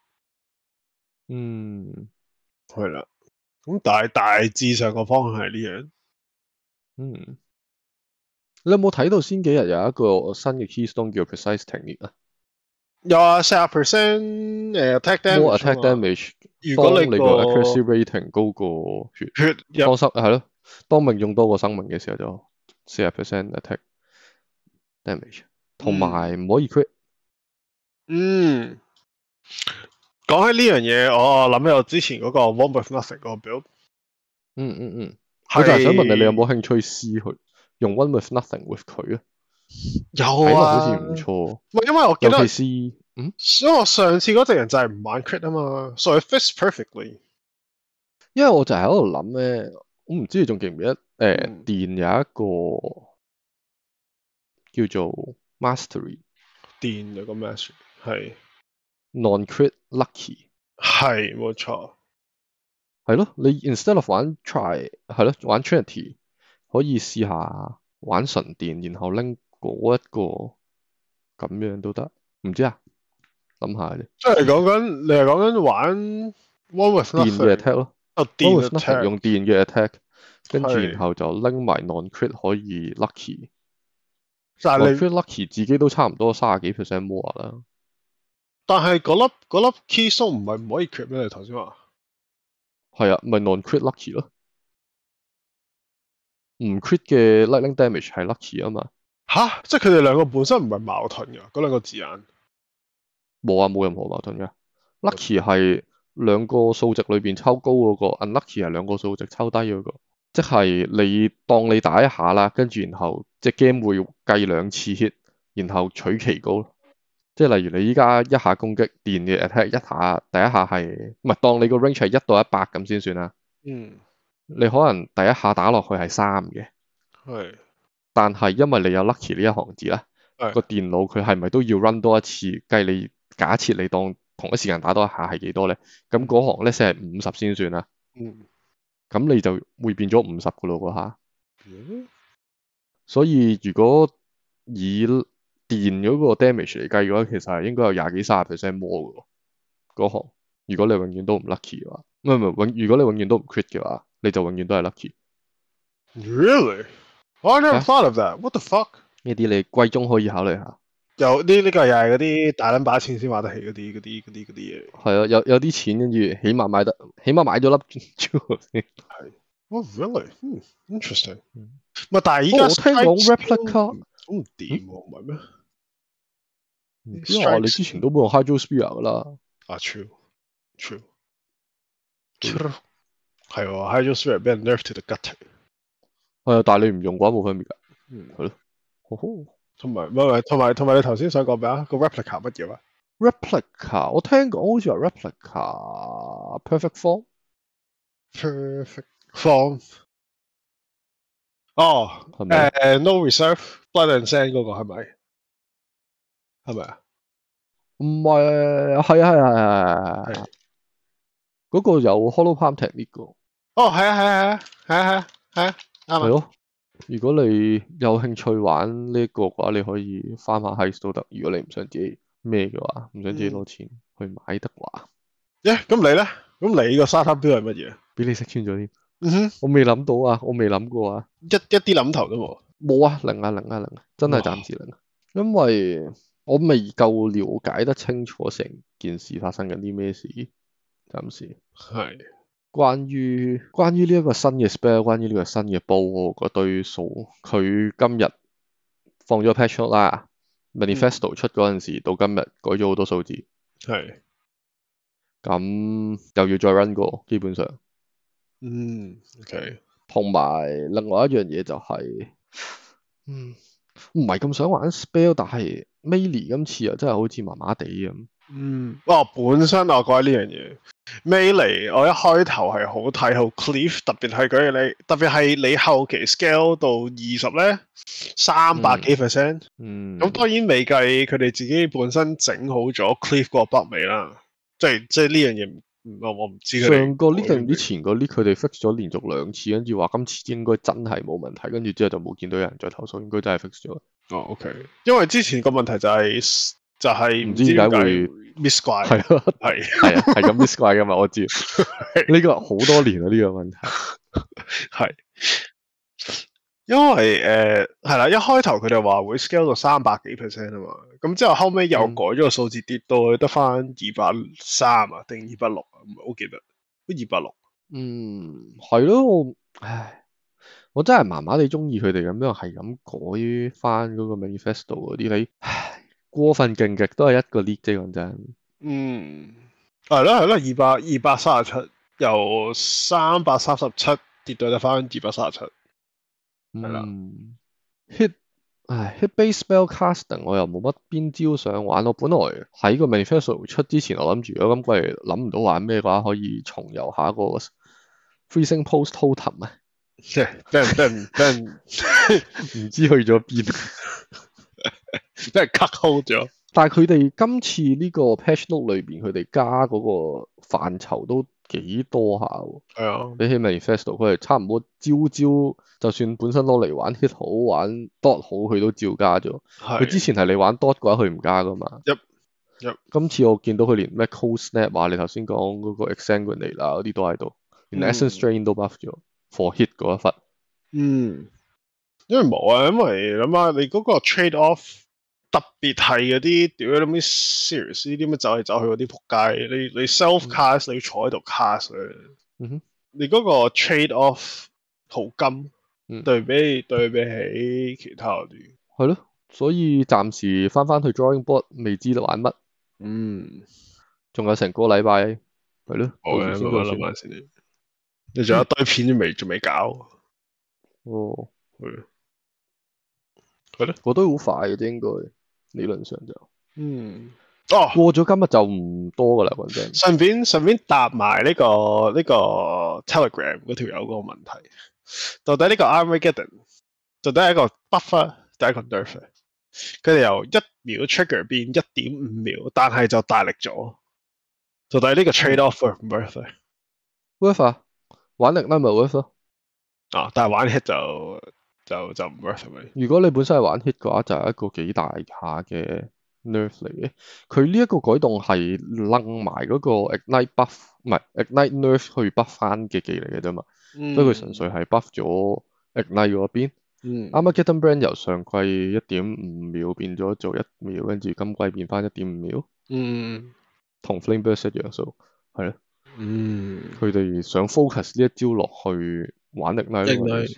[SPEAKER 2] 嗯
[SPEAKER 1] 係啦。咁但係大致上個方向係呢樣，
[SPEAKER 2] 嗯，你有冇睇到先幾日有一個新嘅 keystone 叫 precise technique 啊
[SPEAKER 1] 有啊，四十 percent 誒 attack damage 啊
[SPEAKER 2] ？More attack
[SPEAKER 1] 嘛
[SPEAKER 2] damage，
[SPEAKER 1] 如
[SPEAKER 2] 當
[SPEAKER 1] 果
[SPEAKER 2] 你
[SPEAKER 1] 你
[SPEAKER 2] 個
[SPEAKER 1] 個
[SPEAKER 2] accuracy rating 高過血。
[SPEAKER 1] 血入
[SPEAKER 2] 多生係咯，當命中多過生命嘅時候就四十 percent attack damage，同埋唔可以 crit。
[SPEAKER 1] 嗯，講起呢樣嘢，我諗起我之前嗰個 one with nothing 嗰個 build，
[SPEAKER 2] 嗯嗯嗯，我就係想問你，你有冇興趣試去用 one with nothing with 佢啊？
[SPEAKER 1] 有
[SPEAKER 2] 睇落
[SPEAKER 1] 啊？
[SPEAKER 2] 好似唔錯，
[SPEAKER 1] 唔係因為我記
[SPEAKER 2] 尤
[SPEAKER 1] 得
[SPEAKER 2] 其是嗯，
[SPEAKER 1] 所以我上次嗰隻人就係唔玩 crit 啊嘛，所以 fits perfectly。
[SPEAKER 2] 因為我就係喺度諗咧，我唔知你仲記唔記得誒、呃
[SPEAKER 1] 嗯
[SPEAKER 2] 電有一個叫做 Mastery
[SPEAKER 1] 電咗個 match 係
[SPEAKER 2] Non-Crit Lucky
[SPEAKER 1] 係冇錯，
[SPEAKER 2] 係咯，你 instead of 玩 Try 係咯，玩 Trinity 可以試下玩神殿，然後拎嗰一個咁樣都得，唔知啊，諗下啫。
[SPEAKER 1] 即係講緊你係講緊玩 one with
[SPEAKER 2] 電
[SPEAKER 1] nothing，
[SPEAKER 2] 嘅 attack 咯
[SPEAKER 1] 哦
[SPEAKER 2] ，one
[SPEAKER 1] 電
[SPEAKER 2] with nothing
[SPEAKER 1] attack
[SPEAKER 2] 用電嘅 attack，跟住
[SPEAKER 1] 係
[SPEAKER 2] 然後就拎埋 non-crit 可以 lucky。
[SPEAKER 1] 但係
[SPEAKER 2] non
[SPEAKER 1] 你
[SPEAKER 2] crit lucky 自己都差唔多三十幾 percent more 啦。
[SPEAKER 1] 但係嗰粒嗰粒 keystone 唔係唔可以 crit 咩？你頭先話
[SPEAKER 2] 係啊，咪 non-crit lucky 咯。唔 crit 嘅 lightning damage 係 lucky 啊嘛。
[SPEAKER 1] 吓，即係佢哋兩個本身唔係矛盾㗎，嗰兩個字眼。
[SPEAKER 2] 冇啊，冇任何矛盾嘅。lucky 係兩個數值裏邊抽高嗰、個，unlucky 係兩個數值抽低嗰、個。即係你當你打一下啦，跟住然後隻 game 會計兩次 hit，然後取其高咯。即係例如你依家一下攻擊電嘅 attack 一下，第一下係唔係當你個 range 係一到一百咁先算啦。
[SPEAKER 1] 嗯，
[SPEAKER 2] 你可能第一下打落去係三嘅，
[SPEAKER 1] 係
[SPEAKER 2] 但係因為你有 lucky 呢一行字啦，
[SPEAKER 1] 係
[SPEAKER 2] 個電腦佢係咪都要 run 多一次？計你假設你當同一時間打多一下係幾多咧？咁嗰行咧先係五十先算啦。
[SPEAKER 1] 嗯。
[SPEAKER 2] 咁你就會變咗五十噶咯嗰下。
[SPEAKER 1] 嗯
[SPEAKER 2] 所以如果以電嗰個 damage 嚟計嘅話，其實係應該有廿幾三十 percent more 嘅喎嗰行。如果你永遠都唔 lucky 嘅話，唔係唔係永，如果你永遠都唔 crit 嘅話，你就永遠都係 lucky。
[SPEAKER 1] Really? I never
[SPEAKER 2] 啊
[SPEAKER 1] thought of that. What the fuck?
[SPEAKER 2] 呢啲你季中可以考慮下。
[SPEAKER 1] 又呢呢個又係嗰啲大撚把錢先買得起嗰啲嗰啲嗰啲嗰啲嘢。
[SPEAKER 2] 係啊，有有啲錢跟住，起碼買得，起碼買咗粒 jewel 先。
[SPEAKER 1] Oh really? Hmm, interesting.
[SPEAKER 2] 嗯
[SPEAKER 1] 唔係，但係依
[SPEAKER 2] 哦
[SPEAKER 1] 家
[SPEAKER 2] 我聽講
[SPEAKER 1] Strike Skill 唔
[SPEAKER 2] replica 嗯
[SPEAKER 1] 好唔掂喎，唔係咩？嗯
[SPEAKER 2] 唔知啊，你之前都冇用 hydro spear 噶啦，
[SPEAKER 1] 啊，true, true, true。係喎，Hydro Spirit 俾人 nerf to the gut，
[SPEAKER 2] 係啊，但係你唔用嘅話冇分別㗎。
[SPEAKER 1] 嗯
[SPEAKER 2] 係咯。哦吼
[SPEAKER 1] 同埋唔係同埋同埋你頭先想講咩啊？個 replica 乜嘢啊？
[SPEAKER 2] replica，我聽講好似話 replica perfect form。
[SPEAKER 1] perfect form。哦，
[SPEAKER 2] 係咪
[SPEAKER 1] 誒、n o reserve blood and sand 嗰個係咪？係咪啊？
[SPEAKER 2] 唔係，係啊係啊係啊係啊
[SPEAKER 1] 係。
[SPEAKER 2] 嗰個有 hollow palm technique 㗎，
[SPEAKER 1] 哦，係啊，係啊，係啊，係啊，係啊，
[SPEAKER 2] 係
[SPEAKER 1] 啱啊。
[SPEAKER 2] 咯。如果你有興趣玩呢個嘅話，你可以翻下 heist 都得。如果你唔想自己咩嘅話，唔想
[SPEAKER 1] 嗯
[SPEAKER 2] 自己攞錢去買的話，
[SPEAKER 1] 耶，咁你咧？咁你個沙灘標係乜嘢？
[SPEAKER 2] 俾你識穿咗添。
[SPEAKER 1] 嗯哼，
[SPEAKER 2] 我未諗到啊，我未諗過啊，
[SPEAKER 1] 一一啲諗頭都冇。
[SPEAKER 2] 冇啊，零啊零啊零啊，真係暫時零啊，因為我未夠了解得清楚成件事發生緊啲咩事，暫時
[SPEAKER 1] 係，
[SPEAKER 2] 關於關於呢一個新嘅 spell，關於呢個新嘅煲嗰堆數，佢今日放咗 patch note 啦，manifesto 出嗰陣時到今日改咗好多數字，
[SPEAKER 1] 係，
[SPEAKER 2] 咁又要再 run 過，基本上。
[SPEAKER 1] 嗯，OK，
[SPEAKER 2] 同埋另外一樣嘢就係、嗯，唔係咁想玩 spell，但係 m a i l y 今次又真係好似麻麻地咁。
[SPEAKER 1] 嗯，哦，本身我覺得呢樣嘢。Melee，我一開頭係好睇好 cleave，特別係佢你，特別係你後期 scale 到二十咧，三百幾 percent，
[SPEAKER 2] 嗯，
[SPEAKER 1] 咁當然未計佢哋自己本身整好咗 Cliff 個北美啦，即係即係呢樣嘢唔唔我我唔知佢哋
[SPEAKER 2] 上個 league 定
[SPEAKER 1] 講緊
[SPEAKER 2] 之前個 league 佢哋 fix 咗連續兩次，跟住話今次應該真係冇問題，跟住之後就冇見到有人再投訴，應該真係 fix 咗。
[SPEAKER 1] 哦 OK，因為之前個問題就係、就係、
[SPEAKER 2] 唔
[SPEAKER 1] 唔
[SPEAKER 2] 知
[SPEAKER 1] 知點
[SPEAKER 2] 點解
[SPEAKER 1] 解
[SPEAKER 2] 會
[SPEAKER 1] miss 怪
[SPEAKER 2] 係咯，
[SPEAKER 1] 係
[SPEAKER 2] 係啊，係咁 miss 怪噶嘛，我知。 呢個好多年啊啦，呢個問題。
[SPEAKER 1] 係，因為誒係啦，一開頭佢哋話會 scale 到三百幾 percent 啊嘛，咁之後後尾又改咗
[SPEAKER 2] 嗯
[SPEAKER 1] 個數字跌到去得翻二百三啊定二百六啊，唔係好記得，二百六
[SPEAKER 2] 嗯，係咯，我唉，我真係麻麻地中意佢哋咁樣係咁改翻嗰個 manifesto 嗰啲，你唉過分勁極都係一個 league 啫，講真。
[SPEAKER 1] 嗯，係啦係啦，二百二百三十七由三百三十七跌到得翻二百三十七，係啦
[SPEAKER 2] 嗯，hit 唉，hit-based spellcasting 我又冇乜邊招想玩。我本來喺個 manifesto 出之前，我諗住如果今季諗唔到玩咩嘅話，可以重遊下個 freezing post totem 啊，
[SPEAKER 1] 即係俾人俾人俾人
[SPEAKER 2] 唔知去咗邊。
[SPEAKER 1] 俾人 cut hold 咗。
[SPEAKER 2] 但係佢哋今次呢個 patch note 裏邊，佢哋加嗰個範疇都幾多下喎。
[SPEAKER 1] 係啊，
[SPEAKER 2] 比起 manifesto，佢係差唔多朝朝，就算本身攞嚟玩 hit 好玩 dot 好，佢都照加咗。佢之
[SPEAKER 1] 係
[SPEAKER 2] 前係你玩 dot 嘅話，佢唔加噶嘛。
[SPEAKER 1] Yup, yup
[SPEAKER 2] 今次我見到佢連咩 cold snap 啊，你頭先講嗰個 exsanguinate 啦，嗰啲都喺度，連
[SPEAKER 1] 嗯
[SPEAKER 2] essence drain 都 buff 咗 for hit 嗰一忽。
[SPEAKER 1] 嗯，因為冇啊，因為諗下你嗰個 trade off，特別係嗰啲屌你咩 serious 呢啲咩走嚟走去嗰啲仆街，你你 self cast 你要坐喺度 cast 咧，
[SPEAKER 2] 嗯哼
[SPEAKER 1] 你嗰個 trade off 淘金，
[SPEAKER 2] 嗯
[SPEAKER 1] 對比對比起其他嗰啲，
[SPEAKER 2] 係咯，所以暫時翻翻去 drawing board，未知玩乜，
[SPEAKER 1] 嗯，
[SPEAKER 2] 仲有成個禮拜係咯，
[SPEAKER 1] 好嘅，
[SPEAKER 2] 到時先
[SPEAKER 1] 慢慢
[SPEAKER 2] 再算
[SPEAKER 1] 諗下先。你仲有一堆片都未仲未搞，
[SPEAKER 2] 哦，
[SPEAKER 1] 係
[SPEAKER 2] 我都好快嘅啫，應該理論上就
[SPEAKER 1] 嗯，哦。
[SPEAKER 2] 過咗今日就唔多噶啦，講真。
[SPEAKER 1] 順便順便答埋呢、個呢、個 Telegram 嗰條友嗰個問題，到底呢個 Armageddon 到底係一個 buffer 定係一個 nerf？啊佢哋由一秒 trigger 變一點五秒，但係就大力咗。到底呢個 trade off worth 唔 worth 呢
[SPEAKER 2] worth 啊，玩力啦咪 worth 咯。
[SPEAKER 1] 啊，但係玩 hit 就就就唔 worth 係咪？
[SPEAKER 2] 如果你本身係玩 hit 嘅話，就係一個幾大下嘅 nerf 嚟嘅。佢呢一個改動係掕埋嗰個 ignite buff，唔係 ignite nerf 去 buff 翻嘅技嚟嘅啫嘛。
[SPEAKER 1] 嗯
[SPEAKER 2] 所以佢純粹係 buff 咗 ignite 嗰邊。
[SPEAKER 1] 嗯
[SPEAKER 2] 啱啱 Getten Brand 由上季一點五秒變咗做一秒，跟住今季變翻一點五秒，
[SPEAKER 1] 嗯
[SPEAKER 2] 同 Flame Burst 一樣數。
[SPEAKER 1] 嗯
[SPEAKER 2] 佢哋想 focus 呢一招落去玩 ignite 咯。
[SPEAKER 1] Ignite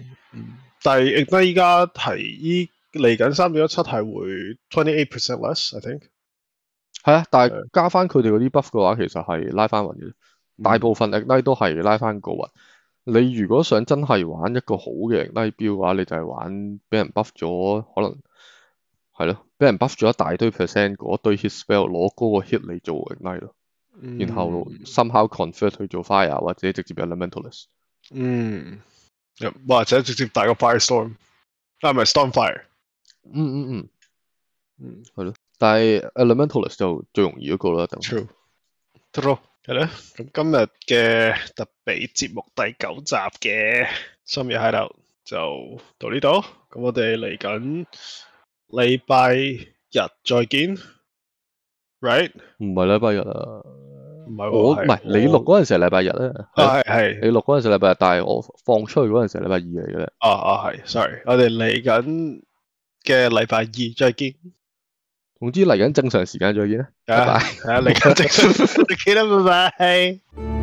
[SPEAKER 1] 但係 i g n i 依家係依嚟緊三點一七係會 twenty eight percent less，I think。
[SPEAKER 2] 係啊，但係嗯
[SPEAKER 1] 係
[SPEAKER 2] 加翻佢哋嗰啲 buff 嘅話，其實係拉翻雲嘅。大部分 ignite 都係拉翻個雲。你如果想真係玩一個好嘅 ignite 標嘅話，你就係玩俾人 buff 咗，可能係咯，俾人 buff 咗一大堆 percent 嗰堆 hit spell，攞嗰個 hit 嚟做 ignite 咯，
[SPEAKER 1] 嗯
[SPEAKER 2] 然後 somehow convert 去做 fire 或者直接有 elementalist。
[SPEAKER 1] 嗯，或者直接打個 firestorm，但係咪 stormfire？
[SPEAKER 2] 嗯嗯嗯，
[SPEAKER 1] 嗯
[SPEAKER 2] 但係 elementalist 就最容易嗰個啦，等
[SPEAKER 1] ，true。true 係咧，咁今日嘅特備節目第九集嘅深夜喺度就到呢度，咁我哋嚟緊禮拜日再見，right？
[SPEAKER 2] 唔係禮拜日啊，
[SPEAKER 1] 唔係喎哦
[SPEAKER 2] 我唔係你錄嗰陣時係禮拜日啊，係啊
[SPEAKER 1] 啊係係
[SPEAKER 2] 你錄嗰陣時係禮拜日，但係我放出去嗰陣時係禮拜二嚟嘅咧。
[SPEAKER 1] 啊啊係，sorry，我哋嚟緊嘅禮拜二再見，
[SPEAKER 2] 總之嚟緊正常時間再見啦，拜 拜。
[SPEAKER 1] 係啊嚟緊，你記得拜拜。